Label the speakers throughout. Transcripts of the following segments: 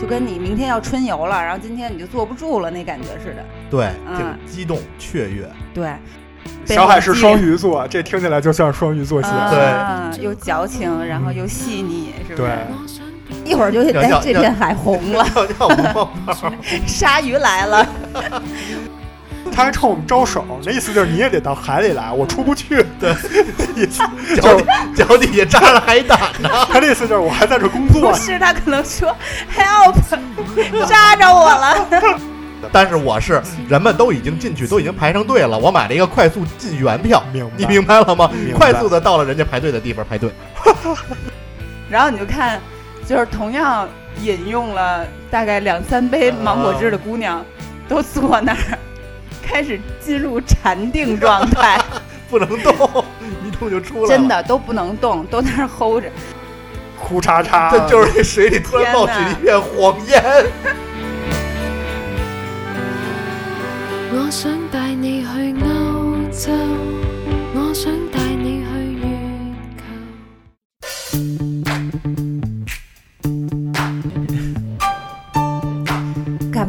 Speaker 1: 就跟你明天要春游了，然后今天你就坐不住了那感觉似的。
Speaker 2: 对，
Speaker 1: 嗯
Speaker 2: 这个激动雀跃，
Speaker 1: 对，
Speaker 3: 小海是双鱼座，这听起来就像双鱼座
Speaker 1: 对
Speaker 3: 型。
Speaker 1: 啊，又矫情，然后又细腻，是不是？
Speaker 3: 嗯对
Speaker 1: 一会儿就
Speaker 2: 要
Speaker 1: 哎
Speaker 2: 要
Speaker 1: 这片海红 了，
Speaker 2: 要要不冒泡，
Speaker 1: 鲨鱼来了，
Speaker 3: 他还冲我们招手，那意思就是你也得到海里来，我出 不去。对， 意思
Speaker 2: 脚底脚底下扎着海胆呢。
Speaker 3: 他那意思就是 我还在这工作
Speaker 1: 不。是他可能说 help，扎 着我了。
Speaker 2: 但是我是人们都已经进去，都已经排成队了，我买了一个快速进园票，
Speaker 3: 明白
Speaker 2: 你明白了吗？
Speaker 3: 明白
Speaker 2: 快速的到了人家排队的地方排队。
Speaker 1: 然后你就看，就是同样饮用了大概两三杯
Speaker 3: 嗯
Speaker 1: 芒果汁的姑娘，都坐那 儿开始进入禅定状态，
Speaker 2: 不能动， 一动就出来了。
Speaker 1: 真，的都不能动，都在那儿齁着。
Speaker 3: 哭叉叉，
Speaker 4: 啊
Speaker 2: 这就是那水里突然冒起一片火焰。
Speaker 5: 我想带你去欧洲，我想带你去月球。
Speaker 1: 干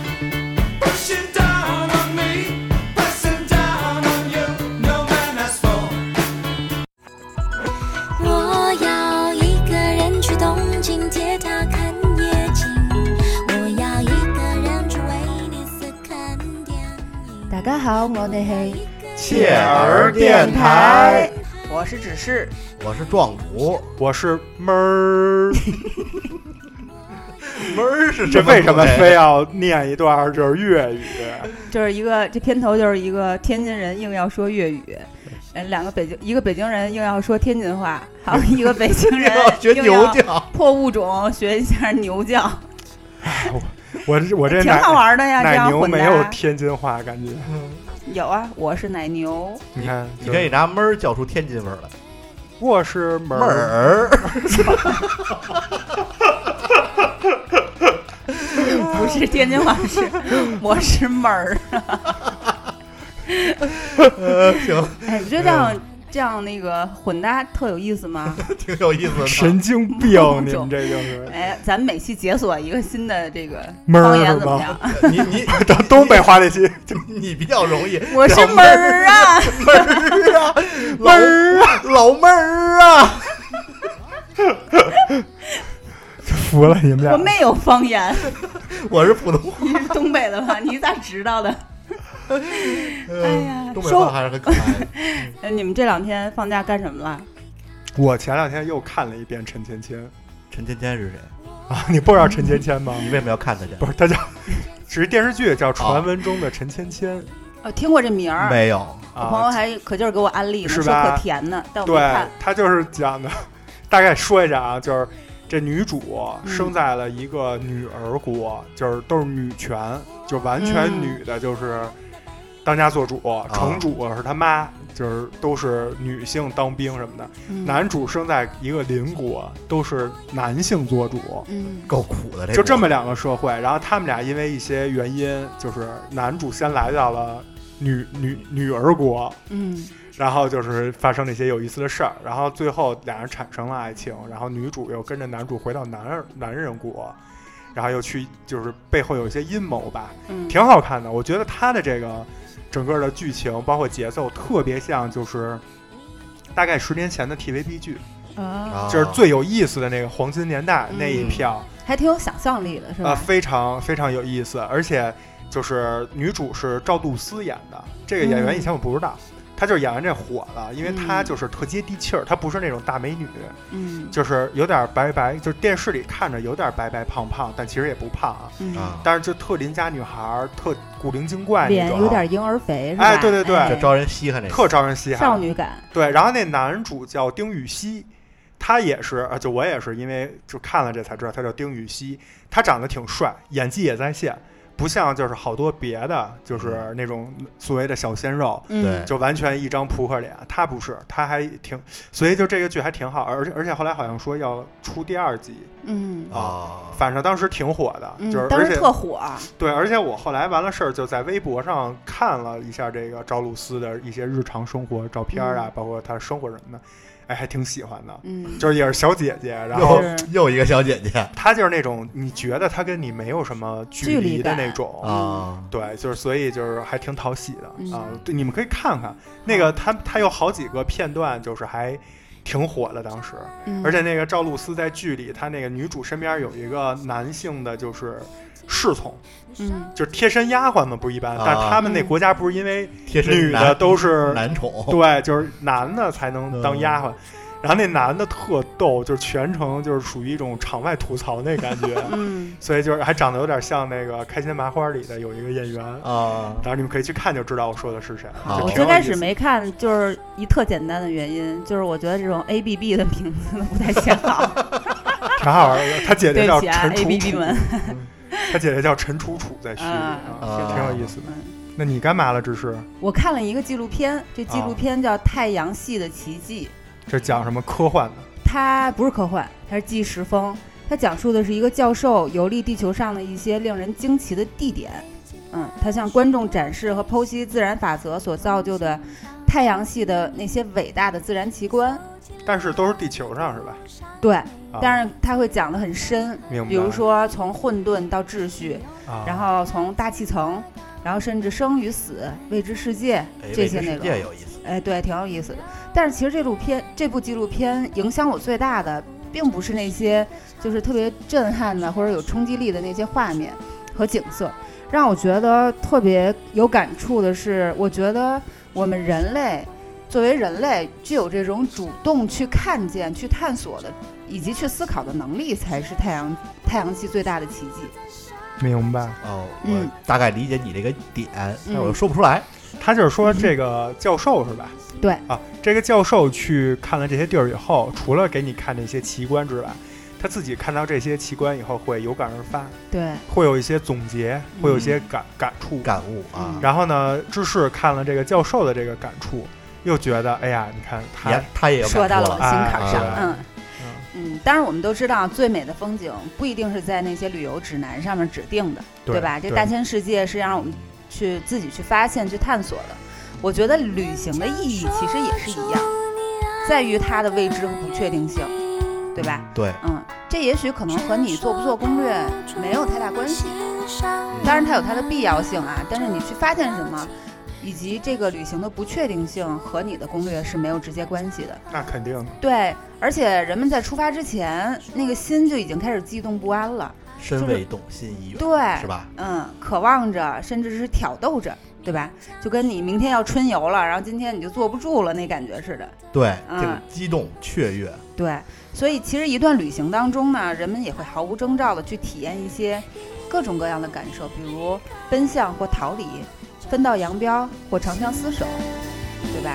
Speaker 5: 我要一个人去东京铁塔看夜景，我要一个人去威尼斯看电影。
Speaker 1: 大家好，我哋系
Speaker 2: 切儿电台，
Speaker 1: 我是只是
Speaker 2: 我是壮 主，
Speaker 3: 我是闷 儿。
Speaker 2: 门儿是
Speaker 3: 这为什么非
Speaker 2: 飞？
Speaker 3: 要念一段就是粤语？
Speaker 1: 就是一个这片头就是一个天津人硬要说粤语，呃，两个北京一个北京人硬要说天津话，还有一个北京人
Speaker 2: 要学
Speaker 1: 硬
Speaker 2: 牛
Speaker 1: 要
Speaker 2: 叫，
Speaker 1: 破物种学一下牛叫，
Speaker 3: 我这我这
Speaker 1: 挺好
Speaker 3: 奶
Speaker 1: 玩的呀。这
Speaker 3: 奶
Speaker 1: 样
Speaker 3: 牛
Speaker 1: 混搭
Speaker 3: 没有天津话感觉。
Speaker 1: 有啊，我是奶牛，
Speaker 3: 你看，
Speaker 2: 你可以拿门儿叫出天津味儿来。
Speaker 3: 卧室门
Speaker 2: 门儿，
Speaker 3: 儿，
Speaker 1: 不是天津话，是我是门儿。
Speaker 2: 呃，行，
Speaker 1: 哎，你觉得这样这样那个混搭特有意思吗？
Speaker 2: 挺有意思的。
Speaker 3: 神经病！你们这 就是
Speaker 1: 哎，咱们每期解锁一个新的这个
Speaker 3: 门儿
Speaker 1: 方言
Speaker 3: 是
Speaker 1: 怎么
Speaker 3: 吗
Speaker 1: 样？
Speaker 2: 你你
Speaker 3: 东东北话那期
Speaker 2: 你比较容易，
Speaker 1: 我是门儿啊，
Speaker 2: 门儿啊，门儿啊，老妹儿啊，
Speaker 3: 服了你们
Speaker 1: 我
Speaker 3: 俩。
Speaker 1: 没有方言，
Speaker 2: 我是普通话，
Speaker 1: 你是东北的吧？你咋知道的？
Speaker 2: 呃
Speaker 1: 哎呀
Speaker 2: 东北
Speaker 1: 说
Speaker 2: 话还是很可爱的。
Speaker 1: 哎，你们这两天放假干什么了？
Speaker 3: 我前两天又看了一遍陈芊芊
Speaker 2: 陈芊芊是谁？
Speaker 3: 啊，你不知道陈芊芊吗？
Speaker 2: 你为什么要看他去？
Speaker 3: 不是，他叫，只是电视剧叫《传闻中的陈芊芊》
Speaker 1: 哦，听过这名儿，
Speaker 2: 没有，
Speaker 1: 我朋友
Speaker 3: 啊，
Speaker 1: 还可劲儿给我安利呢，
Speaker 3: 是
Speaker 1: 说
Speaker 3: 吧
Speaker 1: 可甜呢，但我没
Speaker 3: 对
Speaker 1: 看。，
Speaker 3: 他就是讲的， 大概说一下啊，就是这女主
Speaker 1: 嗯
Speaker 3: 生在了一个女儿国，就是都是女权，就完
Speaker 1: 嗯
Speaker 3: 全
Speaker 1: 啊
Speaker 3: 女的，就是当家做主，城主是他妈，就是都是女性当兵什么的。
Speaker 1: 嗯，
Speaker 3: 男主生在一个邻国，都是男性做主，
Speaker 1: 嗯，
Speaker 2: 够苦的这。
Speaker 3: 就这么，两个社会，然后他们俩因为一些原因，就是男主先来到了女女女儿国，
Speaker 1: 嗯
Speaker 3: 然后就是发生了一些有意思的事儿，然后最后俩人产生了爱情，然后女主又跟着男主回到男儿男人国，然后又去就是背后有一些阴谋吧，
Speaker 1: 嗯，
Speaker 3: 挺好看的。我觉得它的这个整个的剧情包括节奏特别像就是大概十年前的 TVB 剧，
Speaker 1: 啊，
Speaker 2: 啊
Speaker 3: 就是最有意思的那个黄金年代那一
Speaker 1: 嗯
Speaker 3: 票。
Speaker 1: 还挺有想象力的，是
Speaker 3: 啊，
Speaker 1: 吧？
Speaker 3: 非常非常有意思，而且就是女主是赵露思演的，这个演员
Speaker 1: 嗯
Speaker 3: 以前我不知道，她就是演完这火了，因为她
Speaker 1: 嗯
Speaker 3: 就是特接地气儿，她不是那种大美女，
Speaker 1: 嗯
Speaker 3: 就是有点白白，就是电视里看着有点白白胖胖，但其实也不胖啊，
Speaker 1: 嗯，
Speaker 2: 啊，
Speaker 3: 但是就特邻家女孩儿，特古灵精怪那
Speaker 1: 脸有
Speaker 3: 种，
Speaker 1: 点婴儿肥，是吧？
Speaker 3: 哎对对对
Speaker 2: 这招人稀罕这
Speaker 3: 特招人稀罕
Speaker 1: 少。女感，
Speaker 3: 对，然后那男主叫丁禹兮，他也是，啊，就我也是因为就看了这才知道他叫丁禹兮，他长得挺帅，演技也在线。不像就是好多别的就是那种所谓的小鲜肉，
Speaker 1: 嗯，
Speaker 3: 就完全一张扑克脸。他不是，他还挺，所以就这个剧还挺好，而且而且后来好像说要出第二季，
Speaker 1: 嗯
Speaker 2: 啊，
Speaker 3: 反正当时挺火的，
Speaker 1: 嗯
Speaker 3: 就是
Speaker 1: 当
Speaker 3: 而
Speaker 1: 时
Speaker 3: 且
Speaker 1: 特火，
Speaker 3: 对，而且我后来完了事儿就在微博上看了一下这个赵露思的一些日常生活照片啊，包括她生活什么的，哎，还挺喜欢的，
Speaker 1: 嗯，
Speaker 3: 就是也是小姐姐，然后
Speaker 2: 又又一个小姐姐
Speaker 3: 她就是那种你觉得她跟你没有什么距
Speaker 1: 距离
Speaker 3: 离的
Speaker 1: 感
Speaker 3: 那种，
Speaker 2: 啊，
Speaker 3: 对，就是所以就是还挺讨喜的、
Speaker 1: 嗯
Speaker 3: 啊。对，你们可以看看那个他他有好几个片段，就是还挺火的当时。
Speaker 1: 嗯
Speaker 3: 而且那个赵露思在剧里，她那个女主身边有一个男性的，就是侍从，
Speaker 1: 嗯，
Speaker 3: 就是贴身丫鬟嘛，不是一般。
Speaker 2: 啊
Speaker 3: 但他们那国家不是因为
Speaker 2: 贴身
Speaker 3: 女的
Speaker 2: 男
Speaker 3: 都是
Speaker 2: 男宠，
Speaker 3: 对，就是男的才能当
Speaker 2: 嗯
Speaker 3: 丫鬟。然后那男的特逗，就是全程就是属于一种场外吐槽那感觉
Speaker 1: 嗯
Speaker 3: 所以就是还长得有点像那个《开心麻花》里的有一个演员，
Speaker 2: 啊，
Speaker 3: 然后你们可以去看就知道我说的是谁。
Speaker 2: 好
Speaker 3: 就
Speaker 1: 我
Speaker 3: 挺
Speaker 1: 最
Speaker 3: 有
Speaker 1: 开
Speaker 3: 意
Speaker 1: 始
Speaker 3: 思
Speaker 1: 没看，就是一特简单的原因，就是我觉得这种 A B B 的名字都不太 写好，
Speaker 3: 挺好玩的，他姐姐
Speaker 1: 对
Speaker 3: 叫
Speaker 1: 不起啊
Speaker 3: 陈
Speaker 1: ，A
Speaker 3: 楚
Speaker 1: B B
Speaker 3: 楚，
Speaker 1: 们，
Speaker 3: 他姐姐叫陈楚楚，在剧里
Speaker 1: 嗯
Speaker 3: 啊，
Speaker 2: 是
Speaker 3: 挺有意思的。
Speaker 1: 嗯，
Speaker 3: 那你干嘛了？这是
Speaker 1: 我看了一个纪录片，这纪录
Speaker 3: 啊
Speaker 1: 片叫《太阳系的奇迹》，
Speaker 3: 这讲什么科幻的？
Speaker 1: 它不是科幻，它是纪实风。它讲述的是一个教授游历地球上的一些令人惊奇的地点。嗯，他向观众展示和剖析自然法则所造就的太阳系的那些伟大的自然奇观。
Speaker 3: 但是都是地球上是吧？
Speaker 1: 对，
Speaker 3: 啊、
Speaker 1: 但是他会讲得很深，
Speaker 3: 明白。
Speaker 1: 比如，说从混沌到秩序，
Speaker 3: 啊、
Speaker 1: 然后从大气层，然后甚至生与死、未知世界
Speaker 2: 哎
Speaker 1: 这些内容。
Speaker 2: 也有意思
Speaker 1: 哎，对，挺有意思的。但是其实这部片这部纪录片影响我最大的，并不是那些就是特别震撼的或者有冲击力的那些画面和景色，让我觉得特别有感触的是，我觉得我们人类作为人类具有这种主动去看见、去探索的。以及去思考的能力，才是太阳太阳系最大的奇迹。
Speaker 3: 明白。
Speaker 2: 哦，
Speaker 1: 嗯
Speaker 2: 我大概理解你这个点，但是我
Speaker 1: 嗯
Speaker 2: 又说不出来。
Speaker 3: 他就是说这个教授是吧？
Speaker 1: 对
Speaker 3: 啊，这个教授去看了这些地儿以后，除了给你看这些奇观之外，他自己看到这些奇观以后会有感而发，
Speaker 1: 对，
Speaker 3: 会有一些总结，会有一
Speaker 1: 嗯
Speaker 3: 些感、感触。
Speaker 2: 感悟啊，
Speaker 3: 然后呢，芝士看了这个教授的这个感触，又觉得哎呀，你看他
Speaker 2: 也他也有
Speaker 1: 嗯说到
Speaker 2: 感触
Speaker 1: 了我
Speaker 2: 了
Speaker 1: 心坎儿上。
Speaker 2: 哎
Speaker 1: 嗯
Speaker 3: 嗯
Speaker 1: 嗯，当然我们都知道，最美的风景不一定是在那些旅游指南上面指定的，
Speaker 3: 对
Speaker 1: 吧？这
Speaker 3: 对
Speaker 1: 大千世界是让我们去自己去发现、去探索的。我觉得旅行的意义其实也是一样，在于它的未知和不确定性，对吧？
Speaker 2: 对，
Speaker 1: 嗯，这也许可能和你做不做攻略没有太大关系，当然它有它的必要性啊。但是你去发现什么，以及这个旅行的不确定性和你的攻略是没有直接关系的。
Speaker 3: 那肯 定的
Speaker 1: 对，而且人们在出发之前，那个心就已经开始悸动不安了。
Speaker 2: 身未动，心已远，
Speaker 1: 对，
Speaker 2: 是吧？
Speaker 1: 嗯，渴望着，甚至是挑逗着，对吧？就跟你明天要春游了，然后今天你就坐不住了那感觉似的。
Speaker 2: 对，
Speaker 1: 嗯
Speaker 2: 这个激动雀跃，
Speaker 1: 对，所以其实一段旅行当中呢，人们也会毫无征兆的去体验一些各种各样的感受，比如奔向或逃离，分道扬镳或长相厮守，对吧？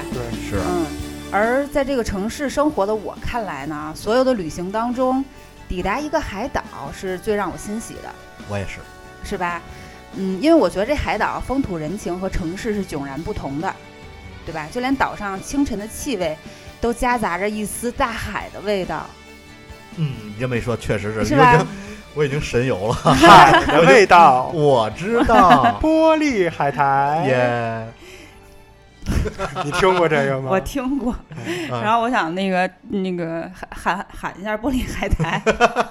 Speaker 2: 是
Speaker 1: 嗯，而在这个城市生活的我看来呢，所有的旅行当中，抵达一个海岛是最让我欣喜的，
Speaker 2: 我也是，
Speaker 1: 是吧？嗯，因为我觉得这海岛风土人情和城市是迥然不同的，对吧？就连岛上清晨的气味，都夹杂着一丝大海的味道，
Speaker 2: 嗯，你这么一说，确实是，
Speaker 1: 是
Speaker 2: 因为已
Speaker 1: 吧
Speaker 2: 经？我已经神游了，
Speaker 1: 啊
Speaker 3: 海的 味道，
Speaker 2: 我知道，
Speaker 3: 玻璃海苔，
Speaker 2: 耶，
Speaker 3: 你听过这个吗？
Speaker 1: 我听过，
Speaker 2: 嗯啊
Speaker 1: 然后我想那个那个喊喊喊一下玻璃海苔，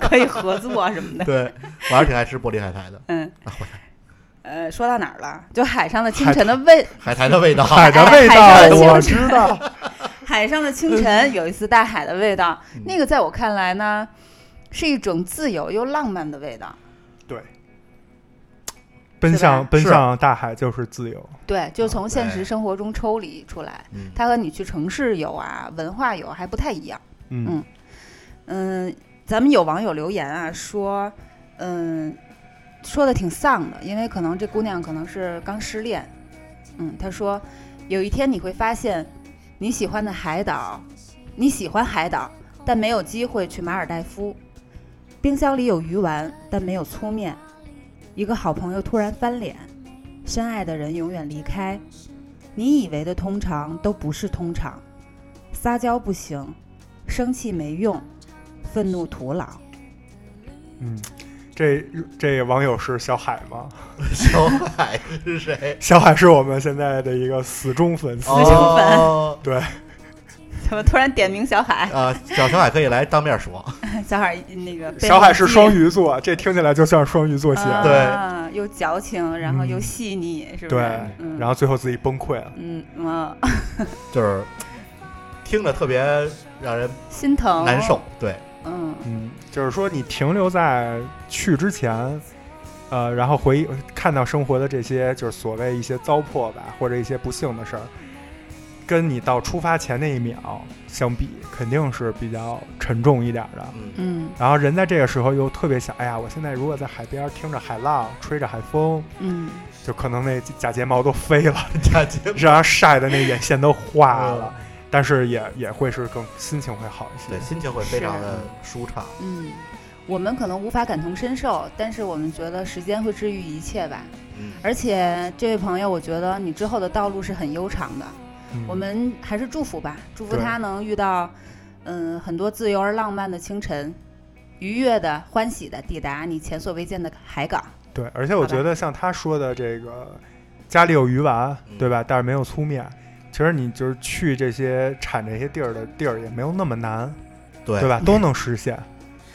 Speaker 1: 可以合作什么的。
Speaker 2: 对，我还是挺爱吃玻璃海苔的，
Speaker 1: 嗯，呃，说到哪儿了？就海上的清晨的味，
Speaker 2: 海苔的味道，
Speaker 3: 海的味
Speaker 1: 海
Speaker 3: 道，
Speaker 1: 上的
Speaker 3: 我
Speaker 1: 清
Speaker 3: 知 道。
Speaker 1: 海上的清晨有一丝大海的味道，
Speaker 2: 嗯
Speaker 1: 那个在我看来呢，是一种自由又浪漫的味道。
Speaker 3: 对，奔
Speaker 1: 是
Speaker 3: 向
Speaker 1: 吧
Speaker 3: 奔
Speaker 2: 是
Speaker 3: 向大海就是自由。
Speaker 1: 对，就从现
Speaker 2: 对
Speaker 1: 实生活中抽离出来，
Speaker 2: 嗯
Speaker 1: 它和你去城市游啊、文化游还不太一样。嗯嗯，咱们有网友留言啊，说，嗯，说的挺丧的，因为可能这姑娘可能是刚失恋。嗯，她说，有一天你会发现，你喜欢的海岛，你喜欢海岛，但没有机会去马尔代夫。冰箱里有鱼丸，但没有粗面。
Speaker 6: 一个好朋友突然翻脸，深爱的人永远离开，你以为的通常都不是通常，撒娇不行，生气没用，愤怒徒劳。
Speaker 3: 嗯，这这网友是小海吗？
Speaker 2: 小海是谁？
Speaker 3: 小海是我们现在的一个死忠粉丝。
Speaker 1: 忠粉
Speaker 2: 哦
Speaker 3: 对，
Speaker 1: 怎么突然点名小海？
Speaker 2: 啊，小小海可以来当面说。
Speaker 1: 小海那个
Speaker 3: 小海是双
Speaker 1: 鱼
Speaker 3: 鱼座，这听起来就像双鱼座写的。
Speaker 1: 啊，又矫情，然后
Speaker 3: 嗯
Speaker 1: 又细腻，是不
Speaker 3: 对
Speaker 1: 是？嗯，
Speaker 3: 然后最后自己崩溃了。
Speaker 1: 嗯嗯，
Speaker 2: 就是听着特别让人
Speaker 1: 心疼
Speaker 2: 难受。，对，
Speaker 1: 嗯，
Speaker 3: 嗯，就是说你停留在去之前，呃，然后回忆看到生活的这些，就是所谓一些糟粕吧，或者一些不幸的事儿，跟你到出发前那一秒相比，肯定是比较沉重一点儿的。
Speaker 2: 嗯，
Speaker 6: 嗯
Speaker 3: 然后人在这个时候又特别想，哎呀，我现在如果在海边听着海浪，吹着海风，
Speaker 6: 嗯，
Speaker 3: 就可能那假睫毛都飞了，
Speaker 2: 佳姐，
Speaker 3: 让人晒的那眼线都
Speaker 2: 嗯
Speaker 3: 花了，但是也也会是更心情会好一些
Speaker 2: 对，。心情会非常的舒畅。
Speaker 1: 嗯，我们可能无法感同身受，但是我们觉得时间会治愈一切吧。
Speaker 2: 嗯，
Speaker 1: 而且这位朋友，我觉得你之后的道路是很悠长的，
Speaker 3: 嗯
Speaker 1: 我们还是祝福吧，祝福
Speaker 3: 对
Speaker 1: 他能遇到，嗯，很多自由而浪漫的清晨，愉悦的、欢喜的抵达你前所未见的海港。
Speaker 3: 对，而且我
Speaker 1: 好的
Speaker 3: 觉得像他说的这个，家里有鱼丸，
Speaker 2: 嗯
Speaker 3: 对吧？但是没有粗面。其实你就是去这些产这些地儿的地儿也没有那么难，
Speaker 2: 对
Speaker 3: 对吧？都能实现。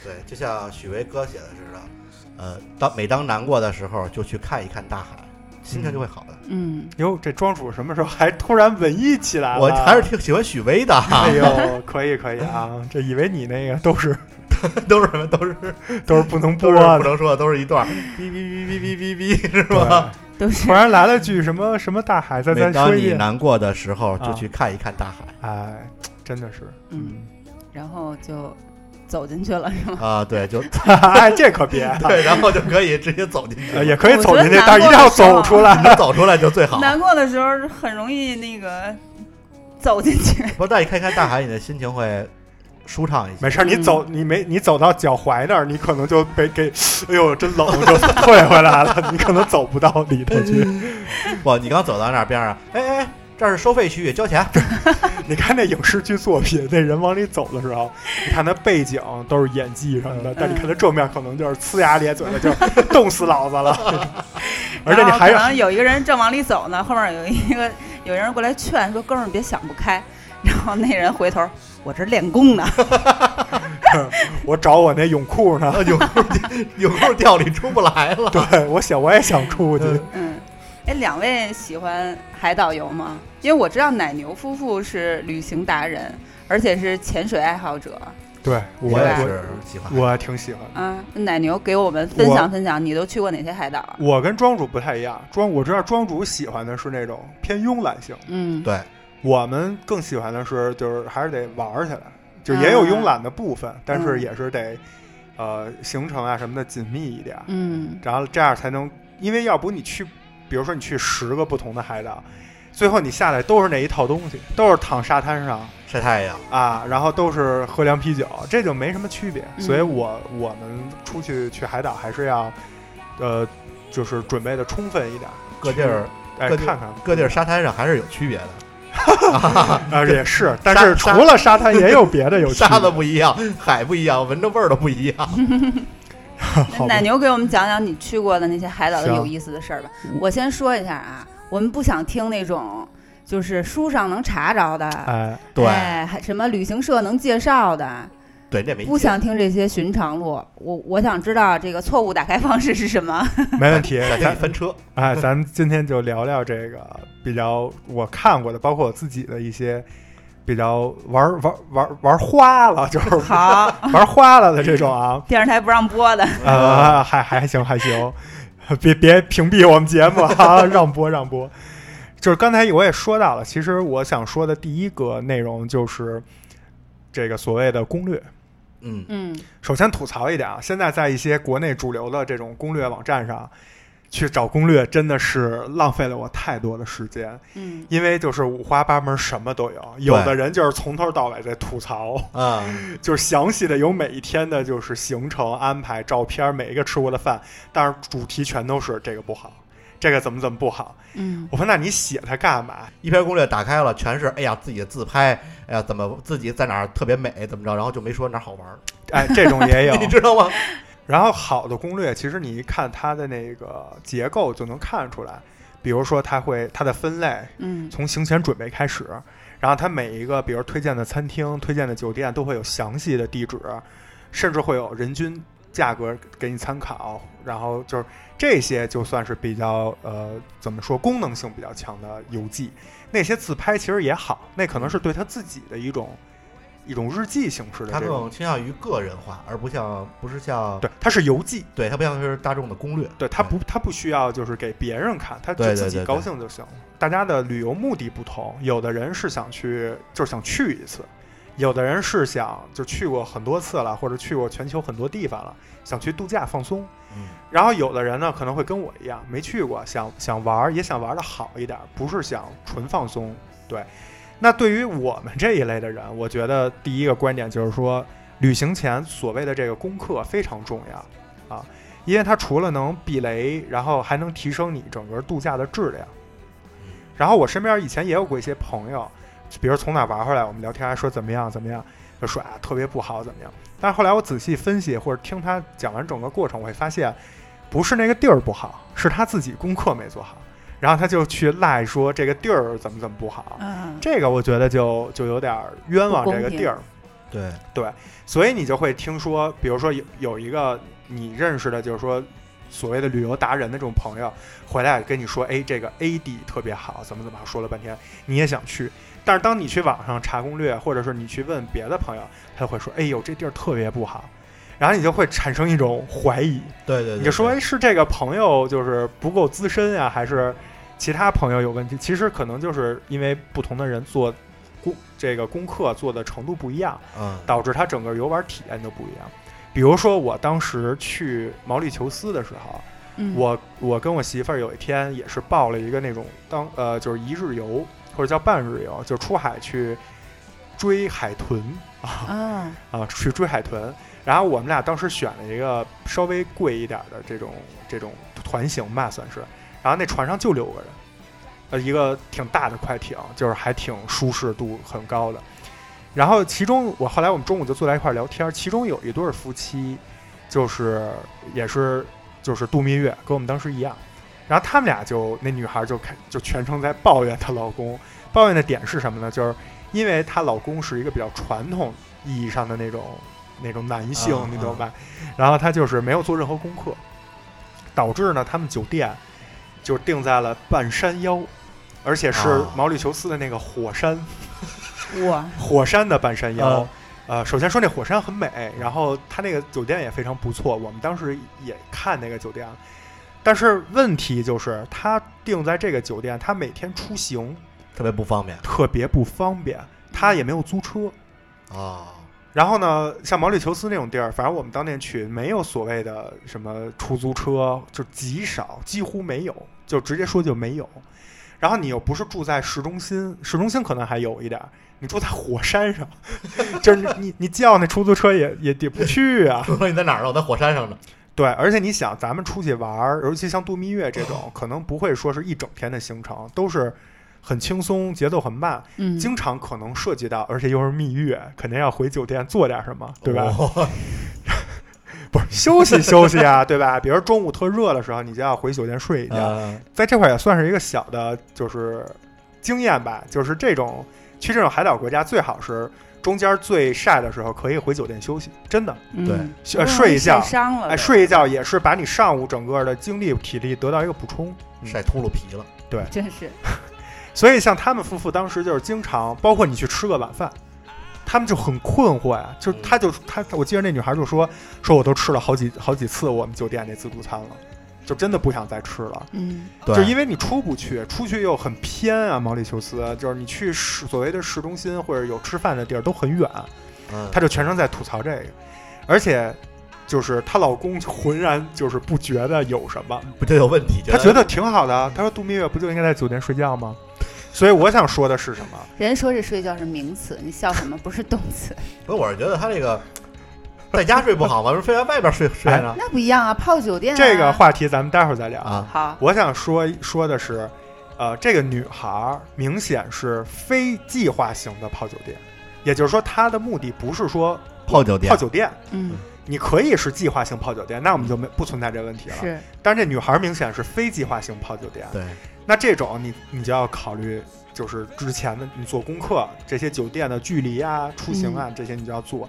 Speaker 2: 对，就像许巍歌写的似的，呃，当每当难过的时候，就去看一看大海，心情就会好的。
Speaker 1: 嗯，
Speaker 3: 哟，这庄主什么时候还突然文艺起来了？
Speaker 2: 我还是挺喜欢许巍的，
Speaker 3: 哎呦，可以可以啊！这以为你那个都是
Speaker 2: 都是什么都是
Speaker 3: 都是不能播
Speaker 2: 都是不
Speaker 3: 的，
Speaker 2: 能说的，都是一段儿哔哔哔哔哔哔哔，是吧？
Speaker 3: 对
Speaker 1: 都是
Speaker 3: 突然来了句什么什么大海，再
Speaker 2: 每
Speaker 3: 再
Speaker 2: 当
Speaker 3: 说一
Speaker 2: 你
Speaker 3: 遍。
Speaker 2: 难过的时候，
Speaker 3: 啊
Speaker 2: 就去看一看大海
Speaker 3: 哎，真的是，
Speaker 1: 嗯，然后就走进去了，是吗？
Speaker 2: 啊，对，就
Speaker 3: 哎，这可别，
Speaker 2: 对，然后就可以直接走进去
Speaker 3: 呃，也可以
Speaker 1: 我
Speaker 3: 走
Speaker 1: 觉
Speaker 3: 进
Speaker 1: 得
Speaker 3: 去，但是一定
Speaker 1: 难过
Speaker 3: 要
Speaker 1: 的时候
Speaker 3: 走出来。
Speaker 2: 能走出来就最好。
Speaker 1: 难过的时候很容易那个走进去。
Speaker 2: 不，但你看一看大海，你的心情会舒畅一些。
Speaker 3: 没事儿，你
Speaker 1: 嗯
Speaker 3: 走，你没你走到脚踝那儿，你可能就被给，哎呦，真冷， 就退回来了，你可能走不到里头去。
Speaker 1: 嗯
Speaker 2: 不，你刚走到那儿边上，哎哎哎，这儿是收费区域，交钱。
Speaker 3: 你看那影视剧作品，那人往里走的时候，你看他背景都是演技什么
Speaker 1: 嗯
Speaker 3: 的，但你看他正面可能就是呲牙咧嘴 的，就是冻死老子了。而且你
Speaker 1: 然后
Speaker 3: 还
Speaker 1: 可
Speaker 3: 有
Speaker 1: 能有一个人正往里走呢，后面有一个有人过来劝说：“哥们儿，别想不开。”然后那人回头：“我这练功呢。
Speaker 3: 我找我那泳裤呢，
Speaker 2: 啊，有空有空调里出不来了。
Speaker 3: 对我想我也想出去。
Speaker 2: 嗯”
Speaker 1: 嗯，哎，两位喜欢海岛游吗？因为我知道奶牛夫妇是旅行达人，而且是潜水爱好者。
Speaker 3: 对我
Speaker 2: 我也
Speaker 3: 我
Speaker 2: 是喜欢。
Speaker 3: 我挺喜欢的。
Speaker 1: 啊，奶牛给我们分
Speaker 3: 我
Speaker 1: 享分享，你都去过哪些海岛？啊
Speaker 3: 我跟庄主不太一样，庄我知道庄主喜欢的是那种偏慵懒型。
Speaker 1: 嗯，
Speaker 2: 对，
Speaker 3: 我们更喜欢的是，就是还是得玩儿起来，就也有慵懒的部分，
Speaker 2: 嗯
Speaker 3: 但是也是得，呃，行程啊什么的紧密一点，
Speaker 1: 嗯
Speaker 3: 然后这样才能，因为要不你去，比如说你去十个不同的海岛，最后你下来都是那一套东西，都是躺沙滩上
Speaker 2: 晒太阳，
Speaker 3: 啊，然后都是喝凉啤酒，这就没什么区别。
Speaker 1: 嗯
Speaker 3: 所以我我们出去去海岛还是要，呃，就是准备的充分一点，
Speaker 2: 各地儿
Speaker 3: 哎，
Speaker 2: 各地
Speaker 3: 看看
Speaker 2: 各地儿沙滩上还是有区别的，
Speaker 3: 啊，也 是，但是除
Speaker 2: 沙
Speaker 3: 了沙滩也有别 的有趣
Speaker 2: 沙子
Speaker 3: 的
Speaker 2: 不一样，海不一样，闻着味儿都不一样。
Speaker 1: 那
Speaker 3: 好吧
Speaker 1: 奶牛给我们讲讲你去过的那些海岛的
Speaker 3: 行
Speaker 1: 有意思的事儿吧。我先说一下啊，我们不想听那种就是书上能查着的，
Speaker 3: 哎，
Speaker 2: 对
Speaker 1: 哎还什么旅行社能介绍的，
Speaker 2: 对，这没
Speaker 1: 不
Speaker 2: 劲
Speaker 1: 想听这些寻常路。我我想知道这个错误打开方式是什么。
Speaker 3: 没问题。
Speaker 2: 改天
Speaker 3: 咱
Speaker 2: 你翻车。
Speaker 3: 哎，咱们今天就聊聊这个比较我看过的，包括我自己的一些比较玩玩玩玩花了，就是
Speaker 1: 好，
Speaker 3: 玩花了的这种啊，
Speaker 1: 电视台不让播的。
Speaker 3: 啊，还还行还行， 别别屏蔽我们节目啊， 让播让播。就是刚才我也说到了，其实我想说的第一个内容就是这个所谓的攻略。
Speaker 2: 嗯，
Speaker 1: 嗯
Speaker 3: 首先吐槽一点啊，现在在一些国内主流的这种攻略网站上，去找攻略真的是浪费了我太多的时间，
Speaker 1: 嗯，
Speaker 3: 因为就是五花八门，什么都有。有的人就是从头到尾在吐槽，
Speaker 2: 啊，
Speaker 3: 就是详细的有每一天的就是行程安排、照片，每一个吃过的饭，但是主题全都是这个不好，这个怎么怎么不好。
Speaker 1: 嗯，
Speaker 3: 我说那你写它干嘛？
Speaker 2: 一篇攻略打开了，全是哎呀自己的自拍，哎呀怎么自己在哪儿特别美怎么着，然后就没说哪儿好玩儿，
Speaker 3: 哎， 这种也有
Speaker 2: 你。知道吗？
Speaker 3: 然后好的攻略，其实你一看它的那个结构就能看出来，比如说它会它的分类，
Speaker 1: 嗯，
Speaker 3: 从行前准备开始，然后它每一个，比如推荐的餐厅、推荐的酒店，都会有详细的地址，甚至会有人均价格给你参考。然后就是这些，就算是比较呃，怎么说，功能性比较强的游记。那些自拍其实也好，那可能是对他自己的一种一种日记形式的
Speaker 2: 它
Speaker 3: 这种
Speaker 2: 更。倾向于个人化，而不像不是像
Speaker 3: 对，它是游记，
Speaker 2: 对它不像是大众的攻略，哎
Speaker 3: 对他不，他不需要就是给别人看，他就
Speaker 2: 对对
Speaker 3: 自己
Speaker 2: 对
Speaker 3: 高
Speaker 2: 对
Speaker 3: 兴就行了。大家的旅游目的不同，有的人是想去，就是想去一次；有的人是想就去过很多次了，或者去过全球很多地方了，想去度假放松。
Speaker 2: 嗯
Speaker 3: 然后有的人呢，可能会跟我一样，没去过，想想玩儿，也想玩的好一点儿，不是想纯放松。对，那对于我们这一类的人，我觉得第一个观点就是说，旅行前所谓的这个功课非常重要啊，因为它除了能避雷，然后还能提升你整个度假的质量。然后我身边以前也有过一些朋友，比如从哪玩回来，我们聊天还说怎么样怎么样，就说啊特别不好怎么样。但是后来我仔细分析或者听他讲完整个过程，我会发现，不是那个地儿不好，是他自己功课没做好，然后他就去赖说这个地儿怎么怎么不好。
Speaker 1: 啊，
Speaker 6: 嗯
Speaker 3: 这个我觉得就就有点儿冤枉这个地儿，
Speaker 2: 对，
Speaker 3: 所以你就会听说，比如说有有一个你认识的，就是说所谓的旅游达人的这种朋友，回来跟你说，哎，这个 A 地特别好，怎么怎么好，说了半天，你也想去，但是当你去网上查攻略，或者是你去问别的朋友，他会说，哎呦，这地儿特别不好，然后你就会产生一种怀疑，
Speaker 2: 对对，
Speaker 3: 你就说，
Speaker 2: 对
Speaker 3: 哎，是这个朋友就是不够资深呀、还是其他朋友有问题？其实可能就是因为不同的人做功这个功课做的程度不一样，
Speaker 2: 嗯，
Speaker 3: 导致他整个游玩体验都不一样。比如说，我当时去毛里求斯的时候，
Speaker 1: 嗯
Speaker 3: 我我跟我媳妇儿有一天也是报了一个那种当呃就是一日游或者叫半日游，就出海去追海豚 啊，
Speaker 1: 啊，
Speaker 3: 啊，去追海豚。然后我们俩当时选了一个稍微贵一点儿的这种这种团型吧，算是。然后那船上就六个人，呃，一个挺大的快艇，就是还挺舒适度很高的。然后其中我后来我们中午就坐在一块儿聊天儿，其中有一对儿夫妻，就是也是就是度蜜月，跟我们当时一样。然后他们俩就那女孩就开就全程在抱怨她老公，抱怨的点是什么呢？就是因为她老公是一个比较传统意义上的那种那种男性，
Speaker 2: 嗯
Speaker 3: 你懂吧？然后他就是没有做任何功课，导致呢他们酒店就定在了半山腰，而且是
Speaker 2: 啊
Speaker 3: 毛里求斯的那个火山
Speaker 1: 我
Speaker 3: 火山的半山腰
Speaker 2: 嗯。
Speaker 3: 呃，首先说那火山很美，然后它那个酒店也非常不错，我们当时也看那个酒店了。但是问题就是，他定在这个酒店，他每天出行
Speaker 2: 特别不方便
Speaker 3: 特别不方便，他也没有租车。
Speaker 2: 啊，
Speaker 3: 然后呢，像毛里求斯那种地儿，反正我们当年去没有所谓的什么出租车，就极少，几乎没有，就直接说就没有。然后你又不是住在市中心，市中心可能还有一点儿，你住在火山上， 就是你你你叫那出租车也也也不去啊。
Speaker 2: 说 你在哪儿呢？我在火山上呢。
Speaker 3: 对，而且你想，咱们出去玩儿，尤其像度蜜月这种，可能不会说是一整天的行程，都是很轻松，节奏很慢，
Speaker 1: 嗯，
Speaker 3: 经常可能涉及到，而且又是蜜月，肯定要回酒店做点什么，对吧？
Speaker 2: 哦？
Speaker 3: 不是 休息休息啊， 对吧？比如中午特热的时 候，你就要回酒店睡一觉。
Speaker 2: 嗯
Speaker 3: 在这块儿也算是一个小的，就是经验吧。就是这种去这种海岛国家，最好是中间最晒的时候可以回酒店休息，真的，
Speaker 2: 对
Speaker 1: 嗯
Speaker 3: 呃，睡一觉
Speaker 1: 晒，伤了，
Speaker 3: 哎，睡一觉也是把你上午整个的精力体力得到一个补充。
Speaker 2: 晒秃噜皮了，
Speaker 1: 真是，
Speaker 3: 所以像他们夫妇当时就是经常，包括你去吃个晚饭，他们就很困惑呀、就是
Speaker 2: 嗯
Speaker 3: 他就他，我记得那女孩就说说我都吃了好几好几次我们酒店那自助餐了，就真的不想再吃了，
Speaker 1: 嗯
Speaker 3: 就因
Speaker 2: 为
Speaker 3: 为你出不去，出去又很偏啊，毛里求斯就是你去市所谓的市中
Speaker 2: 嗯
Speaker 3: 心或者有吃饭的地儿都很远，他就全程在吐槽这个，而且就是她老公浑然就是不觉得有什么，
Speaker 2: 不就有问题？
Speaker 3: 他觉得挺好的啊。他说度蜜月不就应该在酒店睡觉吗？所以我想说的是什么？
Speaker 1: 人说这睡觉是名词，你笑什么？不是动词，
Speaker 3: 啊
Speaker 2: 不是，我是觉得他这个在家睡不好吗？为什么非要外边睡
Speaker 3: 哎
Speaker 2: 睡呢？
Speaker 1: 那不一样啊，泡酒店、啊、
Speaker 3: 这个话题咱们待会儿再聊。
Speaker 2: 啊，
Speaker 1: 好，
Speaker 3: 我想说说的是，呃，这个女孩儿明显是非计划型的泡酒店，也就是说，她的目的不是说
Speaker 2: 泡酒店
Speaker 3: 泡，酒店，
Speaker 1: 嗯，
Speaker 3: 你可以是计划性泡酒店，那我们就没不存在这问题了。
Speaker 1: 是
Speaker 3: 但是这女孩儿明显是非计划性泡酒店，
Speaker 2: 对，
Speaker 3: 那这种你你就要考虑，就是之前的你做功课，这些酒店的距离啊、出行
Speaker 1: 嗯
Speaker 3: 啊、这些你就要做。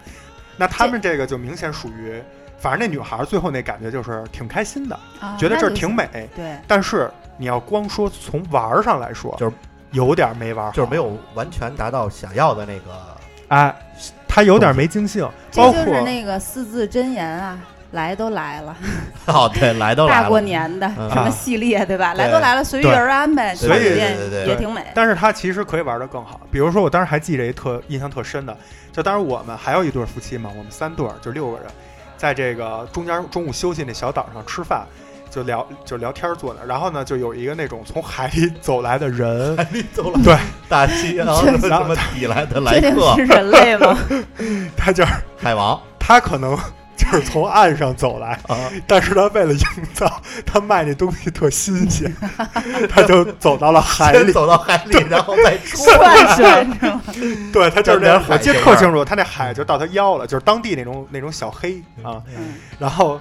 Speaker 3: 那他们这个就明显属于，反正那女孩儿最后那感觉就是挺开心的，
Speaker 1: 啊
Speaker 3: 觉得这儿
Speaker 1: 那就
Speaker 3: 挺
Speaker 1: 行
Speaker 3: 美。
Speaker 6: 对，
Speaker 3: 但是你要光说从玩儿上来说，
Speaker 2: 就是
Speaker 3: 有点没玩儿好，
Speaker 2: 就是没有完全达到想要的那个。
Speaker 3: 哎，他有点没尽兴，
Speaker 6: 这
Speaker 3: 包
Speaker 6: 就
Speaker 3: 括
Speaker 6: 是那个四字真言啊，来都来了，
Speaker 2: 哦，对，来都来了，
Speaker 6: 大过 年的
Speaker 2: 嗯
Speaker 6: 什么系列对吧？
Speaker 2: 对
Speaker 6: 来都来了，随遇而安呗，
Speaker 2: 对
Speaker 6: 酒
Speaker 3: 啊所以
Speaker 6: 店
Speaker 2: 对对对
Speaker 6: 也挺美。
Speaker 3: 但是他其实可以玩得更好。比如说，我当时还记着一特印象特深的，就当时我们还有一对夫妻嘛，我们三对儿就六个人，在这个中间中午休息那小岛上吃饭。就聊 就聊天儿坐那儿，然后呢，就有一个那种从海里走来的人，
Speaker 2: 哎你走了，
Speaker 3: 对，
Speaker 2: 大西洋
Speaker 3: 确实
Speaker 2: 什么抵来的来
Speaker 6: 确定
Speaker 2: 客
Speaker 6: 是人类 吗？
Speaker 3: 他就是
Speaker 2: 海王
Speaker 3: 他可能 就是从岸上走来，
Speaker 2: 啊，
Speaker 3: 但是他为了营造他卖那东西特 新鲜，他就走到了海
Speaker 2: 先
Speaker 3: 里。
Speaker 2: 走到海里，然后再 出
Speaker 1: 转
Speaker 2: 来。
Speaker 1: 转，你知道吗？
Speaker 3: 对他就
Speaker 2: 就是
Speaker 3: 是那
Speaker 2: 那
Speaker 3: 样，
Speaker 2: 海
Speaker 3: 我记得
Speaker 2: 这
Speaker 3: 特
Speaker 2: 块儿
Speaker 3: 清楚，他那海就到他腰了，就是当地那种那种小黑啊，
Speaker 1: 嗯
Speaker 3: 然后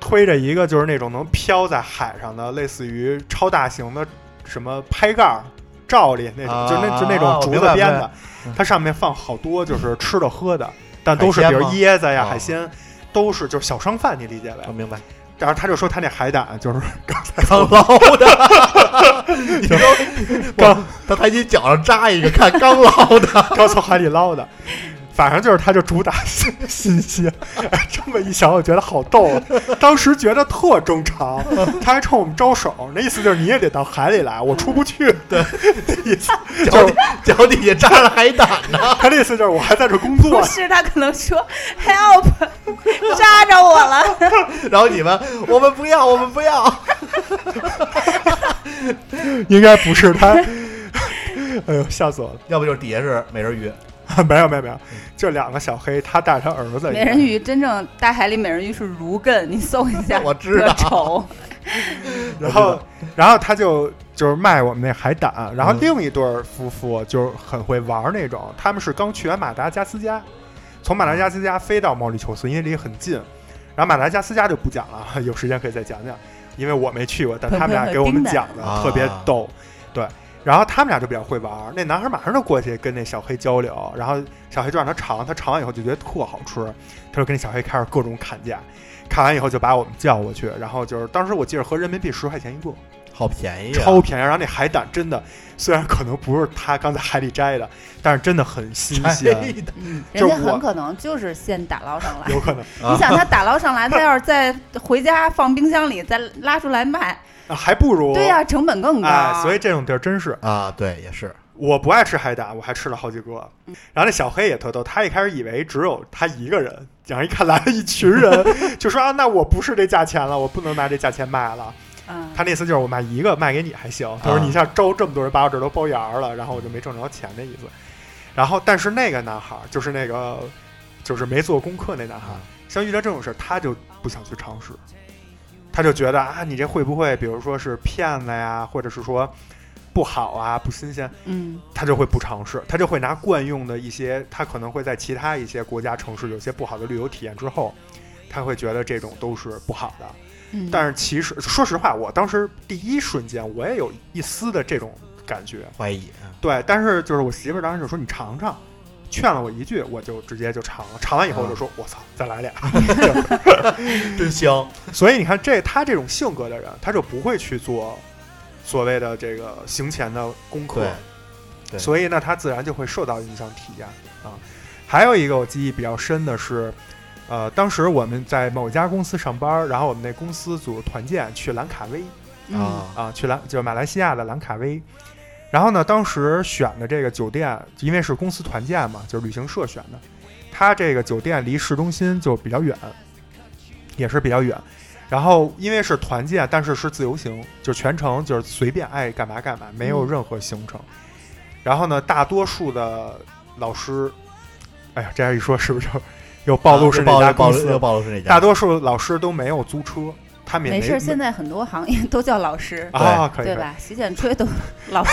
Speaker 3: 推着一个就是那种能飘在海上的，类似于超大型的什么拍盖儿。罩里那种，
Speaker 2: 啊
Speaker 3: 就那就那种竹
Speaker 2: 我明
Speaker 3: 子
Speaker 2: 白
Speaker 3: 编
Speaker 2: 明
Speaker 3: 的
Speaker 2: 白，
Speaker 3: 它上面放好多就是吃的喝的，但都是
Speaker 2: 海
Speaker 3: 比
Speaker 2: 鲜
Speaker 3: 如
Speaker 2: 吗
Speaker 3: 椰子
Speaker 2: 哦
Speaker 3: 呀、
Speaker 2: 嗯
Speaker 3: 海鲜，都是就是小商贩，你理解呗
Speaker 2: 啊我？明白，
Speaker 3: 然后他就说他那海胆 就是
Speaker 2: 刚捞的，你说
Speaker 3: 刚
Speaker 2: 他还得脚上扎一个，看刚捞的，
Speaker 3: 刚从海里捞的，反正就是他就主打新新鲜。哎 这么一想，我觉得好逗啊，当时觉得特正常，他还冲我们招手，那意思就是你也得到海里来，我出不去。 对，意思
Speaker 2: 脚底脚底下扎着海胆呢。
Speaker 3: 他的意思就是我还在这工作
Speaker 1: 不，是，他可能说 help，扎着我了。
Speaker 2: 然后你们，我们不要，我们不 要。
Speaker 3: 应该不是他。 哎呦，吓死我了！
Speaker 2: 要不就是底下是美人鱼，
Speaker 3: 没有没有没有，就两个小黑，他带着他儿子，
Speaker 1: 美人鱼真正大海里美人鱼是如艮，你搜一下，
Speaker 2: 我知 道
Speaker 1: 特丑。
Speaker 3: 然后
Speaker 2: 我知，
Speaker 3: 然后他就就是卖我们那海胆，然后
Speaker 2: 嗯
Speaker 3: 另一对儿夫妇就是很会玩儿那种，他们是刚去完马达加斯加，从马达加斯加飞到毛里求斯，因为离很近。然后马达加斯加就不讲了， 有时间可以再讲讲，因为我没去过，但他们俩给我们讲的
Speaker 2: 啊
Speaker 3: 特别逗，对。然后他们俩就比较会玩儿，那男孩马上就过去跟那小黑交流，然后小黑就让他尝，他尝完以后就觉得特好吃，他就跟那小黑开始各种砍价，砍完以后就把我们叫过去，然后就是当时我记得合人民币十块钱一个，
Speaker 2: 好便宜、啊，
Speaker 3: 超便宜。然后那海胆真的，虽然可能不是他刚在海里摘的，但是真的很新鲜，
Speaker 2: 的。
Speaker 1: 嗯，
Speaker 3: 就
Speaker 6: 人家
Speaker 3: 我
Speaker 6: 很可能就是现打捞上来。
Speaker 3: 有可能、
Speaker 2: 啊
Speaker 6: 你想他打捞上来，他要是再回家放冰箱里，再拉出来卖，
Speaker 3: 啊还不如
Speaker 6: 对呀、成本更高。
Speaker 3: 哎，所以这种地儿真是，
Speaker 2: 啊，对，也是，
Speaker 3: 我不爱吃海胆，我还吃了好几个。然后那小黑也特逗，他一开始以为只有他一个人，然后一看来了一群人， 就说啊，那我不是这价钱了，我不能拿这价钱卖了。
Speaker 1: 嗯，
Speaker 3: 他那意思就是我卖一个卖给你还行，他说
Speaker 2: 啊
Speaker 3: 你一下招这么多人把我这都包圆儿了，然后我就没挣着钱的意思。然后但是那个男孩儿就是那个就是没做功课那男孩儿
Speaker 2: 啊，
Speaker 3: 像遇到这种事儿他就不想去尝试，他就觉得啊你这会不会比如说是骗子呀，或者是说不好啊不新鲜，
Speaker 1: 嗯，
Speaker 3: 他就会不尝试，他就会拿惯用的一些，他可能会在其他一些国家城市有些不好的旅游体验之后，他会觉得这种都是不好的。
Speaker 1: 嗯
Speaker 3: 但是其实，说实话，我当时第一瞬间我也有一丝的这种感觉，
Speaker 2: 怀疑。啊
Speaker 3: 对。但是就是我媳妇儿当时就说你尝尝，劝了我一句，我就直接就尝了。尝完以后我就说，我操，再来俩。
Speaker 2: 真香，
Speaker 3: 所以你看这他这种性格的人，他就不会去做所谓的这个行前的功课
Speaker 2: 对，对
Speaker 3: 所以呢，他自然就会受到影响体验啊。还有一个我记忆比较深的是，呃，当时我们在某家公司上班，然后我们那公司组团建去兰卡威
Speaker 1: 嗯
Speaker 2: 啊，
Speaker 3: 啊，去兰就是马来西亚的兰卡威。然后呢，当时选的这个酒店，因为是公司团建嘛，就是旅行社选的，它这个酒店离市中心就比较远，也是比较远。然后因为是团建，但是是自由行，就是全程就是随便爱干嘛干嘛，
Speaker 2: 嗯
Speaker 3: 没有任何行程。然后呢，大多数的老师，哎呀，这样一说是不是就又暴露是
Speaker 2: 暴
Speaker 3: 哪家
Speaker 2: 暴
Speaker 3: 公
Speaker 2: 露
Speaker 3: 司？
Speaker 2: 啊又暴露是哪家？
Speaker 3: 大多数老师都没有租车，他们也
Speaker 6: 没事儿，
Speaker 3: 没
Speaker 6: 现在很多行业都叫老师，
Speaker 3: 啊，可以
Speaker 6: 对
Speaker 3: 可以
Speaker 6: 吧？洗剪吹都老师，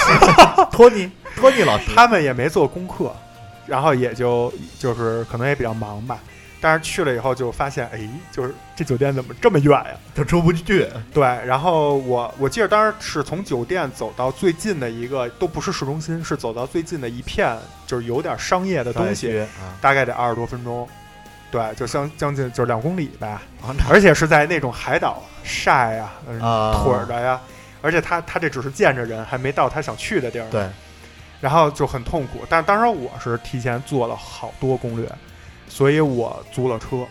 Speaker 2: 托尼托尼老师，
Speaker 3: 他们也没做功课，然后也就就是可能也比较忙吧。但是去了以后就发现，哎，就是这酒店怎么这么远呀、
Speaker 2: 他出不去，
Speaker 3: 对，然后我我记得当时是从酒店走到最近的一个，都不是市中心，是走到最近的一片，就是有点商业的东西，
Speaker 2: 啊，
Speaker 3: 大概得二十多分钟。对，就相将近就是两公里吧，
Speaker 2: 啊那
Speaker 3: 而且是在那种海岛晒呀、嗯
Speaker 2: 啊
Speaker 3: 腿儿的呀，而且他他这只是见着人，还没到他想去的地儿呢。
Speaker 2: 对，
Speaker 3: 然后就很痛苦。但当时我是提前做了好多攻略，所以我租了车，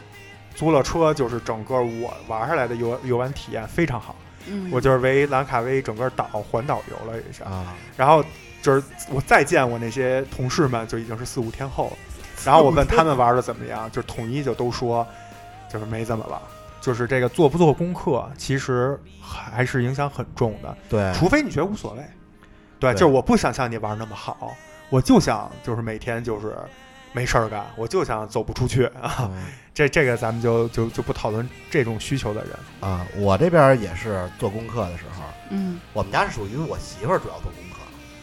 Speaker 3: 租了车就是整个我玩下来的游游玩体验非常好。
Speaker 6: 嗯，
Speaker 3: 我就是维兰卡威整个岛环岛游了一下，
Speaker 2: 啊，
Speaker 3: 然后就是我再见我那些同事们就已经是四五天后了。然后我问他们玩的怎么样，就是统一就都说就是没怎么玩。就是这个做不做功课，其实还是影响很重的。
Speaker 2: 对，
Speaker 3: 除非你觉得无所谓。哎对，
Speaker 2: 对
Speaker 3: 就是我不想像你玩那么好，我就想就是每天就是没事儿干，我就想走不出去 啊。
Speaker 2: 嗯
Speaker 3: 这这个咱们就就就不讨论这种需求的人。
Speaker 2: 啊，我这边也是做功课的时候，
Speaker 6: 嗯，
Speaker 2: 我们家是属于我媳妇儿主要做功课，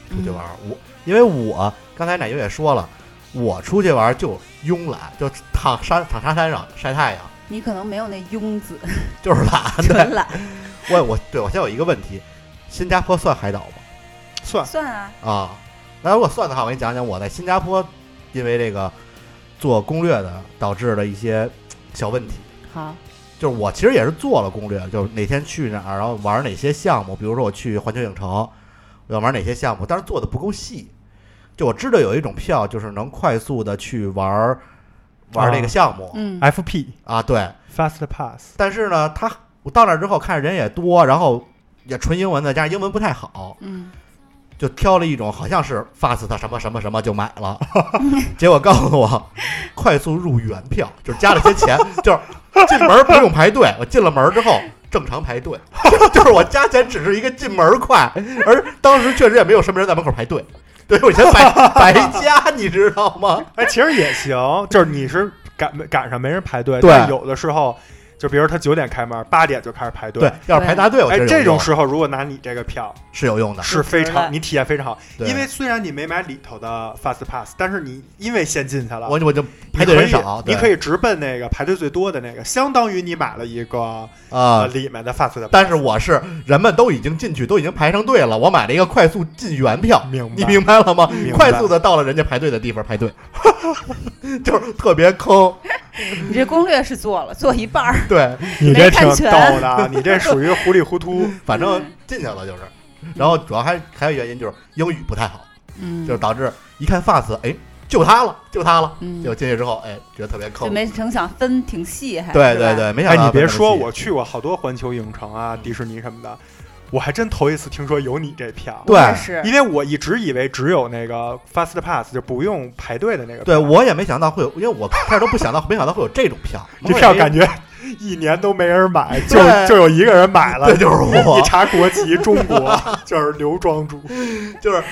Speaker 2: 出去
Speaker 6: 嗯
Speaker 2: 玩儿。我因为我刚才奶牛也说了，我出去玩儿就慵懒，就躺沙躺沙滩上晒太阳，
Speaker 6: 嗯你可能没有那庸子，
Speaker 2: 就是懒。 对，
Speaker 6: 纯懒，
Speaker 2: 我我对我现在有一个问题，新加坡算海岛吗？
Speaker 3: 算
Speaker 6: 算啊，
Speaker 2: 啊，那如果算的话，我给你讲讲我在新加坡因为这个做攻略的导致的一些小问题。
Speaker 6: 好，
Speaker 2: 就是我其实也是做了攻略，就是哪天去哪儿，然后玩哪些项目，比如说我去环球影城，我要玩哪些项目，但是做的不够细。就我知道有一种票，就是能快速的去玩儿玩儿这个项目
Speaker 6: 嗯，
Speaker 3: FP
Speaker 2: 啊对。
Speaker 3: Fast Pass
Speaker 2: 但是呢，他我到那儿之后看着人也多，然后也纯英文的，加上英文不太好，
Speaker 6: 嗯，
Speaker 2: 就挑了一种好像是 fast 什么什么什么就买了， 结果告诉我快速入园票，就是加了些钱， 就是进门不用排队，我进了门之后正常排队， 就是我加钱只是一个进门快，而当时确实也没有什么人在门口排队，对我以前白白加，你知道吗？
Speaker 3: 哎，其实也 行，就是你是赶赶上没人排队，
Speaker 2: 对
Speaker 3: 但有的时候就比如他九点开门，八点就开始排队
Speaker 2: 对。，要是排大队，我觉
Speaker 3: 哎，
Speaker 2: 得
Speaker 3: 这
Speaker 2: 有用
Speaker 3: 种时候如果拿你这个票
Speaker 2: 是有用的，
Speaker 3: 是非
Speaker 1: 值得
Speaker 3: 常，你体验非常好，
Speaker 2: 对
Speaker 3: 因为虽然你没买里头的 Fast Pass，但是你因为先进去了，
Speaker 2: 我我就
Speaker 3: 你
Speaker 2: 排队
Speaker 3: 可
Speaker 2: 人
Speaker 3: 以
Speaker 2: 少，
Speaker 3: 你
Speaker 2: 对
Speaker 3: 可以直奔那个排队最多的那个，相当于你买了一个
Speaker 2: 啊
Speaker 3: 呃。里面的 fast 的。
Speaker 2: 但是我是人们都已经进去，都已经排上队了，我买了一个快速进园票，
Speaker 3: 明白
Speaker 2: 你明白了吗？
Speaker 3: 明白
Speaker 2: 快速的到了人家排队的地方排队， 就是特别坑。
Speaker 1: 你这攻略是做了，做一半儿，
Speaker 2: 对，
Speaker 3: 你这挺
Speaker 1: 没看全
Speaker 3: 逗的啊，你这属于糊里糊涂。
Speaker 2: 反正进去了就是。然后主要还还有原因就是英语不太好，
Speaker 6: 嗯，
Speaker 2: 就是导致一看 fast，哎，就他了，就他了。
Speaker 6: 嗯，
Speaker 2: 就进去之后，哎，觉得特别
Speaker 6: 就
Speaker 2: 坑。
Speaker 6: 没成想分挺细，还
Speaker 2: 对
Speaker 6: 是
Speaker 2: 对
Speaker 6: 吧，
Speaker 2: 对，没想
Speaker 3: 哎，
Speaker 2: 到。
Speaker 3: 你别说，我去过好多环球影城啊、迪士尼什么的，我还真头一次听说有你这票。
Speaker 2: 对
Speaker 1: 我也是
Speaker 3: 因为我一直以为只有那个 fast pass 就不用排队的那个票。
Speaker 2: 对我也没想到会有，因为我开始都不想到，没想到会有这种票。
Speaker 3: 这票感觉一年都没人买，就
Speaker 2: 对
Speaker 3: 就有一个人买了
Speaker 2: 对，。就是我
Speaker 3: 一查国籍，中国 就是刘庄主。
Speaker 2: 就是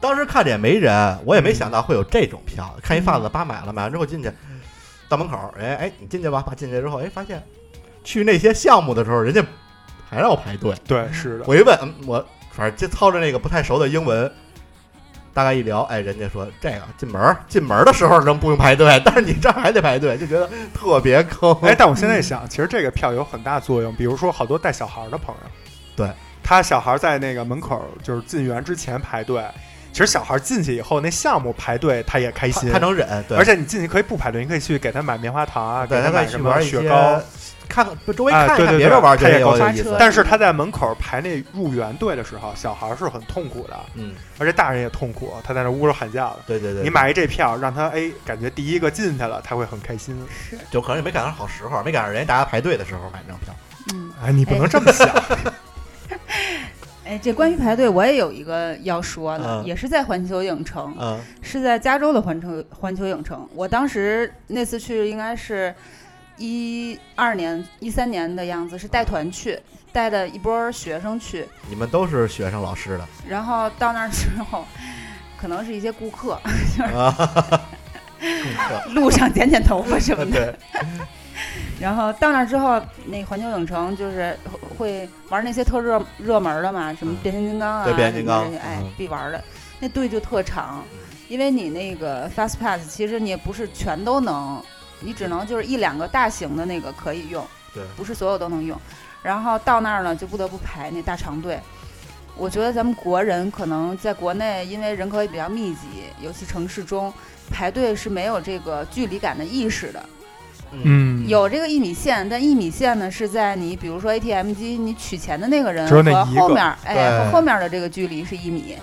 Speaker 2: 当时看着也没人，我也没想到会有这种票。看一
Speaker 3: 嗯
Speaker 2: 贩子爸买了，买完之后进去，到门口，哎哎，你进去吧。爸进去之后，哎，发现去那些项目的时候，人家还让我排队。
Speaker 3: 对，是的。
Speaker 2: 我一问，嗯，我反正就操着那个不太熟的英文。大概一聊，哎，人家说这个进门儿进门儿的时候能不用排队，但是你这儿还得排队，就觉得特别坑。
Speaker 3: 哎，但我现在想，其实这个票有很大作用，比如说好多带小孩的朋友，
Speaker 2: 对
Speaker 3: 他小孩在那个门口就是进园之前排队，其实小孩进去以后，那项目排队他也开
Speaker 2: 他
Speaker 3: 心，
Speaker 2: 他能忍，对，
Speaker 3: 而且你进去可以不排队，你可以去给他买棉花糖啊，
Speaker 2: 对
Speaker 3: 给
Speaker 2: 他
Speaker 3: 他
Speaker 2: 再
Speaker 3: 买
Speaker 2: 去
Speaker 3: 什
Speaker 2: 玩
Speaker 3: 么
Speaker 2: 一些
Speaker 3: 雪糕。，
Speaker 2: 看看不周围
Speaker 3: 哎
Speaker 2: 看一
Speaker 3: 对
Speaker 2: 看
Speaker 3: 对
Speaker 2: 别
Speaker 3: 对
Speaker 2: 人玩儿，
Speaker 3: 他也
Speaker 2: 有
Speaker 3: 高
Speaker 2: 有
Speaker 1: 兴
Speaker 2: 意思
Speaker 1: 对。
Speaker 3: 但是他在门口排那入园队的时候，小孩是很痛苦的，
Speaker 2: 嗯，
Speaker 3: 而且大人也痛苦，他在那呜噜喊叫的。
Speaker 2: 对对对，
Speaker 3: 你买一这票，让他哎感觉第一个进去了，他会很开心。
Speaker 2: 就可能也没赶上好时候，没赶上人家大家排队的时候买这张票。
Speaker 6: 嗯，
Speaker 3: 哎，你不能这么想，
Speaker 6: 哎，这关于排队，我也有一个要说的，
Speaker 2: 嗯
Speaker 6: 也是在环球影城，
Speaker 2: 嗯
Speaker 6: 是在加州的环球环球影城。我当时那次去应该是
Speaker 1: 一二年、一三年的样子，是
Speaker 2: 嗯
Speaker 1: 带团去，带的一波学生去，
Speaker 2: 你们都是学生老师的，
Speaker 1: 然后到那儿之后，可能是一些顾客，
Speaker 2: 啊
Speaker 1: 路上剪剪头发什么的。然后到那儿之后，那环球影城就是会玩那些特热热门的嘛，什么变形金刚啊，
Speaker 2: 嗯对变形金刚
Speaker 1: 什么这些哎
Speaker 2: 嗯，
Speaker 1: 必玩的。那队就特长，因为你那个 Fast Pass 其实你也不是全都能，你只能就是一两个大型的那个可以用，
Speaker 2: 对
Speaker 1: 不是所有都能用。然后到那儿呢，就不得不排那大长队。我觉得咱们国人可能在国内，因为人口也比较密集，尤其城市中，排队是没有这个距离感的意识的。
Speaker 2: 哎
Speaker 3: 嗯，
Speaker 1: 有这个一米线，但一米线呢是在你比如说 ATM 机你取钱的那个人
Speaker 3: 只有那
Speaker 1: 和
Speaker 3: 一个
Speaker 1: 后面儿，哎，
Speaker 2: 对
Speaker 1: 和后面的这个距离是一米，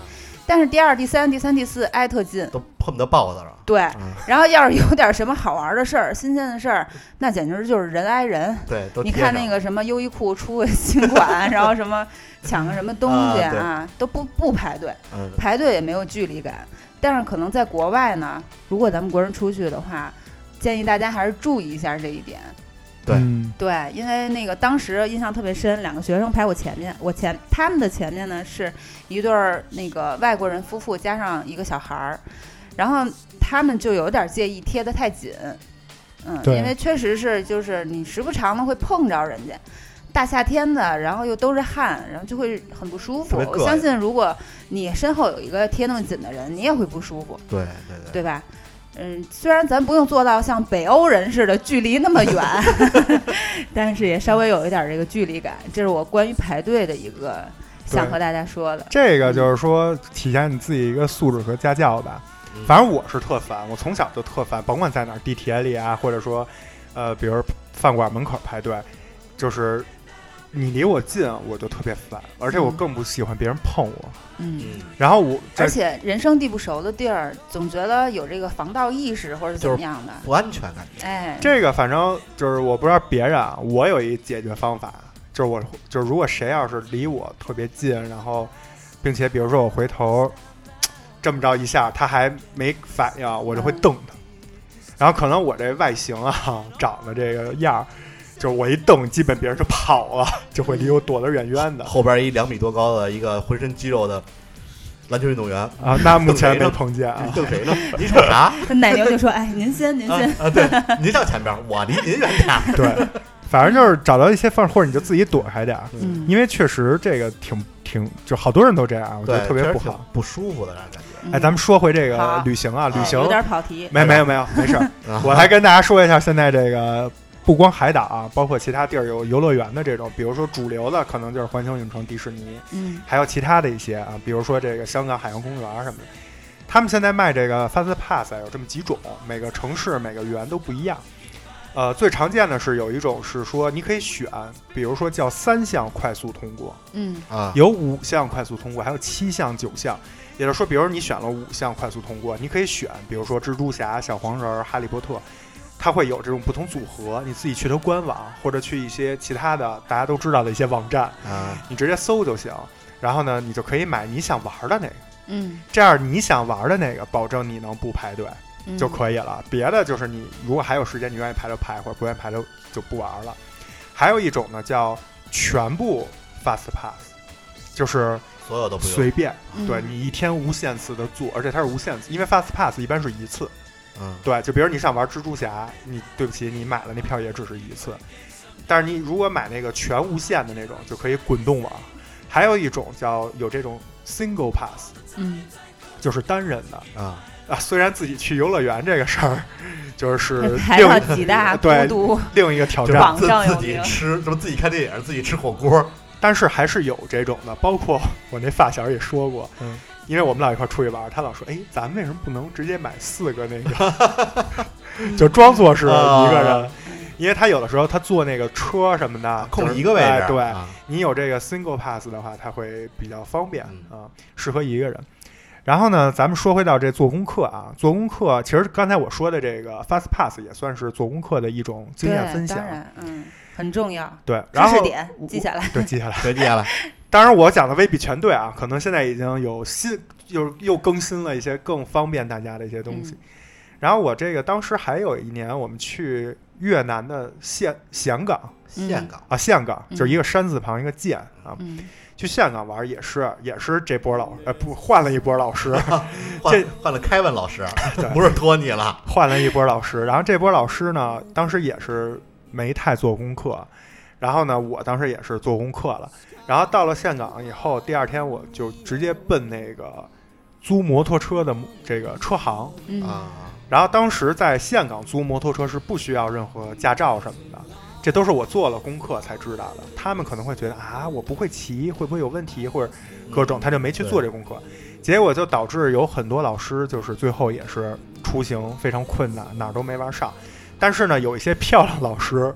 Speaker 1: 但是第二、第三、第三、第四挨特近。
Speaker 2: 都恨不得抱着了。
Speaker 1: 对
Speaker 2: 嗯，
Speaker 1: 然后要是有点什么好玩的事儿、新鲜的事儿，那简直就是人挨人。
Speaker 2: 对，都
Speaker 1: 你
Speaker 2: 贴
Speaker 1: 看
Speaker 2: 上
Speaker 1: 那个什么优衣库出个新款，然后什么抢个什么东西
Speaker 2: 啊对
Speaker 1: 啊，都不不排队，
Speaker 2: 嗯，
Speaker 1: 排队也没有距离感。但是可能在国外呢，如果咱们国人出去的话，建议大家还是注意一下这一点。
Speaker 2: 对
Speaker 3: 嗯
Speaker 1: 对，因为那个当时印象特别深，两个学生排我前面，我前他们的前面呢是一对儿那个外国人夫妇加上一个小孩儿，然后他们就有点儿介意贴得太紧，嗯，
Speaker 3: 对
Speaker 1: 因为确实是就是你时不常的会碰着人家，大夏天的，然后又都是汗，然后就会很不舒服
Speaker 2: 特别。
Speaker 1: 我
Speaker 2: 膈应
Speaker 1: 相信如果你身后有一个贴那么紧的人，你也会不舒服。
Speaker 2: 对对对，
Speaker 1: 对吧？嗯，虽然咱不用做到像北欧人似的距离那么 远，但是也稍微有一点这个距离感。这是我关于排队的一个想和大家说的。
Speaker 3: 这个就是说体现你自己一个素质和家教吧
Speaker 2: 嗯。
Speaker 3: 反正我是特烦，我从小就特烦，甭管在哪儿，地铁里啊，或者说，呃，比如饭馆门口排队，就是你离我近，我就特别烦，而且我
Speaker 1: 嗯
Speaker 3: 更不喜欢别人碰我。
Speaker 1: 嗯，
Speaker 2: 嗯，
Speaker 3: 然后我在
Speaker 1: 而且人生地不熟的地儿，总觉得有这个防盗意识或者怎么样的。
Speaker 2: 不安全感觉。
Speaker 1: 哎，
Speaker 3: 这个反正就是我不知道别人，啊，我有一解决方法，就是我就是如果谁要是离我特别近，然后并且比如说我回头这么着一下，他还没反应，我就会瞪他。然后可能我这外形啊，长得这个样儿，就是我一瞪，基本别人就跑了，就会离我躲得远远的
Speaker 2: 后边一两米多高的一个浑身肌肉的篮球运动员，
Speaker 3: 啊。那目前没碰 见啊，
Speaker 2: 瞪谁 呢？你瞅啥？
Speaker 1: 奶牛就说：“哎，您先，您
Speaker 2: 啊
Speaker 1: 先。
Speaker 2: 啊，对，您上前边，我离您远点儿。
Speaker 3: 对，反正就是找到一些方，或者你就自己躲开点儿，
Speaker 1: 嗯，
Speaker 3: 因为确实这个挺挺，就好多人都这样，我觉
Speaker 2: 对
Speaker 3: 得， 特别
Speaker 2: 确实
Speaker 3: 不
Speaker 2: 挺
Speaker 3: 好。
Speaker 2: 不舒服的那种感觉。
Speaker 3: 哎，咱们说回这个
Speaker 1: 嗯好
Speaker 3: 旅行啊，旅行
Speaker 1: 有点跑题。
Speaker 3: 没没有没有没事儿，
Speaker 2: 啊
Speaker 3: 我还跟大家说一下，现在这个不光海岛啊，包括其他地儿有游乐园的这种，比如说主流的可能就是环球影城、迪士尼，
Speaker 1: 嗯
Speaker 3: 还有其他的一些啊，比如说这个香港海洋公园什么的，他们现在卖这个 Fast Pass 啊有这么几种，每个城市每个园都不一样。呃，最常见的是有一种是说你可以选，比如说叫三项快速通过，
Speaker 1: 嗯
Speaker 2: 啊，
Speaker 3: 有五项快速通过，还有七项、九项。也就是说，比如你选了五项快速通过，你可以选，比如说蜘蛛侠、小黄人、哈利波特，它会有这种不同组合。你自己去它官网，或者去一些其他的大家都知道的一些网站，
Speaker 2: 啊，
Speaker 3: 你直接搜就行。然后呢，你就可以买你想玩的那个，
Speaker 1: 嗯
Speaker 3: 这样你想玩的那个，保证你能不排队
Speaker 1: 嗯，
Speaker 3: 就可以了。别的就是你如果还有时间，你愿意排就排，或者不愿意排就就不玩了。还有一种呢，叫全部 fast pass，就是
Speaker 2: 所有都不用。
Speaker 3: 随便，
Speaker 1: 嗯
Speaker 3: 对你一天无限次的做，而且它是无限次，因为 Fast Pass 一般是一次，
Speaker 2: 嗯，
Speaker 3: 对，就比如你想玩蜘蛛侠，你对不起，你买了那票也只是一次，但是你如果买那个全无限的那种，就可以滚动玩。还有一种叫有这种 Single Pass，
Speaker 1: 嗯
Speaker 3: 就是单人的
Speaker 2: 啊，
Speaker 3: 啊，虽然自己去游乐园这个事儿，就 是
Speaker 1: 排
Speaker 3: 另
Speaker 1: 到几大孤
Speaker 3: 对
Speaker 1: 独
Speaker 3: 另一个挑
Speaker 2: 就是
Speaker 3: 战，
Speaker 1: 网
Speaker 2: 自
Speaker 1: 上有
Speaker 2: 自己
Speaker 1: 名
Speaker 2: 吃，什么自己看电影，自己吃火锅，
Speaker 3: 但是还是有这种的，包括 我那发小也说过，
Speaker 2: 嗯，
Speaker 3: 因为我们俩一块儿出去玩儿，他老说，哎，咱们为什么不能直接买四个那个， 就装作是一个人，
Speaker 2: 啊
Speaker 3: 因为他有的时候他坐那个车什么的，就
Speaker 2: 空
Speaker 3: 是
Speaker 2: 啊一个位置
Speaker 3: 哎。对，
Speaker 2: 啊
Speaker 3: 你有这个 single pass 的话，它会比较方便啊、
Speaker 2: 嗯
Speaker 3: 适合一个人。然后呢，咱们说回到这做功课啊，做功课其实刚才我说的这个 fast pass 也算是做功课的一种经验分
Speaker 1: 对，
Speaker 3: 享
Speaker 1: 当，然，嗯，很重要。
Speaker 3: 对，然
Speaker 1: 知识
Speaker 3: 后
Speaker 1: 点记下来。
Speaker 3: 对记下来。
Speaker 2: 谁接 下来？
Speaker 3: 当然，我讲的未必全对啊，
Speaker 1: 嗯
Speaker 3: 可能现在已经有新，又又更新了一些更方便大家的一些东西。然后我这个当时还有一年，我们去越南的岘岘港
Speaker 2: 岘港，
Speaker 3: 啊，岘港
Speaker 6: 嗯
Speaker 3: 就是一个山字旁一个建啊，
Speaker 6: 嗯，
Speaker 3: 去岘港玩也是也是这波老呃不换了一波老师，
Speaker 2: 换换了凯文老师
Speaker 3: 对，
Speaker 2: 不是托尼了。
Speaker 3: 换了一波老师，然后这波老师呢，当时也是没太做功课，然后呢，我当时也是做功课了，然后到了岘港以后，第二天我就直接奔那个租摩托车的这个车行，
Speaker 6: 嗯
Speaker 2: 啊，
Speaker 3: 然后当时在岘港租摩托车是不需要任何驾照什么的，这都是我做了功课才知道的。他们可能会觉得啊，我不会骑，会不会有问题，或者各种，他就没去做这功课，结果就导致有很多老师就是最后也是出行非常困难，哪儿都没法上。但是呢，有一些漂亮老师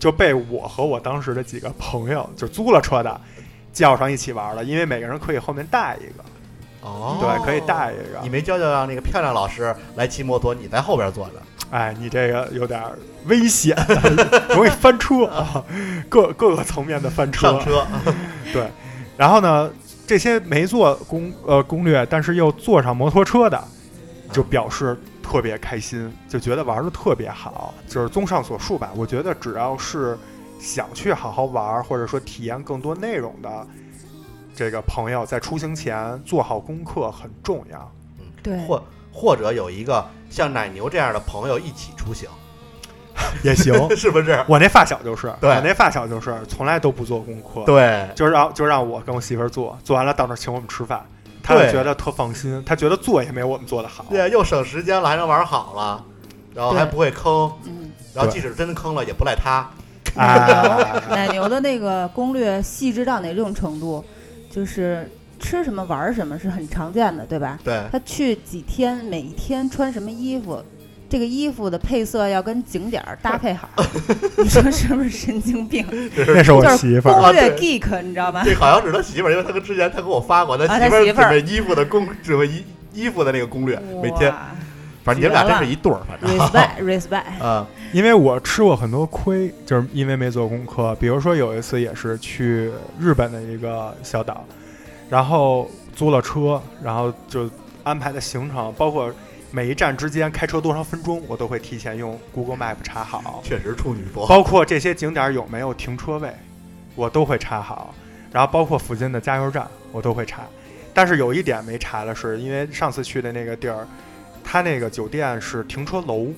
Speaker 3: 就被我和我当时的几个朋友就租了车的叫上一起玩了，因为每个人可以后面带一个，
Speaker 2: 哦，
Speaker 3: 对，可以。带一个。
Speaker 2: 你没教教让那个漂亮老师来骑摩托，你在后边坐着。
Speaker 3: 哎，你这个有点儿危险， 容易翻车啊，各各个层面的翻车。
Speaker 2: 上车，啊
Speaker 3: 然后呢，这些没做攻呃攻略，但是又坐上摩托车的，就表示特别开心，就觉得玩的特别好。就是综上所述吧，我觉得只要是想去好好玩儿，或者说体验更多内容的这个朋友，在出行前做好功课很重要。
Speaker 6: 对，
Speaker 2: 或或者有一个像奶牛这样的朋友一起出行，
Speaker 3: 也行，
Speaker 2: 是不是？
Speaker 3: 我那发小就是，
Speaker 2: 对
Speaker 3: 我那发小就是从来都不做功课，
Speaker 2: 对，
Speaker 3: 就让就让我跟我媳妇儿做，做完了到那儿请我们吃饭，她就
Speaker 2: 对
Speaker 3: 觉得特放心，她觉得做也没我们做的好。
Speaker 2: 对，啊又省时间了，还能玩好了，然后还
Speaker 6: 对
Speaker 2: 不会坑，
Speaker 6: 嗯，
Speaker 2: 然后即使真坑了也不赖他。
Speaker 3: 啊，
Speaker 6: 奶牛的那个攻略细致到哪种程度？就是吃什么玩儿什么是很常见的，对吧？
Speaker 2: 对，
Speaker 6: 他去几天，每一天穿什么衣服，这个衣服的配色要跟景点儿搭 配好。你说是不是神经病？
Speaker 3: 啊那是
Speaker 6: 就
Speaker 3: 我媳
Speaker 6: 是
Speaker 3: 妇儿，
Speaker 6: 攻略
Speaker 2: 啊对
Speaker 6: geek，你知道吗？
Speaker 2: 这好像是他媳妇儿，因为他跟之前他给我发过，他
Speaker 6: 啊
Speaker 2: 媳
Speaker 6: 他媳妇
Speaker 2: 准
Speaker 6: 儿
Speaker 2: 备衣服的攻，准备衣衣服的那个攻略，每天，
Speaker 6: 哇
Speaker 2: 反正你们俩真是一对儿，反正。
Speaker 6: respect respect，
Speaker 2: 啊，
Speaker 3: 因为我吃过很多亏，就是因为没做功课。比如说有一次也是去日本的一个小岛，然后租了车，然后就安排的行程，包括每一站之间开车多少分钟，我都会提前用 Google Map 查好。
Speaker 2: 确实处女座。
Speaker 3: 包括这些景点有没有停车位，我都会查好，然后包括附近的加油站，我都会查。但是有一点没查的是，因为上次去的那个地儿，它那个酒店是停车楼，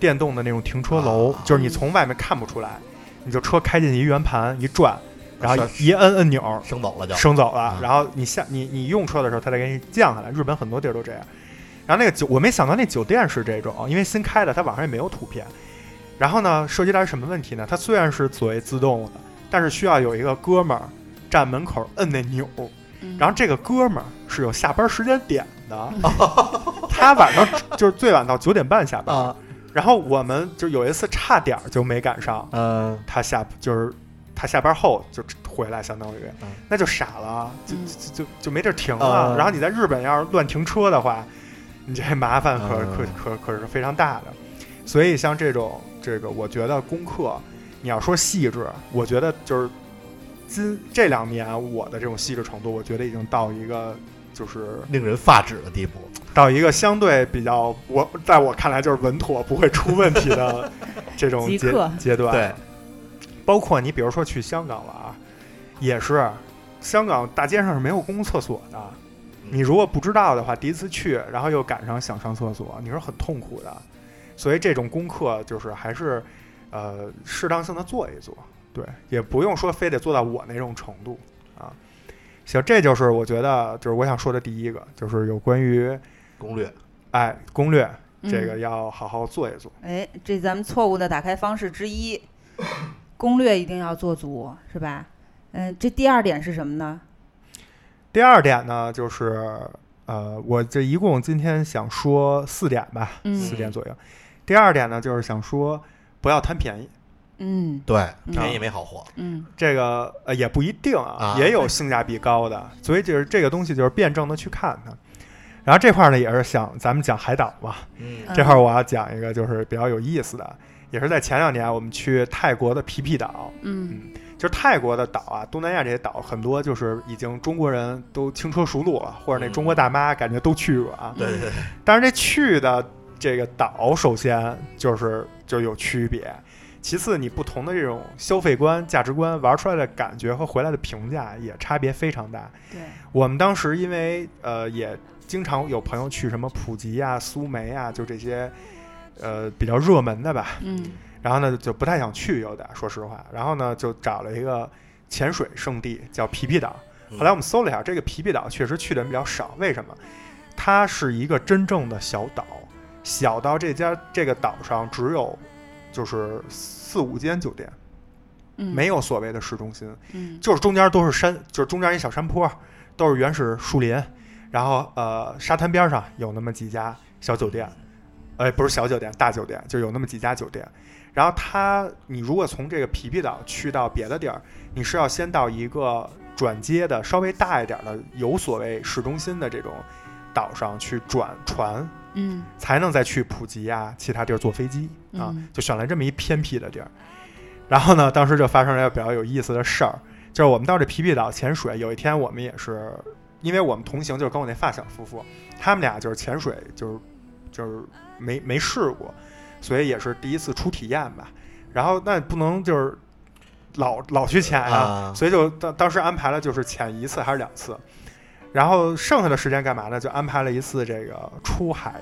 Speaker 3: 电动的那种停车楼，
Speaker 2: 啊
Speaker 3: 就是你从外面看不出来，你就车开进一圆盘一转，然后
Speaker 2: 啊是
Speaker 3: 一摁按钮，
Speaker 2: 生走了就，
Speaker 3: 升走了
Speaker 2: 啊，
Speaker 3: 然后你下你你用车的时候，它再给你降下来。日本很多地儿都这样。然后那个酒，我没想到那酒店是这种，因为新开的，它网上也没有图片。然后呢，涉及到什么问题呢？它虽然是所谓自动的，但是需要有一个哥们儿站门口摁那钮，嗯
Speaker 6: 嗯
Speaker 3: 然后这个哥们儿是有下班时间点的，他晚上就是最晚到九点半下班。
Speaker 2: 啊，
Speaker 3: 然后我们就有一次差点儿就没赶上，
Speaker 2: 嗯，
Speaker 3: 他下就是他下班后就回来，相当于、
Speaker 2: 嗯
Speaker 3: 那就傻了，就
Speaker 6: 嗯
Speaker 3: 就就就没地儿停了。
Speaker 2: 嗯
Speaker 3: 然后你在日本要是乱停车的话，你这麻烦可、
Speaker 2: 嗯
Speaker 3: 可可可是非常大的。所以像这种这个，我觉得功课你要说细致，我觉得就是今这两年我的这种细致程度，我觉得已经到一个就是
Speaker 2: 令人发指的地步。
Speaker 3: 到一个相对比较我在我看来就是稳妥不会出问题 的这种
Speaker 6: 极
Speaker 3: 阶
Speaker 6: 客
Speaker 3: 阶段。
Speaker 2: 对，
Speaker 3: 包括你比如说去香港玩，也是，香港大街上是没有公共厕所的。你如果不知道的话，第一次去，然后又赶上想上厕所，你是很痛苦的。所以这种功课就是还是，呃，适当性的做一做，对，也不用说非得做到我那种程度啊。行，这就是我觉得就是我想说的第一个，就是有关于
Speaker 2: 攻略，
Speaker 3: 哎攻略这个
Speaker 6: 嗯，
Speaker 3: 要好好做一做。
Speaker 6: 哎，这咱们错误的打开方式之一，攻略一定要做足，是吧？嗯，这第二点是什么呢？
Speaker 3: 第二点呢，就是呃，我这一共今天想说四点吧，
Speaker 6: 嗯
Speaker 3: 四点左右。第二点呢，就是想说不要贪便宜，
Speaker 6: 嗯
Speaker 2: 对，
Speaker 6: 嗯
Speaker 2: 便宜没好货，
Speaker 6: 嗯
Speaker 3: 这个呃也不一定啊，
Speaker 2: 啊
Speaker 3: 也有性价比高的，所以就是这个东西就是辩证的去看它。然后这块儿呢，也是想咱们讲海岛嘛，
Speaker 2: 嗯
Speaker 6: 嗯
Speaker 3: 这块儿我要讲一个就是比较有意思的，也是在前两年我们去泰国的皮皮岛，
Speaker 6: 嗯
Speaker 3: 就是泰国的岛啊，东南亚这些岛很多就是已经中国人都轻车熟路了，或者那中国大妈感觉都去过啊。
Speaker 2: 对对对，
Speaker 3: 但是这去的这个岛首先就是就有区别，其次你不同的这种消费观、价值观玩出来的感觉和回来的评价也差别非常大。
Speaker 1: 对，
Speaker 3: 我们当时因为呃也经常有朋友去什么普吉啊、苏梅啊，就这些呃比较热门的吧，
Speaker 1: 嗯
Speaker 3: 然后呢就不太想去，有点说实话。然后呢就找了一个潜水圣地叫皮皮岛。
Speaker 2: 嗯
Speaker 3: 后来我们搜了一下，这个皮皮岛确实去的人比较少，为什么？它是一个真正的小岛，小到这家这个岛上只有就是四五间酒店，
Speaker 1: 嗯，
Speaker 3: 没有所谓的市中心，
Speaker 1: 嗯，
Speaker 3: 就是中间都是山，就是中间一小山坡，都是原始树林，然后呃沙滩边上有那么几家小酒店，呃不是小酒店，大酒店就有那么几家酒店。然后它，你如果从这个皮皮岛去到别的地儿，你是要先到一个转接的稍微大一点的有所谓市中心的这种岛上去转船，
Speaker 1: 嗯
Speaker 3: 才能再去普吉啊其他地儿坐飞机啊，
Speaker 1: 嗯
Speaker 3: 就选了这么一偏僻的地儿。然后呢，当时就发生了比较有意思的事儿，就是我们到这皮皮岛潜水，有一天我们也是，因为我们同行就是跟我那发小夫妇，他们俩就是潜水就是就是没没试过，所以也是第一次初体验吧。然后那不能就是老老去潜
Speaker 2: 啊
Speaker 3: 所以就当当时安排了就是潜一次还是两次，然后剩下的时间干嘛呢？就安排了一次这个出海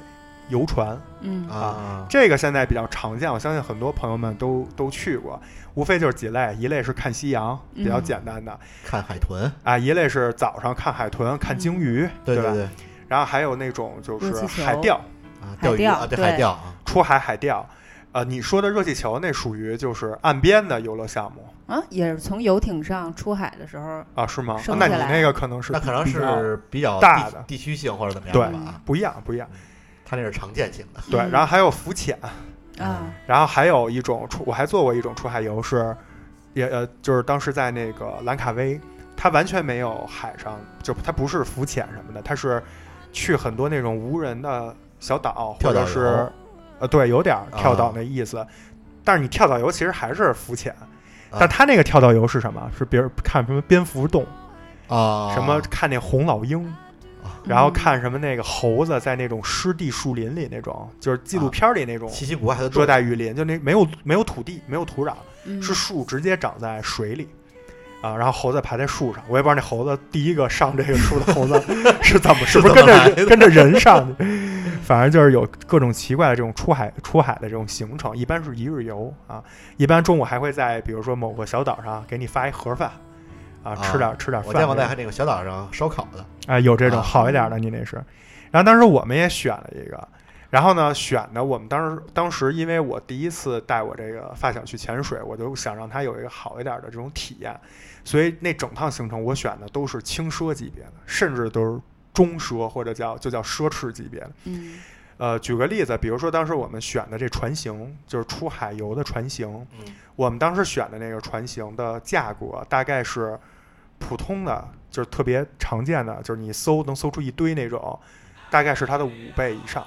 Speaker 3: 游船，
Speaker 1: 嗯
Speaker 2: 啊，
Speaker 3: 这个现在比较常见，我相信很多朋友们都都去过，无非就是几类，一类是看夕阳，比较
Speaker 1: 嗯
Speaker 3: 简单的、
Speaker 2: 看海豚，
Speaker 3: 啊，一类是早上看海豚、看鲸鱼，
Speaker 2: 嗯对
Speaker 3: 吧？
Speaker 2: 对，
Speaker 3: 然后还有那种就
Speaker 6: 热气
Speaker 3: 是
Speaker 6: 球
Speaker 3: 海钓，
Speaker 2: 啊，
Speaker 6: 海
Speaker 2: 钓鱼
Speaker 6: 钓
Speaker 2: 啊，对
Speaker 6: 对
Speaker 2: 海钓啊，
Speaker 3: 出海海钓。呃，你说的热气球那属于就是岸边的游乐项目
Speaker 6: 啊，也是从游艇上出海的时候，
Speaker 3: 啊，是吗？
Speaker 6: 升
Speaker 3: 那
Speaker 6: 起
Speaker 3: 你
Speaker 6: 来
Speaker 3: 那个可能是
Speaker 2: 那可能
Speaker 3: 比较
Speaker 2: 是比较
Speaker 3: 大
Speaker 2: 地
Speaker 3: 的
Speaker 2: 地区性或者怎么样
Speaker 3: 对
Speaker 2: 的吧啊，
Speaker 3: 不一样，不一样。
Speaker 2: 它那是常见性的
Speaker 3: 对，
Speaker 1: 嗯
Speaker 3: 然后还有浮潜，
Speaker 6: 啊，
Speaker 3: 然后还有一种出，我还做过一种出海游是，也呃，就是当时在那个兰卡威，它完全没有海上，就它不是浮潜什么的，它是去很多那种无人的小岛，或
Speaker 2: 跳岛
Speaker 3: 者
Speaker 2: 游
Speaker 3: 是，呃，对，有点儿跳岛
Speaker 2: 啊
Speaker 3: 那意思。但是你跳岛游其实还是浮潜，
Speaker 2: 啊
Speaker 3: 但它那个跳岛游是什么？是别人看什么蝙蝠洞，
Speaker 2: 啊，
Speaker 3: 什么看那红老鹰，
Speaker 1: 嗯
Speaker 3: 然
Speaker 6: 嗯
Speaker 3: 后看什么那个猴子在那种湿地树林里那种，就是纪录
Speaker 2: 啊
Speaker 3: 片里那种
Speaker 2: 稀奇古怪的
Speaker 3: 热带雨林，就那没有没有土地，没有土壤，
Speaker 1: 嗯
Speaker 3: 是树直接长在水里。啊，然后猴子爬在树上，我也不知道那猴子第一个上这个树的 猴子是怎么，是不是
Speaker 2: 是怎
Speaker 3: 跟
Speaker 2: 么来
Speaker 3: 着
Speaker 2: 的
Speaker 3: 跟着人上去？反正就是有各种奇怪的这种出海出海的这种行程，一般是一日游啊，一般中午还会在比如说某个小岛上给你发一盒饭，啊，吃点吃点
Speaker 2: 我
Speaker 3: 饭
Speaker 2: 见
Speaker 3: 这样。
Speaker 2: 过在那个小岛上烧烤的，
Speaker 3: 啊，有这种
Speaker 2: 啊
Speaker 3: 好一点的，你那是。然后当时我们也选了一个，然后呢，选的我们当时当时因为我第一次带我这个发小去潜水，我就想让他有一个好一点的这种体验，所以那整趟行程我选的都是轻奢级别的，甚至都是中奢或者叫就叫奢侈级别的。
Speaker 1: 嗯
Speaker 3: 呃，举个例子，比如说当时我们选的这船型就是出海游的船型，
Speaker 2: 嗯
Speaker 3: 我们当时选的那个船型的价格大概是普通的，就是特别常见的，就是你搜能搜出一堆那种，大概是它的五倍以上，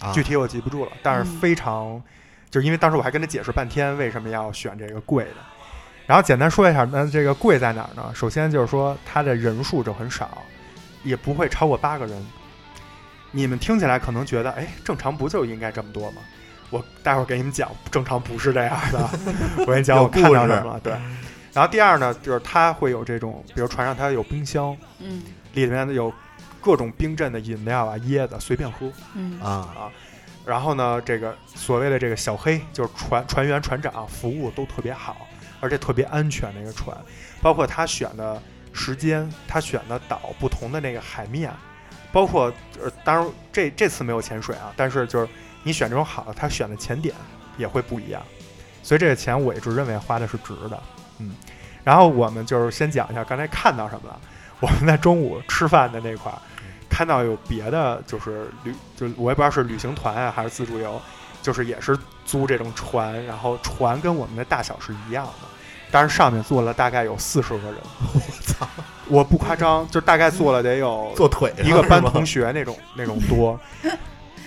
Speaker 2: 啊，
Speaker 3: 具体我记不住了，但是非常，就是因为当时我还跟他解释半天为什么要选这个贵的。然后简单说一下，那这个贵在哪儿呢？首先就是说它的人数就很少，也不会超过八个人。你们听起来可能觉得，哎，正常不就应该这么多吗？我待会儿给你们讲，正常不是这样 的。我跟你讲，
Speaker 2: 有
Speaker 3: 我看到
Speaker 2: 故事
Speaker 3: 什么了？对。然后第二呢，就是它会有这种，比如船上它有冰箱，
Speaker 1: 嗯
Speaker 3: 里面有各种冰镇的饮料啊、椰子，随便喝。
Speaker 1: 嗯
Speaker 2: 啊，
Speaker 3: 然后呢，这个所谓的这个小黑就是船船员、船长，服务都特别好，而且特别安全的一个船，包括他选的时间，他选的岛不同的那个海面，包括呃，当然这这次没有潜水啊，但是就是你选这种好的，他选的潜点也会不一样，所以这个钱我一直认为花的是值的，嗯。然后我们就是先讲一下刚才看到什么了，我们在中午吃饭的那块儿。看到有别的就是旅，就我也不知道是旅行团啊还是自助游，就是也是租这种船，然后船跟我们的大小是一样的，但是上面坐了大概有四十个人，
Speaker 2: 我操，
Speaker 3: 我不夸张，就大概坐了得有
Speaker 2: 坐腿上
Speaker 3: 一个班
Speaker 2: 是吗
Speaker 3: 同学那种那种多。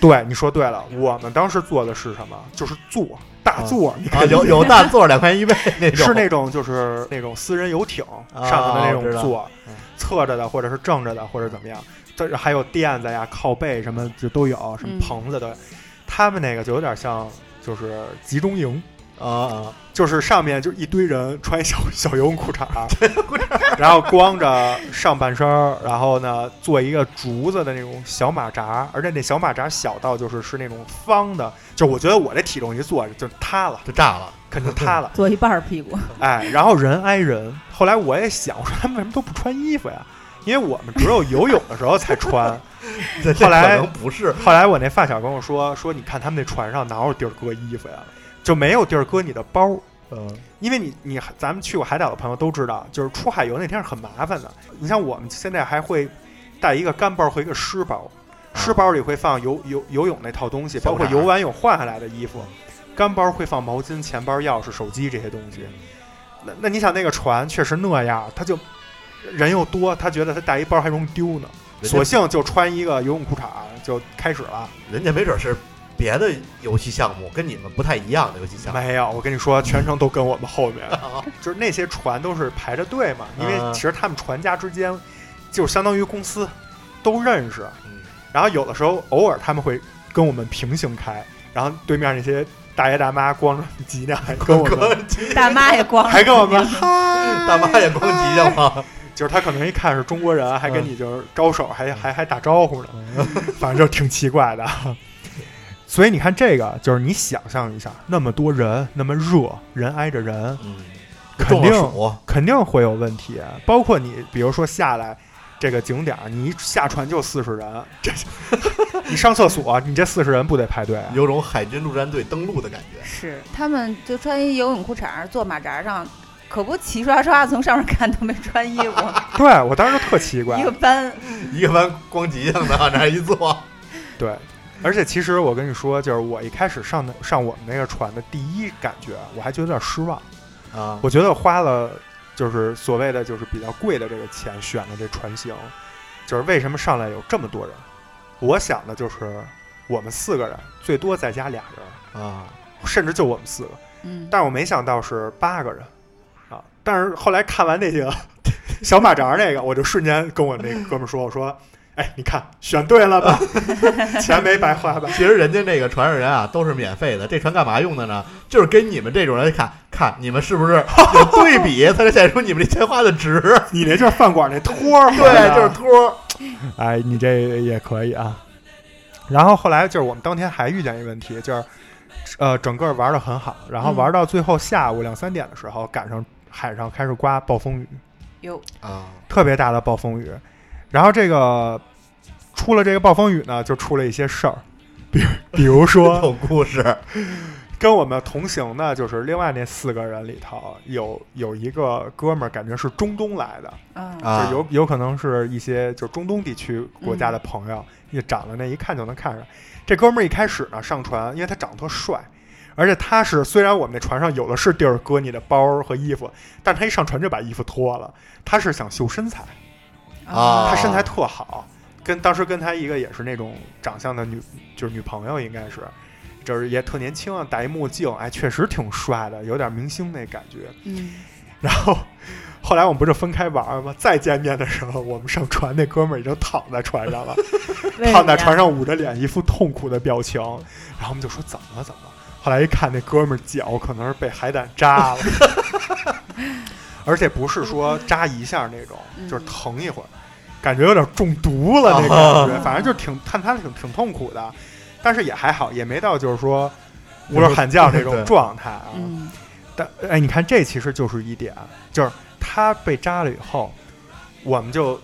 Speaker 3: 对，你说对了，我们当时做的是什么？就是坐大坐，你
Speaker 2: 啊，
Speaker 3: 看
Speaker 2: 有有大坐着两块一位那种，
Speaker 3: 是那种就是那种私人游艇
Speaker 2: 啊
Speaker 3: 上面的那
Speaker 2: 我知道
Speaker 3: 种坐
Speaker 2: 嗯，
Speaker 3: 侧着的或者是正着的或者怎么样，但是还有垫子呀、靠背什么就都有，什么
Speaker 1: 嗯
Speaker 3: 棚子的，他们那个就有点像就是集中营。
Speaker 2: 啊
Speaker 3: 就是上面就一堆人穿小小游泳裤衩 儿，然后光着上半身儿，然后呢做一个竹子的那种小马扎，而且那小马扎小到就是是那种方的，就我觉得我这体重一坐就塌了，
Speaker 2: 就炸了，
Speaker 3: 肯定塌了。
Speaker 6: 坐一半儿屁股，
Speaker 3: 哎，然后人挨人。后来我也想，我说他们为什么都不穿衣服呀？因为我们只有游泳的时候才 穿。
Speaker 2: 这这
Speaker 3: 后来
Speaker 2: 可能不是
Speaker 3: 后来我那发小跟我说，说你看他们那船上哪有地儿搁衣服呀？就没有地儿搁你的包。
Speaker 2: 嗯
Speaker 3: 因为你你咱们去过海岛的朋友都知道，就是出海游那天是很麻烦的。你像我们现在还会带一个干包和一个湿包，
Speaker 2: 啊
Speaker 3: 湿包里会放游游游泳那套东西，
Speaker 2: 小
Speaker 3: 包括
Speaker 2: 裤衩
Speaker 3: 游完泳换下来的衣服，干包会放毛巾、钱包、钥匙、手机这些东西。那那你想那个船确实那样，他就人又多，他觉得他带一包还容易丢呢，
Speaker 2: 人家
Speaker 3: 索性就穿一个游泳裤衩就开始了。
Speaker 2: 人家没准是别的游戏项目跟你们不太一样的游戏项目，
Speaker 3: 没有，我跟你说，全程都跟我们后面，就是那些船都是排着队嘛，因为
Speaker 2: 哦嗯
Speaker 3: 其实他们船家之间就相当于公司都认识，
Speaker 2: 嗯
Speaker 3: 然后有的时候偶尔他们会跟我们平行开，然后对面那些大爷大妈光着脊梁还 跟我们，
Speaker 6: 大妈也光着
Speaker 3: 还跟我们
Speaker 6: 膀子
Speaker 2: 大妈也光急着吗？
Speaker 3: 就是他可能一看是中国人，还
Speaker 2: 嗯
Speaker 3: 跟你就是招手，还还还打招呼呢，反正就挺奇怪的。所以你看这个，就是你想象一下，那么多人，那么热，人挨着人，
Speaker 2: 嗯，
Speaker 3: 肯
Speaker 2: 中了
Speaker 3: 定
Speaker 2: 暑，
Speaker 3: 肯定会有问题。包括你，比如说下来这个景点儿，你一下船就四十人，这 你上厕所，你这四十人不得排队啊？
Speaker 2: 有种海军陆战队登陆的感觉。
Speaker 6: 是他们就穿一游泳裤衩儿坐马扎上，可不齐刷刷从上面看都没穿衣服，
Speaker 3: 对我当时就特奇怪
Speaker 6: 一个，班
Speaker 2: 一个班光脊上的往那儿一坐，
Speaker 3: 对。而且其实我跟你说，就是我一开始上的上我们那个船的第一感觉，我还觉得有点失望。
Speaker 2: 啊，
Speaker 3: 我觉得花了就是所谓的就是比较贵的这个钱选的这船型，就是为什么上来有这么多人？我想的就是我们四个人最多再加俩人，
Speaker 2: 啊，
Speaker 3: 甚至就我们四个。
Speaker 6: 嗯，
Speaker 3: 但是我没想到是八个人啊。但是后来看完那个小马扎那个，我就瞬间跟我那哥们儿说：“我说，哎，你看选对了吧，钱没白花吧
Speaker 2: 其实人家那个船上人啊都是免费的，这船干嘛用的呢？就是给你们这种人看看你们是不是有对比，才能显出你们这钱花的值。？”
Speaker 3: 你那就是饭馆那托 儿，啊
Speaker 2: 对，就是托儿。
Speaker 3: 哎，你这也可以啊。然后后来就是我们当天还遇见一个问题，就是呃，整个玩的很好，然后玩到最后下午两三点的时候，赶上海上开始刮暴风雨，
Speaker 6: 有
Speaker 2: 啊，
Speaker 3: 特别大的暴风雨。然后这个出了这个暴风雨呢，就出了一些事儿，比如比 如说
Speaker 2: 有故事
Speaker 3: 跟我们同行的，就是另外那四个人里头有有一个哥们儿，感觉是中东来的，
Speaker 6: 啊，
Speaker 2: 啊，
Speaker 3: 就有有可能是一些就中东地区国家的朋友，也长得那一看就能看出来。这哥们儿一开始呢上船，因为他长得特帅，而且他是虽然我们那船上有的是地儿搁你的包儿和衣服，但他一上船就把衣服脱了，他是想秀身材，
Speaker 2: 啊
Speaker 3: 他身材特好，跟当时跟他一个也是那种长相的女，就是女朋友应该是。就是也特年轻啊，戴一墨镜，哎，确实挺帅的，有点明星那感觉。
Speaker 6: 嗯，
Speaker 3: 然后后来我们不是分开玩儿吗？再见面的时候，我们上船，那哥们儿已经躺在船上了，
Speaker 6: 为什么
Speaker 3: 躺在船
Speaker 6: 呀？
Speaker 3: 上捂着脸，一副痛苦的表情。然后我们就说怎么了怎么了？后来一看，那哥们儿脚可能是被海胆 扎了，而且不是说扎一下那种，
Speaker 6: 嗯
Speaker 3: 就是疼一会儿，感觉有点中毒了那感
Speaker 6: 嗯
Speaker 3: 觉，反正就挺看他挺挺痛苦的，但是也还好，也没到就是说呜噜喊叫那
Speaker 2: 对
Speaker 3: 种状态啊。
Speaker 6: 嗯，
Speaker 3: 但哎，你看这其实就是一点，就是他被扎了以后，我们就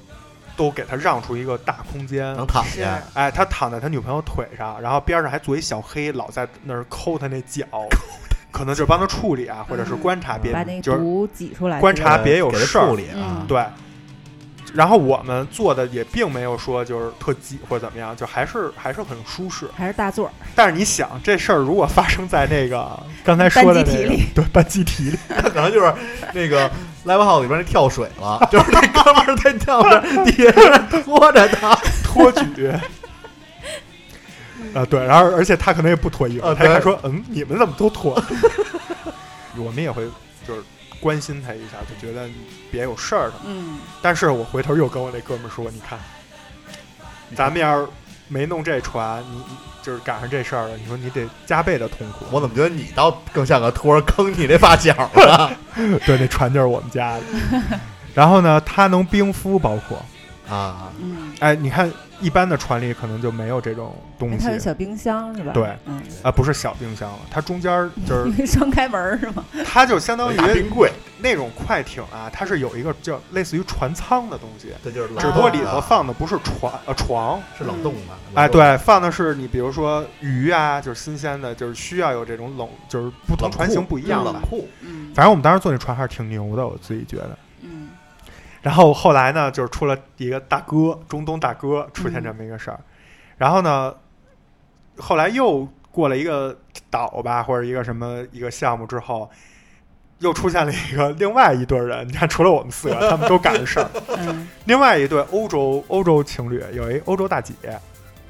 Speaker 3: 都给他让出一个大空间。
Speaker 2: 能躺
Speaker 6: 是
Speaker 2: 下，
Speaker 3: 哎，他躺在他女朋友腿上，然后边上还坐一小黑，老在那儿抠他那脚，可能就是帮他处理啊，或者是观察别
Speaker 6: 嗯把那
Speaker 3: 人，就是
Speaker 6: 毒挤出来，
Speaker 3: 观察
Speaker 2: 对
Speaker 3: 别有
Speaker 2: 给他
Speaker 3: 事儿
Speaker 2: 处理啊。
Speaker 3: 对。然后我们做的也并没有说就是特挤或者怎么样，就还是还是很舒适。
Speaker 6: 还是大座儿，
Speaker 3: 但是你想，这事儿如果发生在那个刚才说的
Speaker 6: 班集
Speaker 3: 那
Speaker 6: 体
Speaker 3: 个
Speaker 6: 里
Speaker 3: 对班集体里，
Speaker 2: 他可能就是那个 live house 里边那跳水了，就是那哥们儿在跳着，底下有人拖着他，
Speaker 3: 托举。 啊，对，然后而且他可能也不脱衣服，
Speaker 2: 啊
Speaker 3: 他一
Speaker 2: 对
Speaker 3: 看说，嗯，你们怎么都脱？ 我们也会就是关心他一下，就觉得你别有事儿什么。
Speaker 1: 嗯，
Speaker 3: 但是我回头又跟我那哥们儿说，你看，咱们要是没弄这船，你你就是赶上这事儿了，你说你得加倍的痛苦。
Speaker 2: 我怎么觉得你倒更像个托儿坑你那发小了
Speaker 3: 对，那船就是我们 家的。然后呢，它能冰敷，包括，
Speaker 2: 啊？
Speaker 1: 嗯，
Speaker 3: 哎，你看一般的船里可能就没有这种
Speaker 6: 哎
Speaker 2: 嗯
Speaker 3: 东西
Speaker 6: 它有小冰箱是吧？
Speaker 3: 对，
Speaker 6: 嗯，
Speaker 3: 啊，不是小冰箱了，它中间儿 就是
Speaker 6: 双开门儿是吗？
Speaker 3: 它就相当于
Speaker 2: 大冰柜，
Speaker 3: 那种快艇啊，它是有一个叫类似于船舱的东西，
Speaker 2: 这就是冷
Speaker 3: 只不过里头放的不是船呃床，
Speaker 2: 是冷冻的，
Speaker 3: 哎，对，放的是你比如说鱼啊，就是新鲜的，就是需要有这种冷，就是不同
Speaker 2: 冷
Speaker 3: 船
Speaker 2: 库
Speaker 3: 型不一样吧
Speaker 2: 冷。库
Speaker 1: 嗯
Speaker 3: 反正我们当时坐那船还是挺牛的，我自己觉得。
Speaker 1: 嗯
Speaker 3: 然后后来呢，就是出了一个大哥，中东大哥出现这么一个事儿，然后呢，后来又过了一个岛吧，或者一个什么一个项目之后，又出现了一个另外一对儿人。你看，除了我们四个，他们都赶上事儿。
Speaker 6: 嗯，
Speaker 3: 另外一对欧洲欧洲情侣，有一欧洲大姐，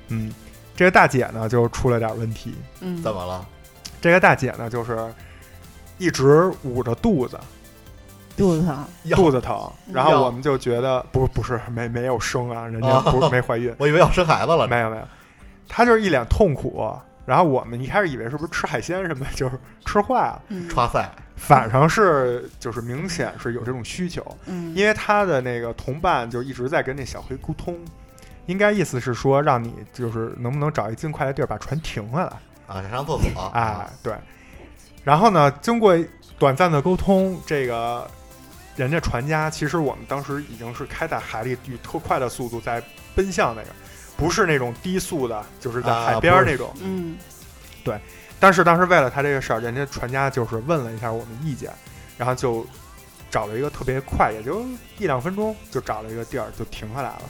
Speaker 3: 嗯，这个大姐呢就出了点问题。
Speaker 1: 嗯，
Speaker 2: 怎么了？
Speaker 3: 这个大姐呢就是一直捂着肚子，
Speaker 6: 肚子疼，
Speaker 2: 要
Speaker 3: 肚子疼，然后
Speaker 2: 要
Speaker 3: 我们就觉得不不是没没有生啊，人家不、
Speaker 2: 哦
Speaker 3: 没怀孕，
Speaker 2: 我以为要生孩子了，
Speaker 3: 没有没有，她就是一脸痛苦。然后我们一开始以为是不是吃海鲜什么， 就是吃坏了，
Speaker 1: 嗯
Speaker 2: 刷塞
Speaker 3: 反正是就是明显是有这种需求，
Speaker 1: 嗯，
Speaker 3: 因为她的那个同伴就一直在跟那小黑沟通，应该意思是说让你就是能不能找一尽快的地儿把船停下来。
Speaker 2: 啊，上厕所啊
Speaker 3: 哎，，对。然后呢，经过短暂的沟通，这个人家船家其实我们当时已经是开在海里，以特快的速度在奔向那个，不是那种低速的，就是在
Speaker 2: 啊
Speaker 3: 海边儿那种。
Speaker 1: 嗯
Speaker 3: 但是当时为了他这个事儿，人家船家就是问了一下我们意见，然后就找了一个特别快，也就一两分钟就找了一个地儿就停下来了。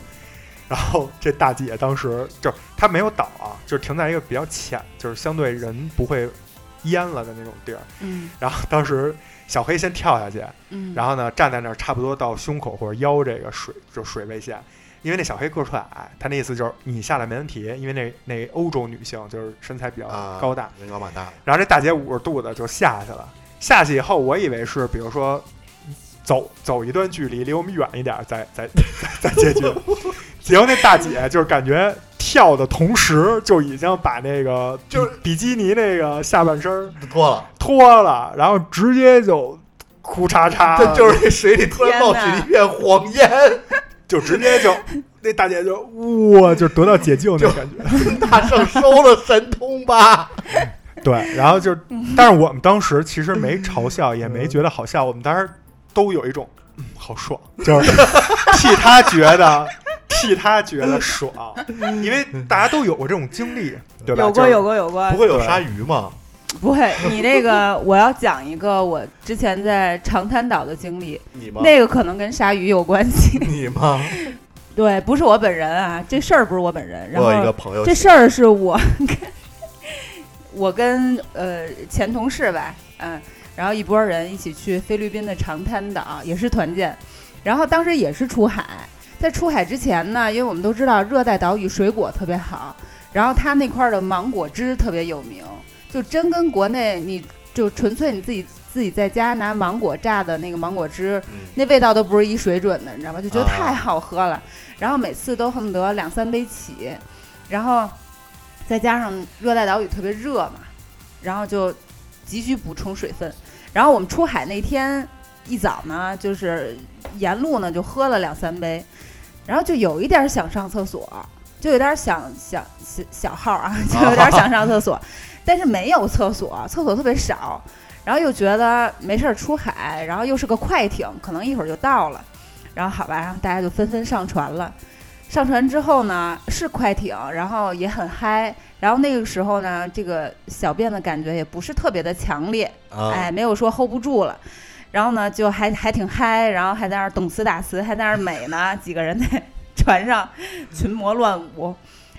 Speaker 3: 然后这大姐当时就是她没有倒啊，就是停在一个比较浅，就是相对人不会淹了的那种地儿。
Speaker 1: 嗯
Speaker 3: 然后当时小黑先跳下去，
Speaker 1: 嗯，
Speaker 3: 然后呢站在那儿差不多到胸口或者腰这个水就水位线，因为那小黑个儿特矮，他那意思就是你下来没问题，因为那那欧洲女性就是身材比较
Speaker 2: 啊，
Speaker 3: 高大，
Speaker 2: 人高马大，
Speaker 3: 然后这大姐捂着肚子就下去了。下去以后，我以为是比如说走走一段距离，离我们远一点，再再再再解决。结果那大姐就是感觉跳的同时，就已经把那个比
Speaker 2: 就是
Speaker 3: 比基尼那个下半身儿
Speaker 2: 脱了，
Speaker 3: 脱了，然后直接就哭嚓
Speaker 1: 啊
Speaker 3: 嚓，
Speaker 2: 这就是那水里突然冒起
Speaker 1: 天
Speaker 2: 了
Speaker 1: 哪
Speaker 2: 一片黄烟，
Speaker 3: 就直接就那大姐就哇，就得到解救那感觉。
Speaker 2: 大圣收了神 通吧？
Speaker 3: 对，然后就，
Speaker 1: 嗯
Speaker 3: 但是我们当时其实没嘲笑，也没觉得好笑，我们当时都有一种、嗯、好爽，就是替他觉得，替他觉得爽，因为大家都有过这种经历，对吧？
Speaker 1: 有过有过有过
Speaker 2: 不，会有鲨鱼吗？
Speaker 1: 不会，你那 个我要讲一个我之前在长滩岛的经历，
Speaker 2: 你吗？
Speaker 1: 那个可能跟鲨鱼有关系。
Speaker 2: 你吗？
Speaker 1: 对，不是我本人啊，这事儿不是我本人。然
Speaker 2: 我有一
Speaker 1: 后
Speaker 2: 个朋友
Speaker 1: 这事儿是我跟我跟呃前同事吧，嗯、然后一拨人一起去菲律宾的长滩岛，也是团建，然后当时也是出海。在出海之前呢，因为我们都知道热带岛屿水果特别好，然后它那块儿的芒果汁特别有名，就真跟国内你就纯粹你自己自己在家拿芒果榨的那个芒果汁，
Speaker 2: 嗯
Speaker 1: 那味道都不是一水准的，你知道吗？就觉得
Speaker 2: 啊
Speaker 1: 太好喝了，然后每次都恨不得两三杯起，然后再加上热带岛屿特别热嘛，然后就急需补充水分。然后我们出海那天一早呢，就是沿路呢就喝了两三杯，然后就有一点儿想上厕所，就有点儿想想小小号啊， 就有点儿想上厕所，但是没有厕所，厕所特别少，然后又觉得没事儿出海，然后又是个快艇，可能一会儿就到了，然后好吧，然后大家就纷纷上船了。上船之后呢，是快艇，然后也很嗨，然后那个时候呢，这个小便的感觉也不是特别的强烈，
Speaker 2: 啊，
Speaker 1: 哎，没有说 hold 不住了。然后呢，就还还挺嗨，然后还在那儿懂词打词，还在那儿美呢， 几个人在船上群魔乱舞。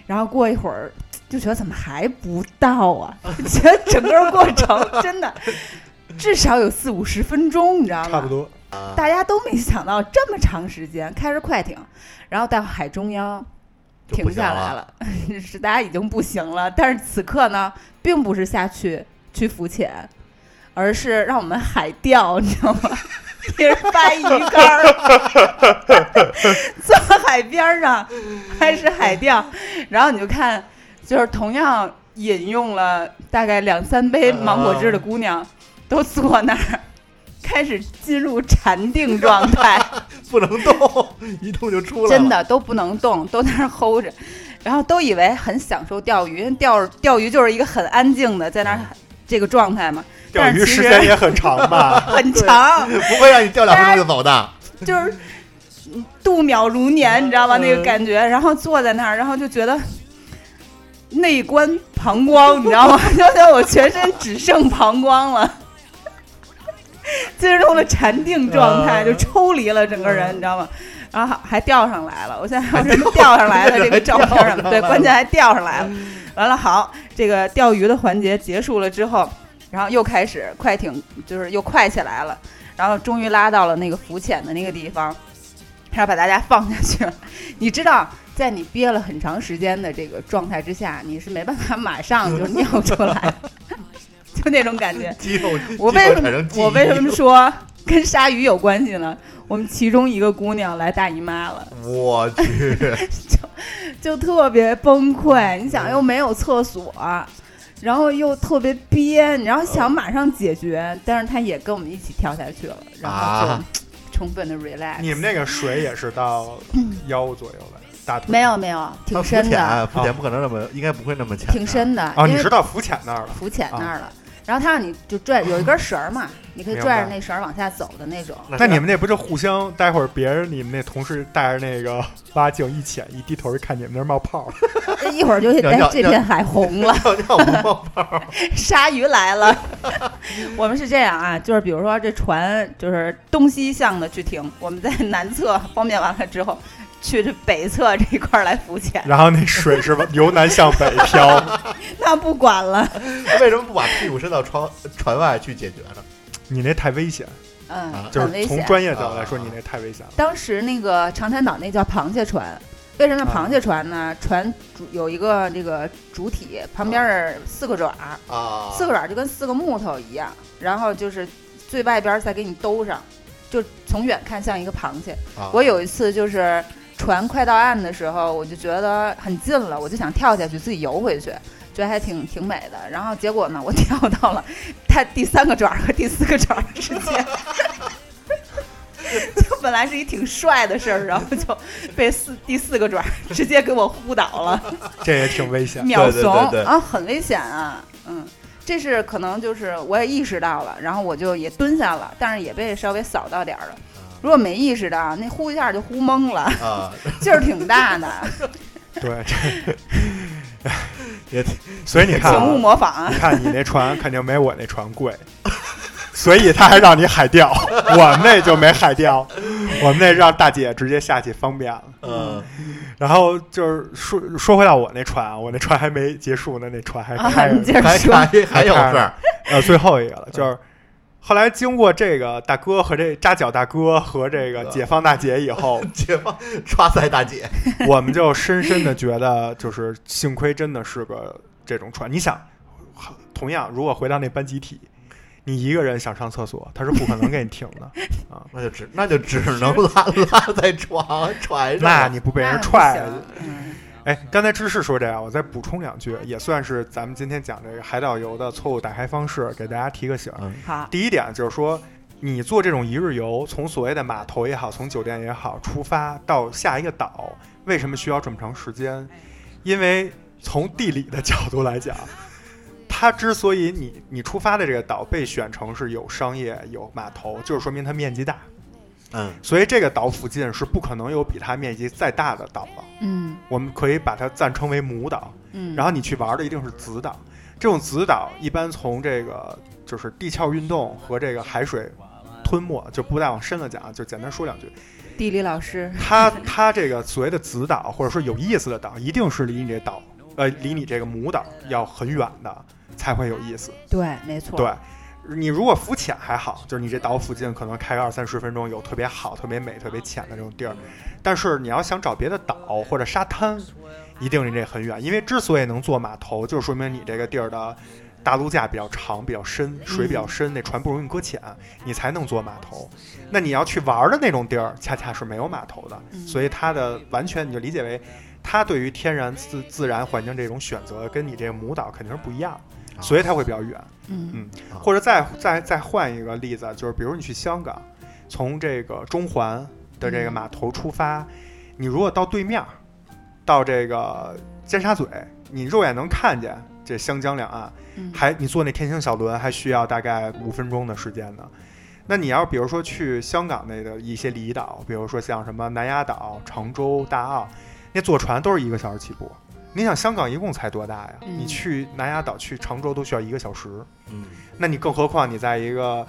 Speaker 1: 然后过一会儿就觉得怎么还不到 啊？觉得整个过程真的至少有四五十分钟，你知道吗？
Speaker 3: 差不多。
Speaker 2: 啊
Speaker 1: 大家都没想到这么长时间，开着快艇，然后到海中央，
Speaker 2: 就不
Speaker 1: 停
Speaker 2: 行
Speaker 1: 下来了， 是大家已经不行了。但是此刻呢，并不是下去去浮潜，而是让我们海钓，你知道吗？一人掰鱼竿儿，坐海边儿上开始海钓，然后你就看，就是同样饮用了大概两三
Speaker 2: 嗯
Speaker 1: 杯芒果汁的姑娘，都坐那儿开始进入禅定状态。
Speaker 2: 不能动，一动就出来了。
Speaker 1: 真的都不能动，都在那儿齁着，然后都以为很享受钓鱼，因为钓钓鱼就是一个很安静的在那儿这个状态嘛，
Speaker 3: 嗯钓
Speaker 1: 但
Speaker 3: 鱼
Speaker 1: 是其
Speaker 3: 时间
Speaker 1: 实
Speaker 3: 也很长 吧？
Speaker 1: 很长，
Speaker 2: 不会让你掉两分钟就走
Speaker 1: 哎
Speaker 2: 的。
Speaker 1: 就是嗯度秒如年，你知道吗？
Speaker 3: 嗯
Speaker 1: 那个感觉，然后坐在那儿，然后就觉得。内观膀胱，你知 道吗？就觉得我全身只剩膀胱了，进入了禅定状态，就抽离了整个人，你知道吗？然后还还钓上来了，我现在嗯还有什么钓上来嗯的这个照片儿什么？对，关键还钓上来了。完了，好，这个钓鱼的环节结束了之后，然后又开始快艇，就是又快起来了，然后终于拉到了那个浮潜的那个地方，然后把大家放下去了。你知道，在你憋了很长时间的这个状态之下，你是没办法马上就尿出来的，就那种感觉。
Speaker 2: 肌肉，
Speaker 1: 我
Speaker 2: 肌肉
Speaker 1: 为什
Speaker 2: 产生
Speaker 1: 么
Speaker 2: 记忆
Speaker 1: 我为什么说跟鲨鱼有关系呢？我们其中一个姑娘来大姨妈了，
Speaker 2: 我去，
Speaker 1: 就特别崩溃。你想，又没有厕所，然后又特别憋，然后
Speaker 2: 哦
Speaker 1: 想马上解决，但是她也跟我们一起跳下去了，然后就
Speaker 2: 啊
Speaker 1: 充分的 relax。
Speaker 3: 你们那个水也是到腰左右的，大腿
Speaker 1: 嗯没有没有，
Speaker 2: 他
Speaker 1: 挺
Speaker 2: 浮
Speaker 1: 深的，
Speaker 2: 潜，啊哦浮潜不可能那么，应该不会那么浅，
Speaker 1: 挺。深的，
Speaker 3: 啊？
Speaker 1: 因
Speaker 3: 你
Speaker 1: 为
Speaker 3: 是到浮潜那儿了？
Speaker 1: 浮潜那儿了。然后他让你就拽，有一根绳儿嘛，你可以
Speaker 3: 明
Speaker 1: 拽着
Speaker 3: 白
Speaker 1: 那绳儿往下走的那种。
Speaker 2: 那
Speaker 3: 那
Speaker 2: 是
Speaker 3: 你们那不就互相？待会儿别人你们那同事带着那个蛙镜一潜，一低头一看你们那儿冒泡儿，
Speaker 1: 一会儿就
Speaker 2: 要
Speaker 1: 哎
Speaker 2: 要
Speaker 1: 这片海红了。
Speaker 2: 要要不冒泡，
Speaker 1: 鲨鱼来了。 我们是这样啊，就是比如说这船就是东西向的去停，我们在南侧方便完了之后，去这北侧这一块儿来浮潜，
Speaker 3: 然后那水是由南向北飘。
Speaker 1: 那不管 了。
Speaker 2: 为什么不把屁股伸到船船外去解决呢？
Speaker 3: 你那太危险，
Speaker 1: 嗯，
Speaker 3: 啊就
Speaker 1: 很危
Speaker 3: 是从
Speaker 1: 险。
Speaker 3: 专业角度来说，你那太危险了。
Speaker 1: 当时那个长滩岛那叫螃蟹船。为什么
Speaker 3: 啊
Speaker 1: 叫螃蟹船呢？船主有一个这个主体，旁边是四个爪儿，
Speaker 2: 啊，
Speaker 1: 四个爪儿就跟四个木头一样，然后就是最外边儿再给你兜上，就从远看像一个螃蟹。
Speaker 2: 啊
Speaker 1: 我有一次就是船快到岸的时候，我就觉得很近了，我就想跳下去自己游回去，觉得还挺挺美的。然后结果呢，我跳到了它第三个爪儿和第四个爪儿之间。 就本来是一挺帅的事儿，然后就被四第四个爪儿直接给我呼倒了，
Speaker 3: 这也挺 危险。
Speaker 1: 秒
Speaker 2: 对对
Speaker 1: 怂
Speaker 2: 对
Speaker 1: 啊，很危险啊，嗯，这是可能就是我也意识到了，然后我就也蹲下了，但是也被稍微扫到点儿了。
Speaker 3: 啊
Speaker 1: 如果没意识到，那呼一下就呼懵 了，
Speaker 2: 啊，
Speaker 1: 劲儿挺大的，
Speaker 3: 对，
Speaker 2: 也挺
Speaker 3: 所以你看
Speaker 1: 请
Speaker 3: 啊，
Speaker 1: 勿模仿啊
Speaker 3: 你！看你那船肯定没我那船贵，所以他还让你海钓， 我们那就没海钓，我们那让大姐直接下去方便了。
Speaker 2: 嗯，
Speaker 3: 然后就是说说回到我那船啊，我那船还没结束呢，那船还
Speaker 1: 啊，
Speaker 3: 开着
Speaker 1: 你接着
Speaker 2: 嗯还
Speaker 1: 说，
Speaker 2: 还还有事儿，
Speaker 3: 呃，最后一个
Speaker 1: 嗯
Speaker 3: 了，就是后来经过这个大哥和这扎脚大哥和这
Speaker 1: 嗯
Speaker 3: 个解放大姐以 后，
Speaker 2: 解放抓塞大姐，
Speaker 3: 我们就深深的觉得，就是幸亏真的是个这种船。你想，同样如果回到那班集体，你一个人想上厕所，他是不可能给你停 的啊。
Speaker 2: 那就只那就只能拉 拉在床船
Speaker 3: 那
Speaker 2: 上了，
Speaker 3: 你不被
Speaker 1: 那
Speaker 3: 人
Speaker 1: 不
Speaker 3: 踹
Speaker 1: 行
Speaker 3: 下去？
Speaker 1: 嗯
Speaker 3: 哎，刚才芝士说这样，我再补充两句，也算是咱们今天讲这个海岛游的错误打开方式，给大家提个醒。
Speaker 2: 嗯
Speaker 1: 好，
Speaker 3: 第一点就是说，你做这种一日游，从所谓的码头也好，从酒店也好，出发到下一个岛，为什么需要这么长时间？因为从地理的角度来讲，它之所以你你出发的这个岛被选成是有商业有码头，就是说明它面积大，
Speaker 2: 嗯，
Speaker 3: 所以这个岛附近是不可能有比它面积再大的岛了。
Speaker 1: 嗯
Speaker 3: 我们可以把它暂称为母岛。
Speaker 1: 嗯，
Speaker 3: 然后你去玩的一定是子岛，这种子岛一般从这个就是地壳运动和这个海水吞没，就不再往深了讲，就简单说两句。
Speaker 1: 地理老师，
Speaker 3: 它它这个所谓的子岛或者说有意思的岛，一定是离你这岛呃离你这个母岛要很远的才会有意思。
Speaker 1: 对，没错，
Speaker 3: 对，你如果浮潜还好，就是你这岛附近可能开个二三十分钟有特别好、特别美、特别浅的这种地儿，但是你要想找别的岛或者沙滩，一定离这很远。因为之所以能做码头，就说明你这个地儿的大陆架比较长、比较深，水比较深，那船不容易搁浅，你才能做码头。那你要去玩儿的那种地儿，恰恰是没有码头的，
Speaker 1: 嗯
Speaker 3: 所以它的完全你就理解为。它对于天然自自然环境这种选择，跟你这个母岛肯定是不一样的，所以它会比较远。
Speaker 6: 嗯
Speaker 3: 或者再再再换一个例子，啊就是比如你去香港，从这个中环的这个码头出发，你如果到对面儿，到这个尖沙咀，你肉眼能看见这香江两岸，
Speaker 6: 嗯
Speaker 3: 还你坐那天星小轮还需要大概五分钟的时间呢。那你要比如说去香港那个一些离岛，比如说像什么南丫岛、常州、大澳，那坐船都是一个小时起步。你想香港一共才多大呀？
Speaker 6: 嗯
Speaker 3: 你去南丫岛、去常州都需要一个小时。
Speaker 2: 嗯，
Speaker 3: 那你更何况你在一个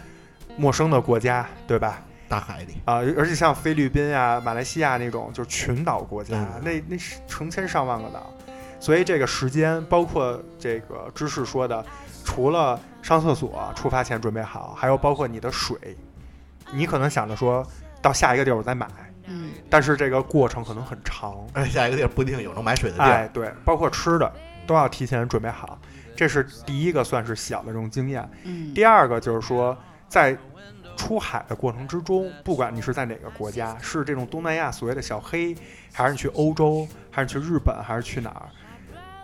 Speaker 3: 陌生的国家，对吧？
Speaker 2: 大海里，
Speaker 3: 啊、而且像菲律宾啊、马来西亚那种就是群岛国家，那那是成千上万个岛，所以这个时间，包括这个知识说的，除了上厕所、出发前准备好，还有包括你的水，你可能想着说到下一个地儿我再买，
Speaker 6: 嗯
Speaker 3: 但是这个过程可能很长，
Speaker 2: 而哎且下一个地儿不一定有能买水的地儿。啊
Speaker 3: 哎，对，包括吃的都要提前准备好，这是第一个算是小的这种经验。
Speaker 6: 嗯
Speaker 3: 第二个就是说，在出海的过程之中，不管你是在哪个国家，是这种东南亚所谓的小黑，还是你去欧洲，还是去日本，还是去哪儿，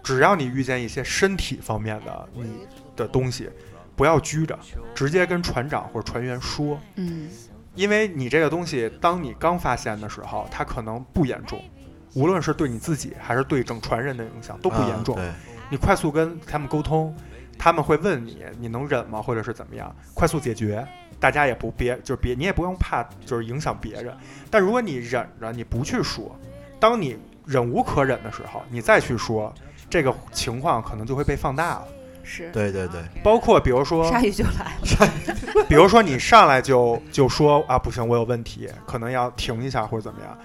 Speaker 3: 只要你遇见一些身体方面的你的东西，不要拘着，直接跟船长或者船员说，
Speaker 6: 嗯
Speaker 3: 因为你这个东西，当你刚发现的时候，它可能不严重。无论是对你自己还是对整船人的影响都不严重，
Speaker 2: 嗯
Speaker 3: 你快速跟他们沟通，他们会问你你能忍吗，或者是怎么样，快速解决。大家也不别就是别你也不用怕就是影响别人，但如果你忍着你不去说，当你忍无可忍的时候，你再去说，这个情况可能就会被放大了。
Speaker 6: 是
Speaker 2: 对对对对，
Speaker 3: 包括比如说，
Speaker 6: 鲨鱼就来了，
Speaker 3: 比如说你上来就就说啊不行，我有问题，可能要停一下或者怎么样，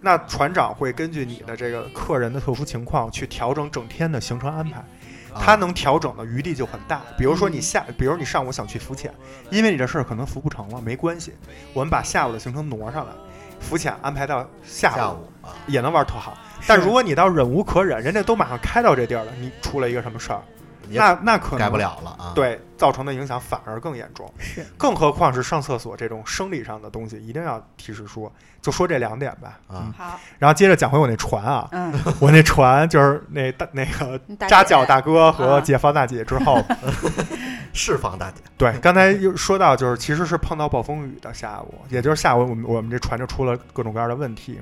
Speaker 3: 那船长会根据你的这个客人的特殊情况去调整整天的行程安排。
Speaker 2: 啊嗯
Speaker 3: 它能调整的余地就很大。比如说你下，比如你上午想去浮潜，因为你这事儿可能浮不成了，没关系，我们把下午的行程挪上来，浮潜安排到下午，
Speaker 2: 下午啊，
Speaker 3: 也能玩特好。但如果你到忍无可忍，人家都马上开到这地儿了，你出了一个什么事儿，
Speaker 2: 也
Speaker 3: 那那可能
Speaker 2: 改不。了了啊。，
Speaker 3: 对，造成的影响反而更严重，
Speaker 6: 是
Speaker 3: 更何况是上厕所这种生理上的东西，一定要提示说，就说这两点吧。嗯
Speaker 2: 啊
Speaker 6: 好，
Speaker 3: 然后接着讲回我那船 啊，
Speaker 6: 嗯，
Speaker 3: 我那船就是那大那个
Speaker 6: 你打
Speaker 3: 扎
Speaker 6: 姐
Speaker 3: 脚大哥
Speaker 6: 啊
Speaker 3: 和解放大姐之后，
Speaker 2: 释放大姐，
Speaker 3: 对，刚才又说到，就是其实是碰到暴风雨的下午，也就是下午我们我们这船就出了各种各样的问题。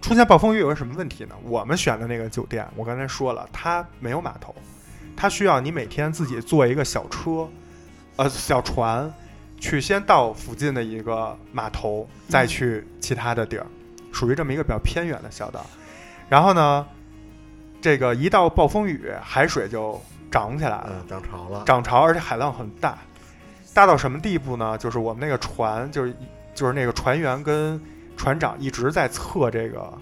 Speaker 3: 出现暴风雨有个什么问题呢？我们选的那个酒店，我刚才说了，它没有码头，它需要你每天自己坐一个小车，呃，小船，去先到附近的一个码头，再去其他的地儿，属于这么一个比较偏远的小岛。然后呢，这个一到暴风雨，海水就涨起来了。
Speaker 2: 嗯，涨潮了，
Speaker 3: 啊涨潮，而且海浪很大，大到什么地步呢？就是我们那个船，就是就是那个船员跟船长一直在测这个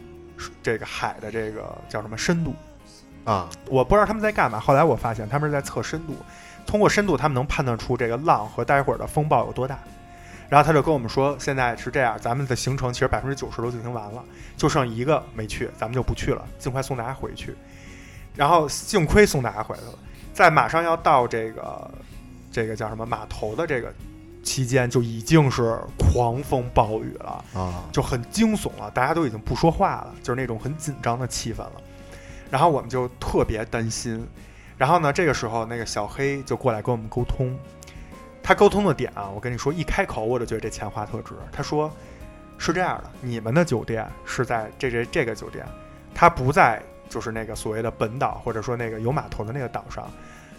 Speaker 3: 这个海的这个叫什么深度，
Speaker 2: 啊，
Speaker 3: 我不知道他们在干嘛。后来我发现他们是在测深度，通过深度他们能判断出这个浪和待会儿的风暴有多大。然后他就跟我们说，现在是这样，咱们的行程其实百分之九十都进行完了，就剩一个没去，咱们就不去了，尽快送大家回去。然后幸亏送大家回来了，在马上要到这个这个叫什么码头的这个期间，就已经是狂风暴雨了。
Speaker 2: 啊，
Speaker 3: 就很惊悚了，大家都已经不说话了，就是那种很紧张的气氛了。然后我们就特别担心。然后呢，这个时候那个小黑就过来跟我们沟通，他沟通的点啊，我跟你说，一开口我就觉得这钱花特值。他说是这样的，你们的酒店是在这这这个酒店，它不在就是那个所谓的本岛或者说那个有码头的那个岛上。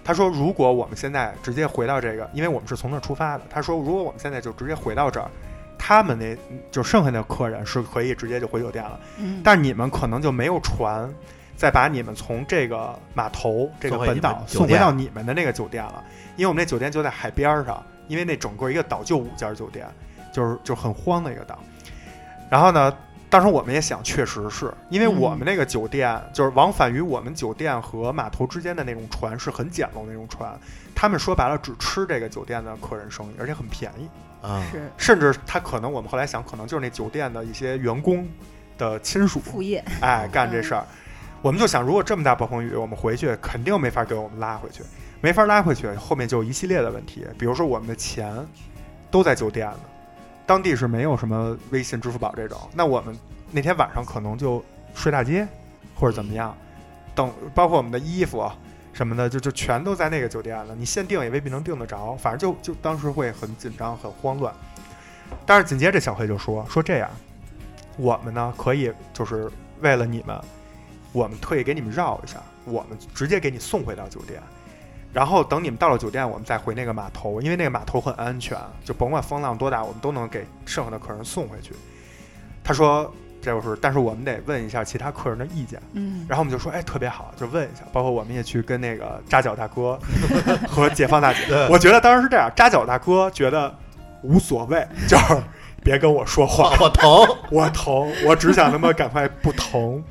Speaker 3: 他说，如果我们现在直接回到这个，因为我们是从那儿出发的，他说如果我们现在就直接回到这儿，他们那就剩下的客人是可以直接就回酒店了，
Speaker 6: 嗯
Speaker 3: 但你们可能就没有船再把你们从这个码头这个
Speaker 2: 送回
Speaker 3: 本
Speaker 2: 你
Speaker 3: 岛
Speaker 2: 们酒
Speaker 3: 送回
Speaker 2: 店
Speaker 3: 到你们的那个酒店了，因为我们那酒店就在海边儿上，因为那整个一个岛就五家酒店，就是就很荒的一个岛。然后呢，当时我们也想，确实是因为
Speaker 1: 嗯
Speaker 3: 我们那个酒店、就是往返于我们酒店和码头之间的那种船是很简陋的那种船，他们说白了只吃这个酒店的客人生意，而且很便宜，
Speaker 2: 啊，
Speaker 1: 是
Speaker 3: 甚至他可能我们后来想，可能就是那酒店的一些员工的亲属，
Speaker 6: 副业，嗯
Speaker 3: 哎，干这事儿。我们就想，如果这么大暴风雨，我们回去肯定没法给我们拉回去，没法拉回去，后面就有一系列的问题，比如说我们的钱都在酒店呢，当地是没有什么微信、支付宝这种，那我们那天晚上可能就睡大街或者怎么样，等包括我们的衣服啊什么的，就就全都在那个酒店了，你现订也未必能订得着，反正就就当时会很紧张、很慌乱。但是紧接着小黑就说说这样，我们呢可以就是为了你们，我们特意给你们绕一下，我们直接给你送回到酒店，然后等你们到了酒店，我们再回那个码头，因为那个码头很安全，就甭管风浪多大，我们都能给剩下的客人送回去。他说这就是，但是我们得问一下其他客人的意见。
Speaker 1: 嗯，
Speaker 3: 然后我们就说，哎，特别好，就问一下。包括我们也去跟那个扎脚大哥和解放大姐，我觉得当时是这样，扎脚大哥觉得无所谓， 就是别跟我说话
Speaker 2: 晃，晃头，
Speaker 3: 我疼，我只想他妈赶快不疼。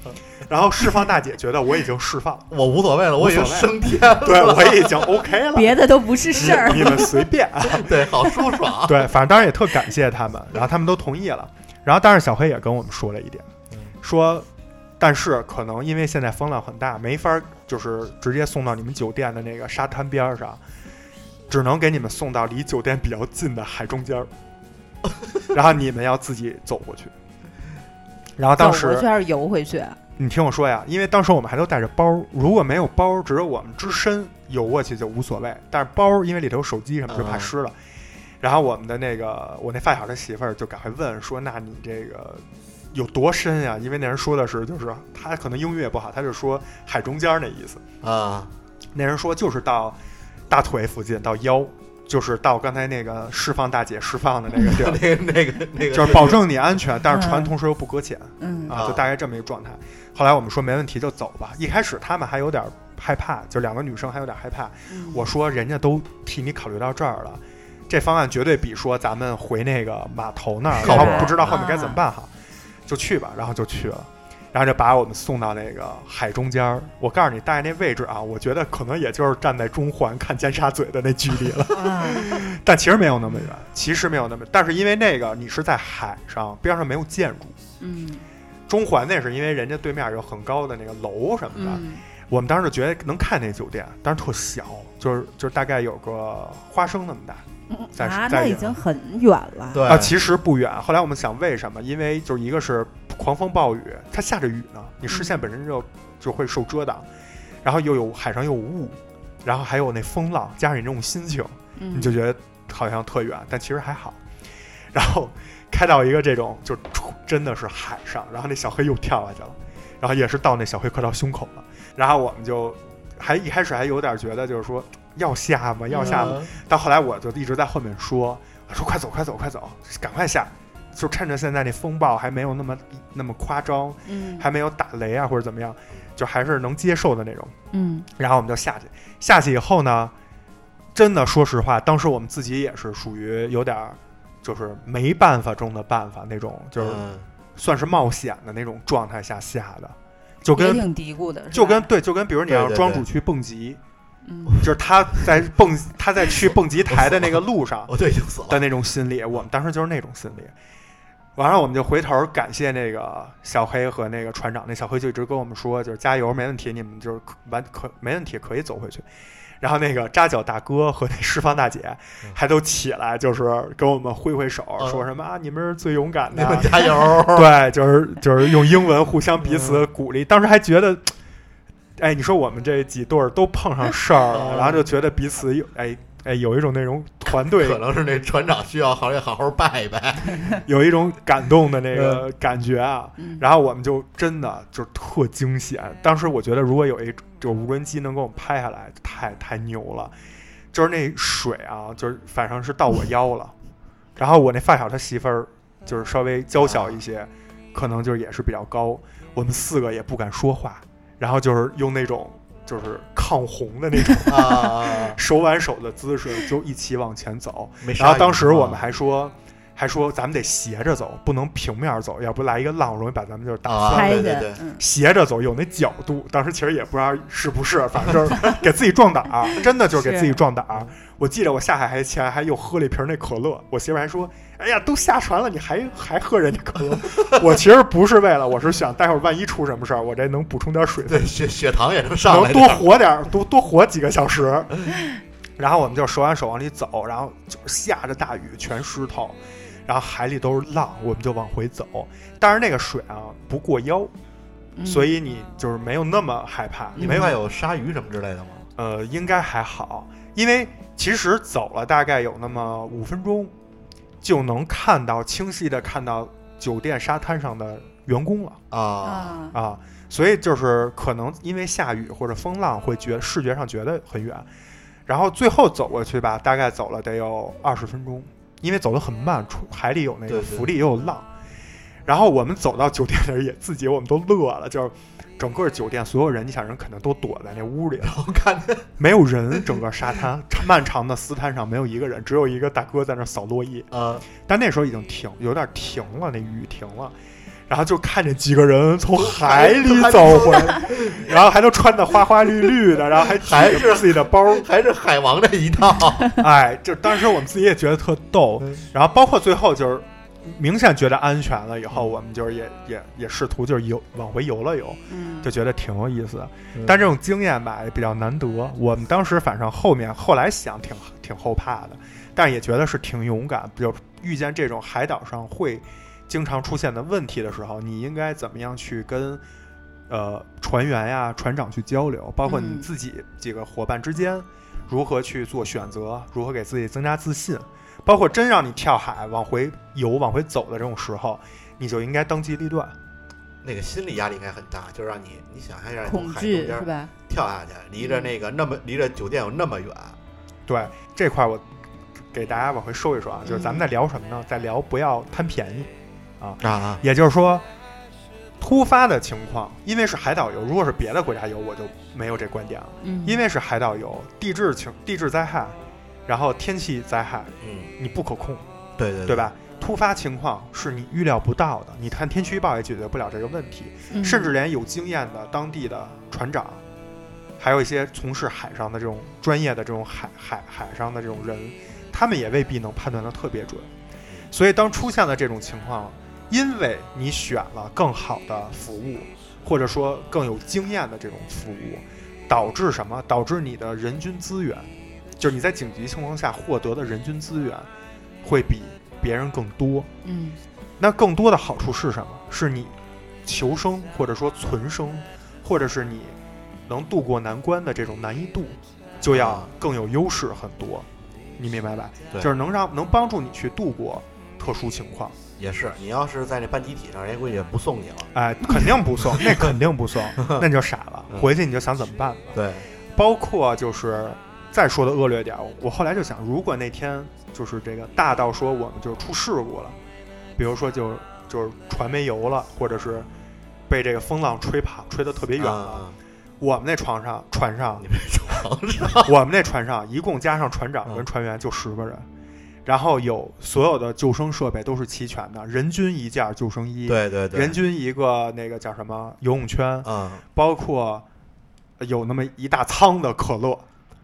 Speaker 3: 然后释放大姐觉得我已经释放 了，
Speaker 2: 我无所谓了，我已经
Speaker 3: 无所
Speaker 2: 升天了，
Speaker 3: 对我已经 OK 了，
Speaker 6: 别的都不是事儿。
Speaker 3: 你们随便。
Speaker 2: 对，好舒 爽。啊
Speaker 3: 对，反正当然也特感谢他们，然后他们都同意了。然后当然小黑也跟我们说了一点，说，但是可能因为现在风浪很大，没法儿就是直接送到你们酒店的那个沙滩边儿上，只能给你们送到离酒店比较近的海中间儿，然后你们要自己走过去。然后当时
Speaker 6: 走回去还是游回去？
Speaker 3: 你听我说呀，因为当时我们还都带着包，如果没有包，只有我们只身游过去就无所谓。但是包因为里头有手机什么，就怕湿了。然后我们的那个我那发小的媳妇儿就赶快问说：“那你这个有多深呀？”因为那人说的是，就是他可能英语也不好，他就说海中间儿那意思。
Speaker 2: 啊，
Speaker 3: 那人说就是到大腿附近到腰，就是到刚才那个释放大姐释放的那个地儿，
Speaker 2: 那个那个那个，
Speaker 3: 就是保证你安全，但是船同时又不搁浅。
Speaker 6: 嗯，
Speaker 3: 啊，
Speaker 2: 啊
Speaker 3: 就大概这么一个状态。后来我们说没问题就走吧。一开始他们还有点害怕，就两个女生还有点害怕。
Speaker 2: 嗯
Speaker 3: 我说人家都替你考虑到这儿了，这方案绝对比说咱们回那个码头那儿，
Speaker 2: 是
Speaker 3: 然后
Speaker 2: 啊
Speaker 3: 不知道后面该怎么办好，就去吧。然后就去了。然后就把我们送到那个海中间儿。我告诉你，大概那位置啊，我觉得可能也就是站在中环看尖沙咀的那距离了，
Speaker 6: 啊
Speaker 3: 但其实没有那么远，其实没有那么。但是因为那个你是在海上，边上没有建筑，
Speaker 1: 嗯
Speaker 3: 中环那是因为人家对面有很高的那个楼什么的，
Speaker 1: 嗯
Speaker 3: 我们当时就觉得能看那酒店，但是特小，就是就是大概有个花生那么大在
Speaker 6: 啊，
Speaker 3: 在
Speaker 6: 那已
Speaker 3: 远
Speaker 6: 经很远了。
Speaker 2: 对
Speaker 3: 啊，其实不远。后来我们想为什么？因为就是一个是狂风暴雨，它下着雨呢，你视线本身就就会受遮挡，然后又有海上又有雾，然后还有那风浪，加上你这种心情，
Speaker 1: 嗯，
Speaker 3: 你就觉得好像特远，但其实还好。然后开到一个这种就真的是海上，然后那小黑又跳下去了，然后也是到那小黑快到胸口了，然后我们就还一开始还有点觉得就是说要下吗？要下吗？
Speaker 2: 嗯
Speaker 3: 到后来我就一直在后面说，我说快走快走快走，赶快下。就趁着现在那风暴还没有那么那么夸张，
Speaker 1: 嗯
Speaker 3: 还没有打雷啊或者怎么样，就还是能接受的那种。
Speaker 1: 嗯
Speaker 3: 然后我们就下去，下去以后呢，真的说实话，当时我们自己也是属于有点儿，就是没办法中的办法那种，就是
Speaker 2: 嗯
Speaker 3: 算是冒险的那种状态下下的，就
Speaker 1: 也
Speaker 3: 跟
Speaker 1: 挺嘀咕的，是
Speaker 3: 就
Speaker 1: 吧
Speaker 3: 跟对，就跟比如你要
Speaker 2: 对对
Speaker 3: 庄
Speaker 2: 对
Speaker 3: 主去蹦极，
Speaker 1: 嗯
Speaker 3: 就是他在蹦他在去蹦极台的那个路上，
Speaker 2: 我就已经死了。
Speaker 3: 的那种心理，我们当时就是那种心理。完了，我们就回头感谢那个小黑和那个船长。那小黑就一直跟我们说，就是加油，没问题，你们就是可完可没问题，可以走回去。然后那个扎脚大哥和那释放大姐还都起来，就是跟我们挥挥手，
Speaker 2: 嗯
Speaker 3: 说什么啊，你们是最勇敢
Speaker 2: 你们
Speaker 3: 的，
Speaker 2: 加油！
Speaker 3: 对，就是就是用英文互相彼此鼓
Speaker 2: 嗯
Speaker 3: 励。当时还觉得，哎，你说我们这几对儿都碰上事儿了，
Speaker 2: 嗯
Speaker 3: 然后就觉得彼此有哎哎有一种那种团 队
Speaker 2: 可能是那船长需要好好好好拜一 啊拜。
Speaker 3: 有一种感动的那个感觉啊。
Speaker 1: 嗯
Speaker 3: 然后我们就真的就特惊险，当时我觉得如果有一这个无人机能给我们拍下来，太太牛了。就是那水啊，就是反正是到我腰了，然后我那发小他媳妇儿就是稍微娇小一些，可能就是也是比较高，我们四个也不敢说话，然后就是用那种就是抗洪的那种
Speaker 2: 啊，
Speaker 3: 手挽手的姿势，就一起往前走。
Speaker 2: 没
Speaker 3: 然
Speaker 2: 杀
Speaker 3: 后当
Speaker 2: 鱼
Speaker 3: 时我
Speaker 2: 吗
Speaker 3: 们还说，还说咱们得斜着走，不能平面走，要不来一个浪容易把咱们就是打
Speaker 2: 啊
Speaker 3: 翻。
Speaker 6: 拍
Speaker 2: 对对
Speaker 6: 的
Speaker 2: 对，
Speaker 6: 嗯，
Speaker 3: 斜着走有那角度，当时其实也不知道是不是，反正就是 给自己壮胆儿，真的就是给自己壮胆儿。我记得我下海还前还又喝了一瓶那可乐，我媳妇还说：“哎呀，都下船了，你还还喝人家可乐？” 我其实不是为了，我是想待会儿万一出什么事儿，我这能补充点水分。
Speaker 2: 对血血糖也能上
Speaker 3: 能
Speaker 2: 来
Speaker 3: 多
Speaker 2: 点，
Speaker 3: 活点儿，多多活几个小时。然后我们就手挽手往里走，然后就下着大雨，全湿透，然后海里都是浪，我们就往回走。但是那个水啊不过腰，所
Speaker 6: 嗯
Speaker 1: 以
Speaker 3: 以你就是没有那么害怕，你
Speaker 2: 你
Speaker 3: 没
Speaker 2: 没
Speaker 3: 有
Speaker 2: 外有鲨鱼什么之类的吗？
Speaker 3: 呃，应该还好，因为其实走了大概有那么五分钟，就能看到清晰的看到酒店沙滩上的员工了
Speaker 2: 啊，
Speaker 1: 啊，
Speaker 3: 啊。所以就是可能因为下雨或者风浪，会觉视觉上觉得很远，然后最后走过去吧，大概走了得有二十分钟，因为走得很慢，出海里有那
Speaker 2: 对
Speaker 3: 个
Speaker 2: 对
Speaker 3: 浮力也有浪。然后我们走到酒店那儿也自己我们都乐了，就是整个酒店所有人，你想人肯定都躲在那屋里了，
Speaker 2: 我看见
Speaker 3: 没有人，整个沙滩 漫长的沙滩上没有一个人，只有一个大哥在那儿扫落叶。
Speaker 2: 呃，
Speaker 3: 但那时候已经停，有点停了，那雨停了，然后就看见几个人从海里走回来，然后还都穿的花花绿绿的，然后还
Speaker 2: 还
Speaker 3: 举着自己的包，
Speaker 2: 还是海王这一套，
Speaker 3: 哎，就当时我们自己也觉得特逗。然后包括最后就是明显觉得安全了以后，我们就是也也也试图就是游往回游了游，
Speaker 1: 嗯
Speaker 3: 就觉得挺有意思的
Speaker 2: 嗯。
Speaker 3: 但这种经验吧也比较难得。我们当时反正后面后来想挺挺后怕的，但也觉得是挺勇敢。就遇见这种海岛上会经常出现的问题的时候，你应该怎么样去跟呃船员呀、船长去交流，包括你
Speaker 1: 嗯
Speaker 3: 自己几个伙伴之间如何去做选择，如何给自己增加自信。包括真让你跳海往回游、往回走的这种时候，你就应该当机立断。
Speaker 2: 那个心理压力应该很大，就让你你想象一下，从
Speaker 1: 恐
Speaker 2: 海
Speaker 1: 惧
Speaker 2: 中
Speaker 1: 是
Speaker 2: 间
Speaker 1: 吧？
Speaker 2: 跳下去，离着那个那么离着酒店有那么远，
Speaker 3: 对这块，我给大家往回收一说啊，就是咱们在聊什么呢？在聊不要贪便宜，
Speaker 2: 啊，
Speaker 3: 也就是说，突发的情况，因为是海岛游，如果是别的国家游，我就没有这观点了，
Speaker 1: 嗯，
Speaker 3: 因为是海岛游，地质情地质灾害，然后天气灾害，
Speaker 2: 嗯，
Speaker 3: 你不可控，
Speaker 2: 对对
Speaker 3: 对？吧？突发情况是你预料不到的，你看天气预报也解决不了这个问题，
Speaker 1: 嗯
Speaker 3: 甚至连有经验的当地的船长，还有一些从事海上的这种专业的这种海海海上的这种人，他们也未必能判断的特别准。所以当出现了这种情况，因为你选了更好的服务，或者说更有经验的这种服务，导致什么？导致你的人均资源，就是你在紧急情况下获得的人均资源，会比别人更多。
Speaker 1: 嗯
Speaker 3: 那更多的好处是什么？是你求生，或者说存生，或者是你能渡过难关的这种难易度，就要更有优势很多。你明白吧？
Speaker 2: 对
Speaker 3: 就是能让能帮助你去度过特殊情况。
Speaker 2: 也是，你要是在那班集体上，人家哎估计也不送你了。
Speaker 3: 哎，肯定不送，那肯定不 送，那你就傻了
Speaker 2: 嗯。
Speaker 3: 回去你就想怎么办吧。
Speaker 2: 对，
Speaker 3: 包括啊就是再说的恶劣点儿，我后来就想，如果那天就是这个大到说我们就出事故了，比如说就就是船没油了，或者是被这个风浪吹跑吹得特别远了，
Speaker 2: 啊，
Speaker 3: 我们那床上船上
Speaker 2: 你，们床上
Speaker 3: 我们那船上一共加上船长跟
Speaker 2: 嗯
Speaker 3: 船员就十个人。然后有所有的救生设备都是齐全的，人均一件救生衣，
Speaker 2: 对对对，
Speaker 3: 人均一个那个叫什么游泳圈，
Speaker 2: 啊，
Speaker 3: 包括有那么一大仓的可乐。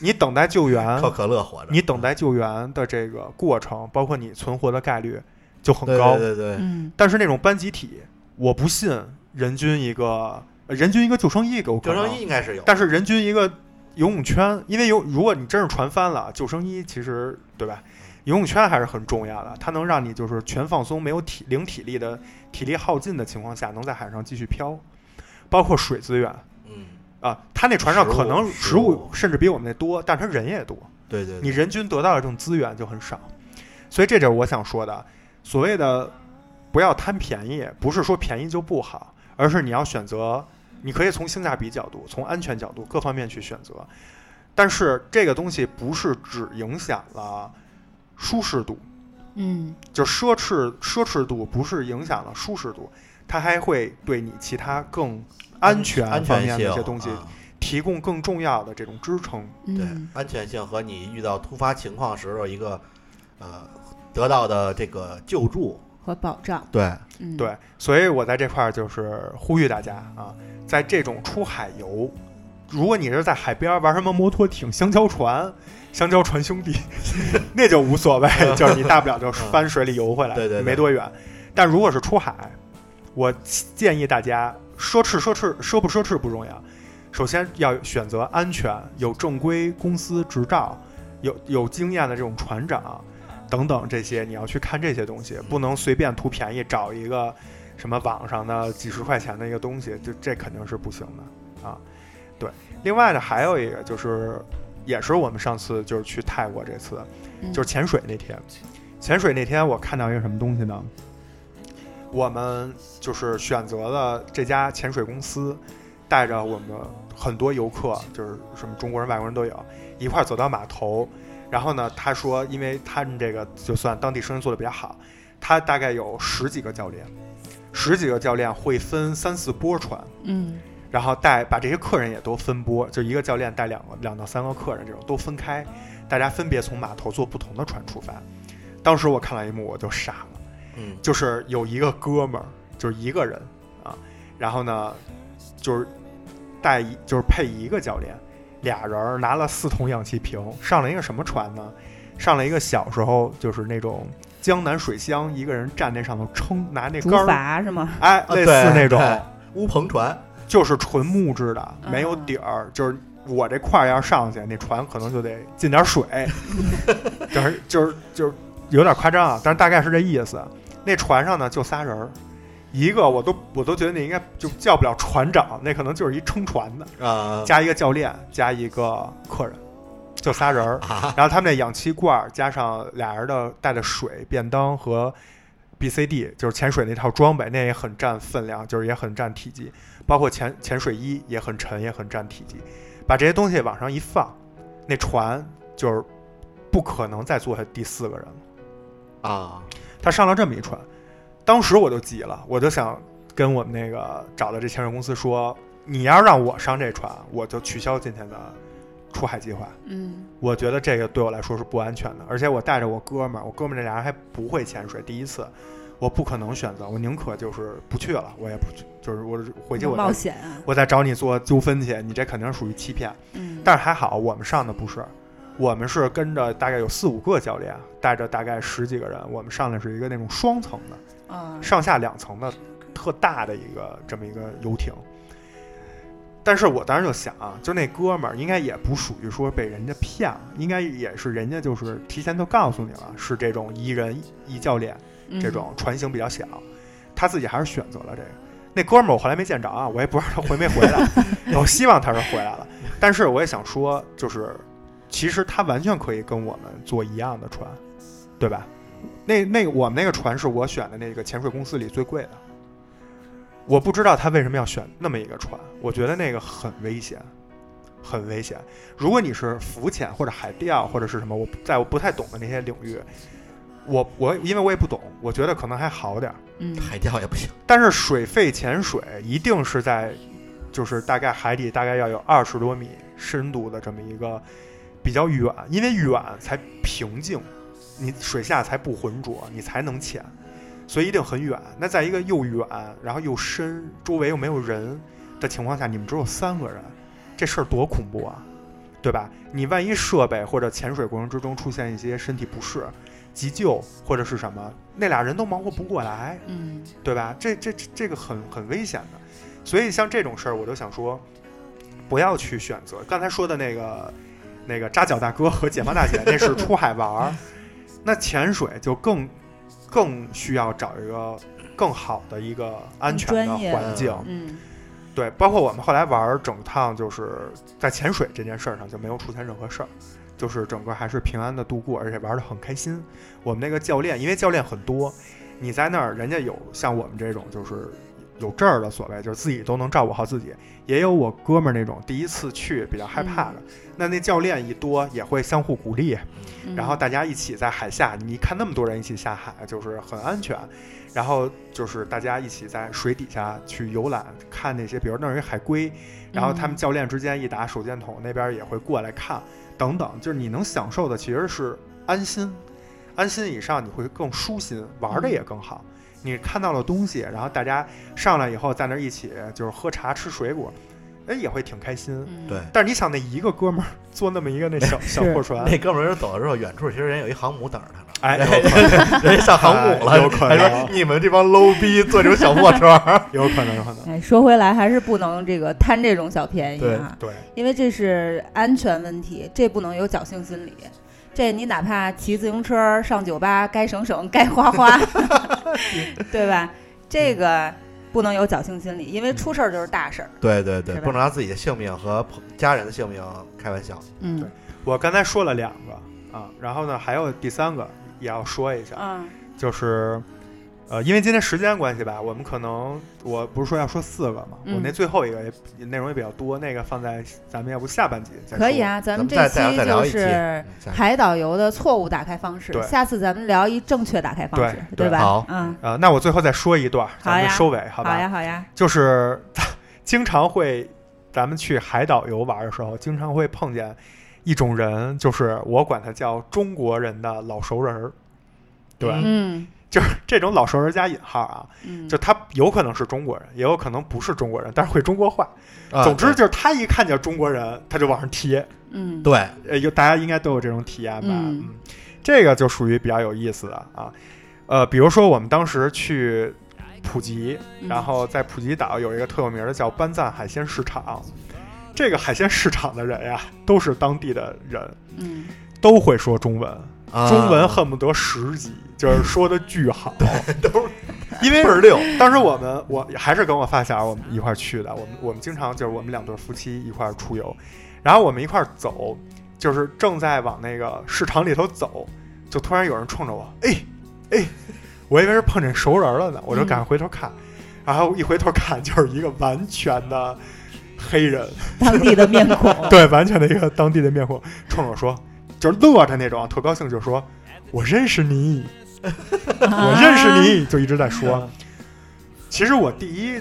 Speaker 3: 你等待救援
Speaker 2: 啊靠，可乐活着，
Speaker 3: 你等待救援的这个过程，包括你存活的概率就很
Speaker 2: 对
Speaker 3: 高。
Speaker 2: 对对对，
Speaker 1: 嗯
Speaker 3: 但是那种班集体，我不信人均一个呃人均一个救生衣给我可
Speaker 2: 救
Speaker 3: 能
Speaker 2: 生衣，应该是有，
Speaker 3: 但是人均一个游泳圈，因为游如果你真是船翻了，救生衣其实对吧？游泳圈还是很重要的，它能让你就是全放松、没有体零体力的体力耗尽的情况下，能在海上继续漂。包括水资源，
Speaker 2: 嗯，
Speaker 3: 啊，他那船上可能
Speaker 2: 食
Speaker 3: 食
Speaker 2: 物
Speaker 3: 物甚至比我们那多，但是他人也多，
Speaker 2: 对对，对
Speaker 3: 你人均得到的这种资源就很少，所以这就是我想说的，所谓的不要贪便宜，不是说便宜就不好，而是你要选择，你可以从性价比角度、从安全角度各方面去选择，但是这个东西不是只影响了舒适度，
Speaker 1: 嗯
Speaker 3: 就奢侈奢侈度不是影响了舒适度，它还会对你其他更安全
Speaker 2: 安
Speaker 3: 方
Speaker 2: 全
Speaker 3: 面
Speaker 2: 性
Speaker 3: 的一些东西
Speaker 2: 啊
Speaker 3: 提供更重要的这种支撑。
Speaker 2: 对
Speaker 1: 嗯，
Speaker 2: 安全性和你遇到突发情况时候一个呃得到的这个救助，
Speaker 6: 和保障。
Speaker 2: 对，
Speaker 6: 嗯，
Speaker 3: 对，所以我在这块儿就是呼吁大家啊，在这种出海游，如果你是在海边儿玩什么摩托艇、香蕉船、香蕉船兄弟， 那就无所谓，就是你大不了就翻水里游回来，
Speaker 2: 嗯对对对
Speaker 3: 没多远。但如果是出海，我建议大家奢侈奢侈奢不奢侈不重要，首先要选择安全、有正规公司执照、有有经验的这种船长等等这些，你要去看这些东西，不能随便图便宜找一个什么网上的几十块钱的一个东西，就这肯定是不行的啊。对，另外呢，还有一个就是，也是我们上次就是去泰国这次，
Speaker 6: 嗯
Speaker 3: 就是潜水那天，潜水那天我看到一个什么东西呢？我们就是选择了这家潜水公司，带着我们很多游客，就是什么中国人、外国人都有，一块儿走到码头。然后呢，他说，因为他们这个就算当地生意做得比较好，他大概有十几个教练，十几个教练会分三四波船，
Speaker 6: 嗯
Speaker 3: 然后带把这些客人也都分拨，就一个教练带两个两到三个客人这种都分开，大家分别从码头坐不同的船出发。当时我看了一幕，我就傻了。
Speaker 2: 嗯，
Speaker 3: 就是有一个哥们儿，就是一个人啊，然后呢，就是带一就是配一个教练，俩人儿拿了四桶氧气瓶，上了一个什么船呢？上了一个小时候就是那种江南水乡，一个人站那上头撑，拿那
Speaker 6: 竹
Speaker 3: 杆儿，
Speaker 6: 筏是吗？
Speaker 3: 哎，
Speaker 2: 啊
Speaker 3: 类似那种，
Speaker 2: 对乌篷船，
Speaker 3: 就是纯木质的，没有
Speaker 6: 嗯
Speaker 3: 底儿，就是。我这块儿要上去，那船可能就得进点水，就是就是就是有点夸张啊，但是大概是这意思。那船上呢就仨人儿，一个我都我都觉得那应该就叫不了船长，那可能就是一撑船的，
Speaker 2: 啊
Speaker 3: 加一个教练，加一个客人，就仨人儿。
Speaker 2: 啊，
Speaker 3: 然后他们那氧气罐儿加上俩人的带的水、便当和 BCD，就是潜水那套装备，那也很占分量，就是也很占体积，包括潜潜水衣也很沉，也很占体积。把这些东西往上一放，那船就是不可能再坐下第四个人了。
Speaker 2: 啊，
Speaker 3: 他上了这么一船，当时我就急了，我就想跟我们那个找的这潜水公司说，你要让我上这船，我就取消今天的出海计划。
Speaker 6: 嗯
Speaker 3: 我觉得这个对我来说是不安全的，而且我带着我哥们儿，我哥们儿这俩人还不会潜水，第一次，我不可能选择，我宁可就是不去了，我也不去，就是我回去我
Speaker 6: 冒
Speaker 3: 再
Speaker 6: 险啊，
Speaker 3: 我再找你做纠纷去，你这肯定属于欺骗。
Speaker 6: 嗯，
Speaker 3: 但是还好，我们上的不是，我们是跟着大概有四五个教练，带着大概十几个人，我们上的是一个那种双层的，
Speaker 6: 啊，
Speaker 3: 上下两层的特大的一个这么一个游艇。但是我当时就想啊，就那哥们儿应该也不属于说被人家骗了，应该也是人家就是提前都告诉你了，是这种一人一教练
Speaker 6: 嗯
Speaker 3: 这种船型比较小，他自己还是选择了这个。那哥们儿我后来没见着啊，我也不知道他回没回来，我希望他是回来了。但是我也想说，就是其实他完全可以跟我们坐一样的船，对吧？那那我们那个船是我选的那个潜水公司里最贵的，我不知道他为什么要选那么一个船，我觉得那个很危险，很危险。如果你是浮潜或者海钓或者是什么，我不在我不太懂的那些领域，我我因为我也不懂，我觉得可能还好点儿。
Speaker 6: 嗯
Speaker 2: 海钓也不行，
Speaker 3: 但是水肺潜水一定是在，就是大概海底大概要有二十多米深度的这么一个比较远，因为远才平静，你水下才不浑浊，你才能潜，所以一定很远。那在一个又远然后又深，周围又没有人的情况下，你们只有三个人，这事儿多恐怖啊，对吧？你万一设备或者潜水过程之中出现一些身体不适。急救或者是什么，那俩人都忙活不过来，
Speaker 6: 嗯
Speaker 3: 对吧？这这这这个很很危险的，所以像这种事儿，我就想说，不要去选择。刚才说的那个那个扎脚大哥和解放大姐，那是出海玩儿，那潜水就更更需要找一个更好的一个安全的
Speaker 6: 专业的
Speaker 3: 环境。
Speaker 6: 嗯
Speaker 3: 对，包括我们后来玩儿整趟，就是在潜水这件事儿上就没有出现任何事儿，就是整个还是平安的度过，而且玩的很开心。我们那个教练，因为教练很多，你在那儿，人家有像我们这种就是有证儿的，所谓就是自己都能照顾好自己，也有我哥们儿那种第一次去比较害怕的，那那教练一多也会相互鼓励，
Speaker 6: 嗯
Speaker 3: 然后大家一起在海下，你一看那么多人一起下海，就是很安全。然后就是大家一起在水底下去游览，看那些，比如那儿有一海龟，然后他
Speaker 6: 嗯
Speaker 3: 们教练之间一打手电筒，那边也会过来看，等等，就是你能享受的其实是安心，安心以上，你会更舒心，玩
Speaker 6: 嗯
Speaker 3: 的也更好。你看到了东西，然后大家上来以后在那儿一起就是喝茶吃水果，哎，也会挺开心。
Speaker 6: 嗯
Speaker 2: 对，
Speaker 3: 但是你想，那一个哥们儿坐那么一个那 小小破船，
Speaker 2: 那哥们儿走的时候，远处其实人有一航母等着他呢。
Speaker 3: 哎，
Speaker 2: 人家上航母了，
Speaker 3: 哎有可能
Speaker 2: 还说你们这帮 low 逼坐这种小破车儿，
Speaker 3: 有可能，有可能，
Speaker 6: 哎，说回来，还是不能这个贪这种小便宜
Speaker 2: 对
Speaker 6: 啊，
Speaker 3: 对，
Speaker 6: 因为这是安全问题，这不能有侥幸心理。这你哪怕骑自行车上酒吧，该省省，该花 花，对吧？这个不能有侥幸心理，因为出事儿就是大事儿。
Speaker 2: 对对对，
Speaker 6: 是吧
Speaker 2: 不能拿自己的性命和朋家人的性命开玩笑。
Speaker 6: 嗯
Speaker 3: 我刚才说了两个啊，然后呢，还有第三个也要说一下，
Speaker 6: 嗯
Speaker 3: 就是，呃，因为今天时间关系吧，我们可能我不是说要说四个嘛，
Speaker 6: 嗯
Speaker 3: 我那最后一个也内容也比较多，那个放在咱们要不下半集再说
Speaker 6: 可以，啊，咱们这
Speaker 2: 咱们再再
Speaker 6: 期
Speaker 2: 再聊
Speaker 6: 就
Speaker 2: 一期
Speaker 6: 是
Speaker 2: 嗯下一
Speaker 6: 海岛游的错误打开方式
Speaker 3: 对，
Speaker 6: 下次咱们聊一正确打开方式，
Speaker 3: 对对
Speaker 6: 吧？
Speaker 2: 好
Speaker 6: 嗯，
Speaker 3: 呃，那我最后再说一段，咱
Speaker 6: 好
Speaker 3: 们
Speaker 6: 呀
Speaker 3: 收尾好吧？
Speaker 6: 好呀，好呀，
Speaker 3: 就是经常会，咱们去海岛游玩的时候，经常会碰见一种人，就是我管他叫中国人的老熟人儿。对，
Speaker 6: 嗯
Speaker 3: 就是这种老熟人加引号啊，
Speaker 6: 嗯，
Speaker 3: 就他有可能是中国人，也有可能不是中国人，但是会中国话。
Speaker 2: 啊
Speaker 3: 总之就是他一看见中国人，他就往上贴。
Speaker 6: 嗯
Speaker 2: 对，
Speaker 3: 呃，有大家应该都有这种体验吧？
Speaker 6: 嗯
Speaker 3: 嗯，这个就属于比较有意思的啊。呃，比如说我们当时去普吉，
Speaker 6: 嗯
Speaker 3: 然后在普吉岛有一个特有名的叫班赞海鲜市场，这个海鲜市场的人呀，都是当地的人，
Speaker 6: 嗯
Speaker 3: 都会说中文，
Speaker 2: 啊
Speaker 3: 中文恨不得十级，就是说的巨好，
Speaker 2: 都
Speaker 3: 因为
Speaker 2: 倍儿溜。
Speaker 3: 当时我们我还是跟我发小我们一块儿去的，我们我们经常就是我们两对夫妻一块儿出游，然后我们一块儿走，就是正在往那个市场里头走，就突然有人冲着我，哎 哎，我以为是碰见熟人了呢，我就赶快回头看，然后一回头看就是一个完全的黑人，
Speaker 6: 当地的面 孔，啊
Speaker 3: 对，完全的一个当地的面孔，冲着我说，就是乐着那种，特高兴，就说我认识你，我认识你，就一直在说。其实我第一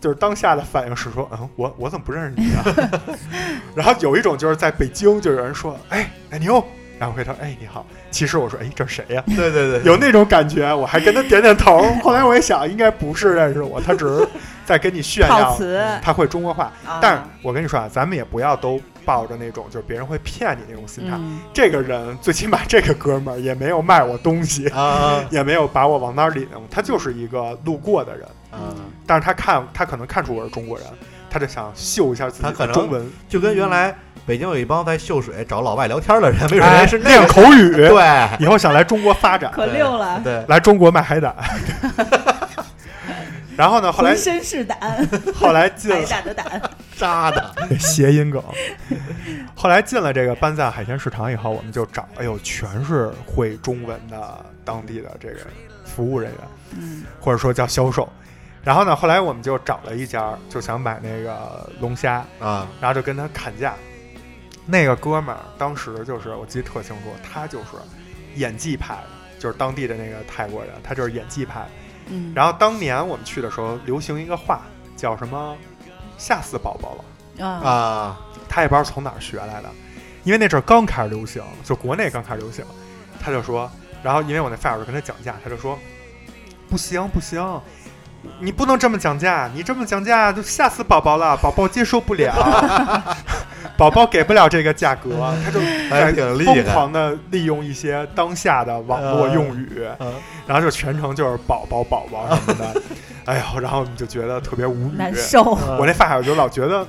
Speaker 3: 就是当下的反应是说，嗯，我我怎么不认识你啊？ 然后有一种就是在北京，就有人说，哎，奶牛，然后回头，哎，你好。其实我说，哎，这是谁呀、
Speaker 2: 对对对，
Speaker 3: 有那种感觉，我还跟他点点头。后来我一想，应该不是认识我，他只是在跟你炫
Speaker 6: 套
Speaker 3: 耀
Speaker 6: 词。
Speaker 3: 他会中国话。
Speaker 6: 啊
Speaker 3: 但是我跟你说啊，咱们也不要都抱着那种就是别人会骗你那种心态。
Speaker 6: 嗯
Speaker 3: 这个人最起码这个哥们儿也没有卖我东西，
Speaker 2: 啊
Speaker 3: 也没有把我往那儿领，他就是一个路过的人。
Speaker 2: 啊，
Speaker 3: 但是他看，他可能看出我是中国人，他就想秀一下自己
Speaker 2: 他可
Speaker 3: 的
Speaker 2: 能
Speaker 3: 中文，
Speaker 2: 就跟原来北京有一帮在秀水找老外聊天的人，没准
Speaker 3: 哎
Speaker 2: 人是那
Speaker 3: 练
Speaker 2: 样。
Speaker 3: 口语，
Speaker 2: 对
Speaker 3: 以后想来中国发展，
Speaker 6: 可溜了，
Speaker 2: 对，
Speaker 3: 来中国卖海 胆。然后呢，后来
Speaker 6: 浑身是胆，
Speaker 3: 后来进
Speaker 6: 海
Speaker 3: 了
Speaker 6: 胆的胆。
Speaker 2: 渣的，
Speaker 3: 谐音梗。后来进了这个班赞海鲜市场以后，我们就找，哎呦，全是会中文的当地的这个服务人员，
Speaker 6: 嗯
Speaker 3: 或者说叫销售。然后呢，后来我们就找了一家，就想买那个龙虾，
Speaker 2: 啊
Speaker 3: 然后就跟他砍价。那个哥们儿当时就是我记得特清楚，他就是演技派的，就是当地的那个泰国人，他就是演技派的。
Speaker 6: 嗯，
Speaker 3: 然后当年我们去的时候，流行一个话叫什么“吓死宝宝了
Speaker 6: 后啊，
Speaker 2: 啊，”，
Speaker 3: 他也不知道从哪儿学来的，因为那阵儿刚开始流行，就国内刚开始流行，他就说，然后因为我那发小就跟他讲价，他就说不行不行。你不能这么讲价，你这么讲价就吓死宝宝了，宝宝接受不了， 宝宝给不了这个价格，他就
Speaker 2: 还哎挺厉
Speaker 3: 疯
Speaker 2: 害。
Speaker 3: 狂的利用一些当下的网络用语，
Speaker 2: 嗯
Speaker 3: 然后就全程就是宝宝宝宝什么 的，哎呦，然后你就觉得特别无语。
Speaker 6: 难受。
Speaker 3: 我那发小就老觉得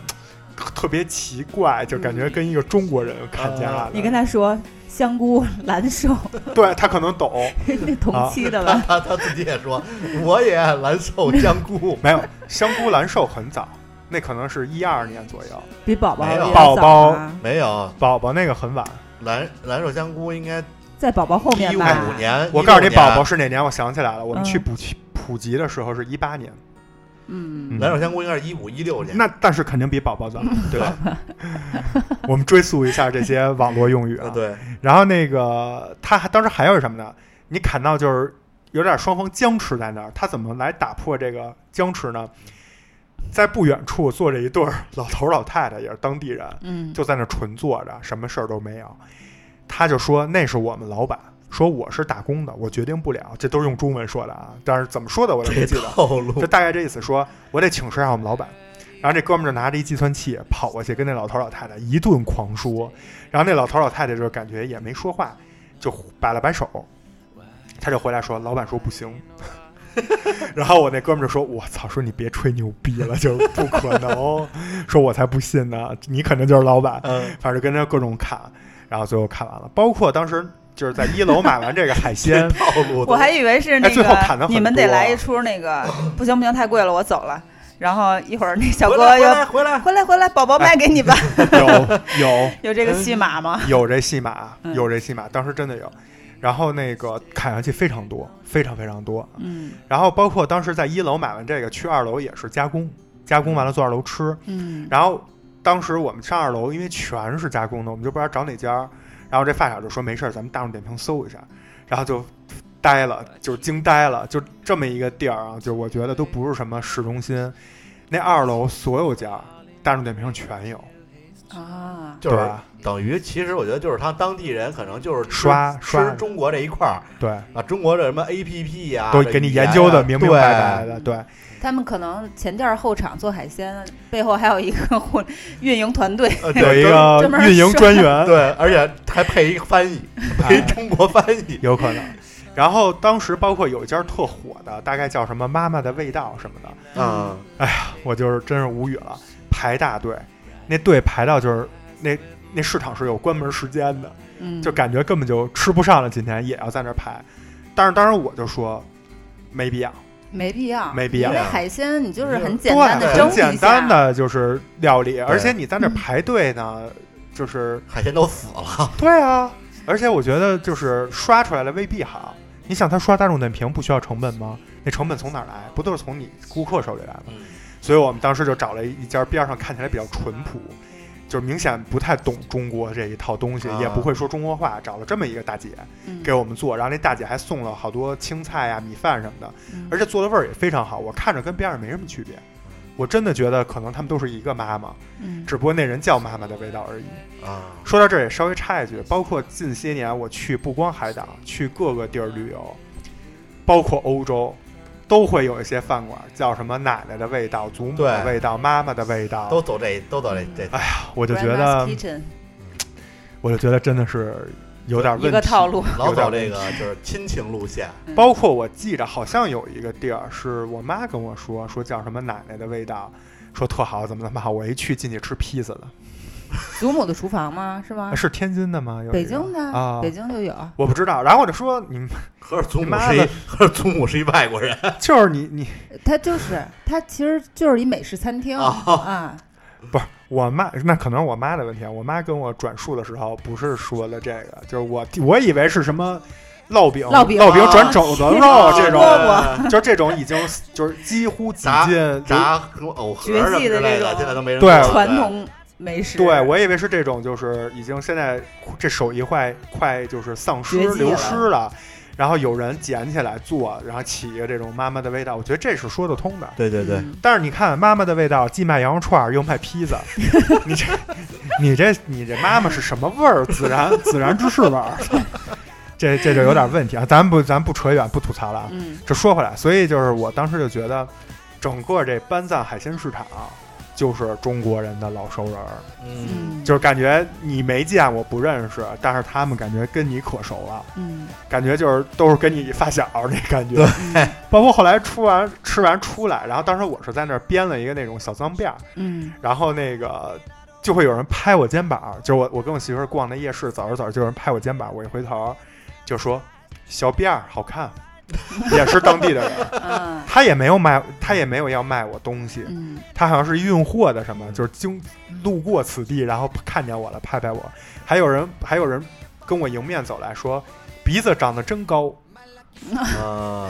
Speaker 3: 特特别奇怪，就感觉跟一个中国人看家的，
Speaker 6: 嗯你跟他说香菇难受，
Speaker 3: 对他可能懂，
Speaker 6: 那同期的 吧？
Speaker 2: 他他自己也说，我也蓝瘦香菇，
Speaker 3: 没有香菇蓝瘦很早，那可能是一二年左右，
Speaker 6: 比宝宝
Speaker 2: 没有
Speaker 6: 要
Speaker 3: 宝
Speaker 6: 早啊
Speaker 2: 没有
Speaker 3: 宝宝那个很晚。
Speaker 2: 蓝蓝瘦香菇应该
Speaker 6: 在宝宝后面
Speaker 2: 一
Speaker 6: 吧？
Speaker 2: 五年。
Speaker 3: 我告诉你，
Speaker 2: 16年
Speaker 3: 宝宝是哪年？我想起来了，我们去
Speaker 6: 嗯
Speaker 3: 普及普及的时候是一八年，
Speaker 6: 嗯，
Speaker 2: 蓝瘦香菇应该是一五一六年。
Speaker 3: 那但是肯定比宝宝早，对 吧？
Speaker 2: 对
Speaker 3: 我们追溯一下这些网络用语啊。
Speaker 2: 呃对，
Speaker 3: 然后那个他还当时还有什么呢？你砍到就是有点双方僵持在那儿，他怎么来打破这个僵持呢？在不远处坐着一对儿老头儿老太太，也是当地人，
Speaker 6: 嗯，
Speaker 3: 就在那儿纯坐着，什么事儿都没有。他就说那是我们老板，说我是打工的，我决定不了，这都是用中文说的啊，但是怎么说的我都不
Speaker 2: 这
Speaker 3: 记得。
Speaker 2: 套路
Speaker 3: 就大概这意思说，我得请示一下我们老板。然后这哥们儿就拿着一计算器跑过去，跟那老头儿老太太一顿狂说。然后那老头儿老太太就是感觉也没说话，就摆了摆手。他就回来说：“老板说不行。” 然后我那哥们儿就说：“我操，说你别吹牛逼了，就是不可能。说我才不信呢，你肯定就是老板。
Speaker 2: 嗯，
Speaker 3: 反正就跟他各种砍，然后最后砍完了。包括当时就是在一楼买完这个海鲜
Speaker 2: 这，套路
Speaker 1: 我还以为是那
Speaker 3: 哎最后砍
Speaker 1: 个
Speaker 3: 得很
Speaker 1: 你们得
Speaker 3: 多啊
Speaker 1: 来一出那个，不行不行，太贵了，我走了。然后一会儿那小
Speaker 2: 回
Speaker 1: 哥
Speaker 2: 来回
Speaker 1: 又
Speaker 2: 来回来，
Speaker 1: 回来回来，宝宝卖给你吧，
Speaker 3: 有有
Speaker 1: 有这个戏码 吗？
Speaker 3: 有这戏码，
Speaker 1: 嗯
Speaker 3: 有这戏码，当时真的有。然后那个砍下去非常多，非常非常多。
Speaker 1: 嗯
Speaker 3: 然后包括当时在一楼买完这个，去二楼也是加工，加工完了做二楼吃。
Speaker 1: 嗯
Speaker 3: 然后当时我们上二楼，因为全是加工的，我们就不知道找哪家。然后这发小就说没事儿，咱们大众点评搜一下。然后就呆了，就是惊呆了，就这么一个地儿啊，就我觉得都不是什么市中心。那二楼所有家大众点评上全有，
Speaker 1: 啊，
Speaker 2: 就是
Speaker 3: 对吧
Speaker 2: 等于其实我觉得就是他当地人可能就是吃
Speaker 3: 刷刷
Speaker 2: 吃中国这一块儿，
Speaker 3: 对，
Speaker 2: 把中国这什么 A P P 呀，
Speaker 3: 都
Speaker 2: 这
Speaker 3: 给你
Speaker 2: 语言
Speaker 3: 研究的
Speaker 2: 呀
Speaker 3: 明明白白。的，对。
Speaker 6: 他们可能前店儿后厂做海鲜，背后还有一个互运营团队。
Speaker 2: 对呃
Speaker 3: 有
Speaker 2: 对
Speaker 3: 一
Speaker 2: 专
Speaker 3: 个
Speaker 6: 专门
Speaker 3: 运营专员，
Speaker 2: 对，而且还配一个翻译，配一
Speaker 3: 哎
Speaker 2: 中国翻译。
Speaker 3: 有可能。然后当时包括有一家特火的，大概叫什么“妈妈的味道”什么的，
Speaker 2: 嗯，
Speaker 3: 我就是真是无语了，排大队，那队排到就是那那市场是有关门时间的，
Speaker 1: 嗯，
Speaker 3: 就感觉根本就吃不上了，今天也要在那儿排。但是当时我就说没必要，
Speaker 6: 没必要，
Speaker 3: 没必要
Speaker 6: 因为海鲜你就是很
Speaker 3: 对，
Speaker 6: 简单的蒸
Speaker 3: 很
Speaker 6: 一下，嗯
Speaker 3: 简单的就是料理，而且你在那儿排队呢，就是
Speaker 2: 海鲜都死了，
Speaker 3: 对啊，而且我觉得就是刷出来了未必好。你想，他刷大众点评不需要成本吗？那成本从哪儿来？不都是从你顾客手里来吗？所以我们当时就找了一家边上看起来比较淳朴，就是明显不太懂中国这一套东西，
Speaker 2: 啊
Speaker 3: 也不会说中国话，找了这么一个大姐
Speaker 1: 嗯
Speaker 3: 给我们做，然后那大姐还送了好多青菜呀、米饭什么的，
Speaker 1: 嗯
Speaker 3: 而且做的味儿也非常好，我看着跟边上没什么区别。我真的觉得可能他们都是一个妈妈，
Speaker 1: 嗯
Speaker 3: 只不过那人叫妈妈的味道而已。
Speaker 2: 啊，
Speaker 3: 说到这儿也稍微插一句，包括近些年我去不光海岛，去各个地儿旅游，包括欧洲，都会有一些饭馆叫什么奶奶的味道、祖母的
Speaker 2: 对
Speaker 3: 味道、妈妈的味道，
Speaker 2: 都走这都走这这，
Speaker 3: 我就觉
Speaker 6: Grandma's
Speaker 3: 得，
Speaker 6: Kitchen
Speaker 3: 我就觉得真的是有点问题。
Speaker 1: 一个套路，
Speaker 2: 老走这个就是亲情路线。
Speaker 3: 包括我记着，好像有一个地儿是我妈跟我说，说叫什么奶奶的味道，说特好，怎么怎么好。我一去进去吃披萨的，
Speaker 6: 祖母的厨房吗？是吗？
Speaker 3: 啊是天津的吗？
Speaker 6: 啊
Speaker 3: 有一个
Speaker 6: 北京的，
Speaker 3: 啊
Speaker 6: 北京就有。
Speaker 3: 我不知道。然后我就说，你们
Speaker 2: 合着祖
Speaker 3: 你
Speaker 2: 母
Speaker 3: 妈
Speaker 2: 是一
Speaker 3: 的
Speaker 2: 合着祖母是一外国人，
Speaker 3: 就是你你
Speaker 6: 它就是它，其实就是一美式餐厅
Speaker 3: 哦
Speaker 6: 啊。
Speaker 3: 我妈那可能是我妈的问题啊，我妈跟我转述的时候不是说的这个，就是我我以为是什么烙饼、
Speaker 6: 烙饼啊
Speaker 3: 转肘子 肉
Speaker 6: 哦
Speaker 3: 这
Speaker 6: 烙
Speaker 3: 种，
Speaker 6: 饼
Speaker 3: 就是这种已经就是几乎几
Speaker 2: 炸
Speaker 3: 近。
Speaker 2: 炸什么藕盒什
Speaker 1: 绝
Speaker 2: 么之类
Speaker 1: 技的这
Speaker 2: 的，
Speaker 1: 种
Speaker 2: 现在都没人
Speaker 3: 对
Speaker 2: 做了
Speaker 1: 传统美食。
Speaker 3: 对，我以为是这种，就是已经现在这手艺快快就是丧失
Speaker 6: 绝迹了
Speaker 3: 流失了，然后有人捡起来做，然后起一个这种妈妈的味道，我觉得这是说得通的。
Speaker 2: 对对对，
Speaker 1: 嗯
Speaker 3: 但是你看，妈妈的味道既卖羊肉串儿又卖披萨，你这、你这、你这妈妈是什么味儿？孜然、孜然芝士味儿，这这就有点问题啊！咱不咱不扯远，不吐槽了啊。
Speaker 1: 嗯，
Speaker 3: 这说回来，所以就是我当时就觉得，整个这班赞海鲜市场就是中国人的老熟人儿，
Speaker 2: 嗯，
Speaker 3: 就是感觉你没见我不认识，但是他们感觉跟你可熟了。
Speaker 1: 嗯
Speaker 3: 感觉就是都是跟你发小儿那感觉。包括后来出完吃完出来，然后当时我是在那儿编了一个那种小脏辫儿，
Speaker 1: 嗯
Speaker 3: 然后那个就会有人拍我肩膀，就是我我跟我媳妇儿逛那夜市，走着走着就有人拍我肩膀，我一回头就说小辫儿好看， 也是当地的人，
Speaker 1: 嗯
Speaker 3: 他也没有卖，他也没有要卖我东西，
Speaker 1: 嗯，
Speaker 3: 他好像是运货的什么，就是经路过此地，然后看见我了，拍拍我。还有人还有人跟我迎面走来说，鼻子长得真高，
Speaker 2: 啊，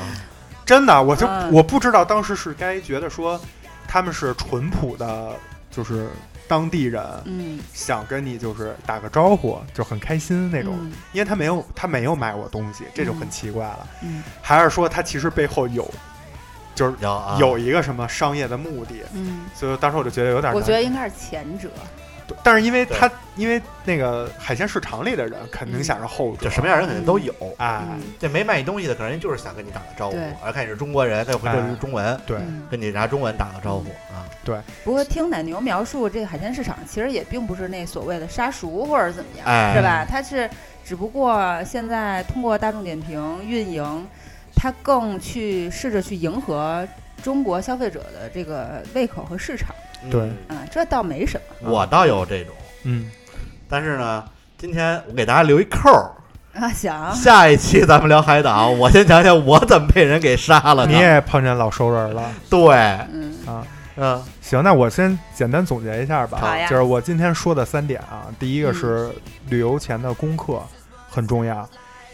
Speaker 3: 真的，我就、
Speaker 1: 嗯
Speaker 3: 我不知道当时是该觉得说他们是淳朴的，就是当地人，
Speaker 1: 嗯
Speaker 3: 想跟你就是打个招呼，就很开心那种，
Speaker 1: 嗯
Speaker 3: 因为他没有他没有买我东西，这就很奇怪了。
Speaker 1: 嗯
Speaker 3: 还是说他其实背后有
Speaker 2: 有啊
Speaker 3: 有一个什么商业的目的？
Speaker 1: 嗯，
Speaker 3: 所以当时我就觉得有点难，
Speaker 6: 我觉得应该是前者，
Speaker 3: 但是因为
Speaker 2: 对
Speaker 3: 他因为那个海鲜市场里的人肯定想着后者，
Speaker 2: 就什么样人肯定都有。
Speaker 3: 哎，
Speaker 1: 嗯
Speaker 2: 这没卖你东西的，可能人就是想跟你打个招呼
Speaker 1: 对，
Speaker 2: 而看你是中国人，他就会
Speaker 3: 哎
Speaker 2: 说中文，
Speaker 3: 对，
Speaker 1: 嗯
Speaker 2: 跟你拿中文打个招呼啊。
Speaker 1: 不过听奶牛描述这个海鲜市场，其实也并不是那所谓的杀熟或者怎么样，
Speaker 2: 哎
Speaker 1: 是吧？它是只不过现在通过大众点评运营，它更去试着去迎合中国消费者的这个胃口和市场
Speaker 2: 嗯
Speaker 3: 对
Speaker 1: 啊，这倒没什么
Speaker 2: 我倒有这种，
Speaker 3: 嗯，
Speaker 2: 但是呢，今天我给大家留一扣儿，
Speaker 1: 啊。想
Speaker 2: 下一期咱们聊海岛，我先讲讲我怎么被人给杀了
Speaker 3: 嗯你
Speaker 2: 呢？
Speaker 3: 也碰见老熟人了。啊
Speaker 2: 对，
Speaker 1: 嗯，
Speaker 2: 嗯
Speaker 3: 行，那我先简单总结一下吧，
Speaker 1: 好呀嗯
Speaker 3: 就是我今天说的三点啊，第一个是旅游前的功课很重要，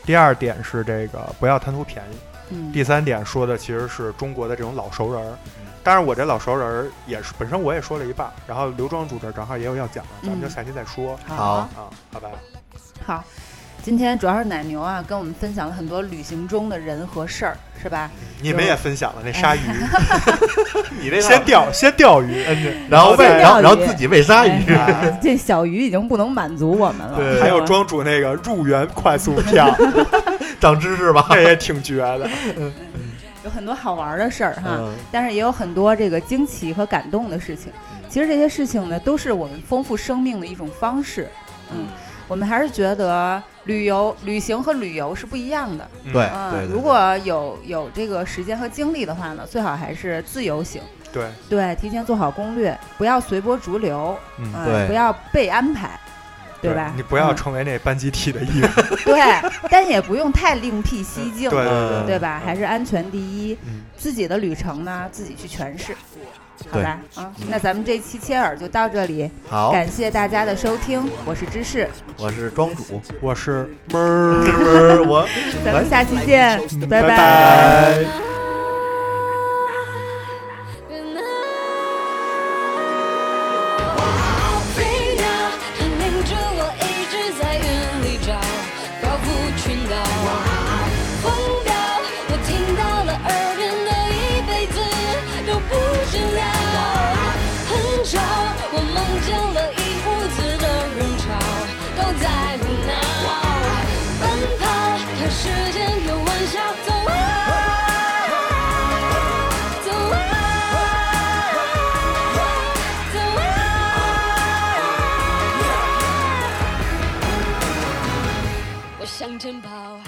Speaker 3: 第二点是这个不要贪图便宜，
Speaker 1: 嗯
Speaker 3: 第三点说的其实是中国的这种老熟人儿。当然，我这老熟人儿也是本身我也说了一半儿，然后刘庄主这儿正好也有要讲的，咱们就
Speaker 1: 嗯
Speaker 3: 下期再说、
Speaker 2: 好
Speaker 3: 啊，好吧？
Speaker 1: 好，今天主要是奶牛啊，跟我们分享了很多旅行中的人和事儿，是吧？
Speaker 3: 你们也分享了那鲨鱼，
Speaker 1: 嗯
Speaker 2: 你这
Speaker 3: 先钓先钓 鱼，
Speaker 2: 然后
Speaker 3: 然后
Speaker 2: 喂，
Speaker 3: 再
Speaker 2: 然后然
Speaker 1: 钓
Speaker 2: 后
Speaker 1: 鱼
Speaker 2: 自己喂鲨鱼，
Speaker 1: 哎 这小鱼已经不能满足我们了，
Speaker 2: 对
Speaker 3: 呃还有庄主那个入园快速 票，
Speaker 1: 哎
Speaker 2: 长知识吧
Speaker 3: 那。也挺绝的。
Speaker 1: 有很多好玩的事儿哈。
Speaker 2: 嗯，
Speaker 1: 但是也有很多这个惊奇和感动的事情。其实这些事情呢，都是我们丰富生命的一种方式。嗯，我们还是觉得旅游、旅行和旅游是不一样的。
Speaker 2: 对
Speaker 1: 嗯，
Speaker 2: 哎对对，
Speaker 1: 如果有有这个时间和精力的话呢，最好还是自由行。
Speaker 3: 对，
Speaker 1: 对，提前做好攻略，不要随波逐流，
Speaker 3: 嗯
Speaker 1: 啊、
Speaker 2: 对
Speaker 1: 不要被安排，吧？
Speaker 3: 你不要
Speaker 1: 嗯
Speaker 3: 成为那班集体的 一员。
Speaker 1: 对，但也不用太另辟蹊径，
Speaker 3: 对
Speaker 2: 嗯
Speaker 1: 对吧？还是安全第一。
Speaker 3: 嗯，
Speaker 1: 自己的旅程呢，自己去诠释，好
Speaker 2: 对
Speaker 1: 吧？啊，那咱们这期切耳就到这里，
Speaker 2: 好，
Speaker 1: 感谢大家的收听，我是芝士，
Speaker 2: 我是 庄主，
Speaker 3: 我是闷儿。
Speaker 2: 我
Speaker 1: 咱们下期见，拜拜
Speaker 3: 拜拜
Speaker 5: 飞鸟引领着我一直在云里找，高不群岛。风调，我听到了耳边的一辈子都不知了。很吵，我梦见了一屋子的人潮，都在胡闹。奔跑，看时间有玩笑，走啊，走啊，走啊，我向前跑。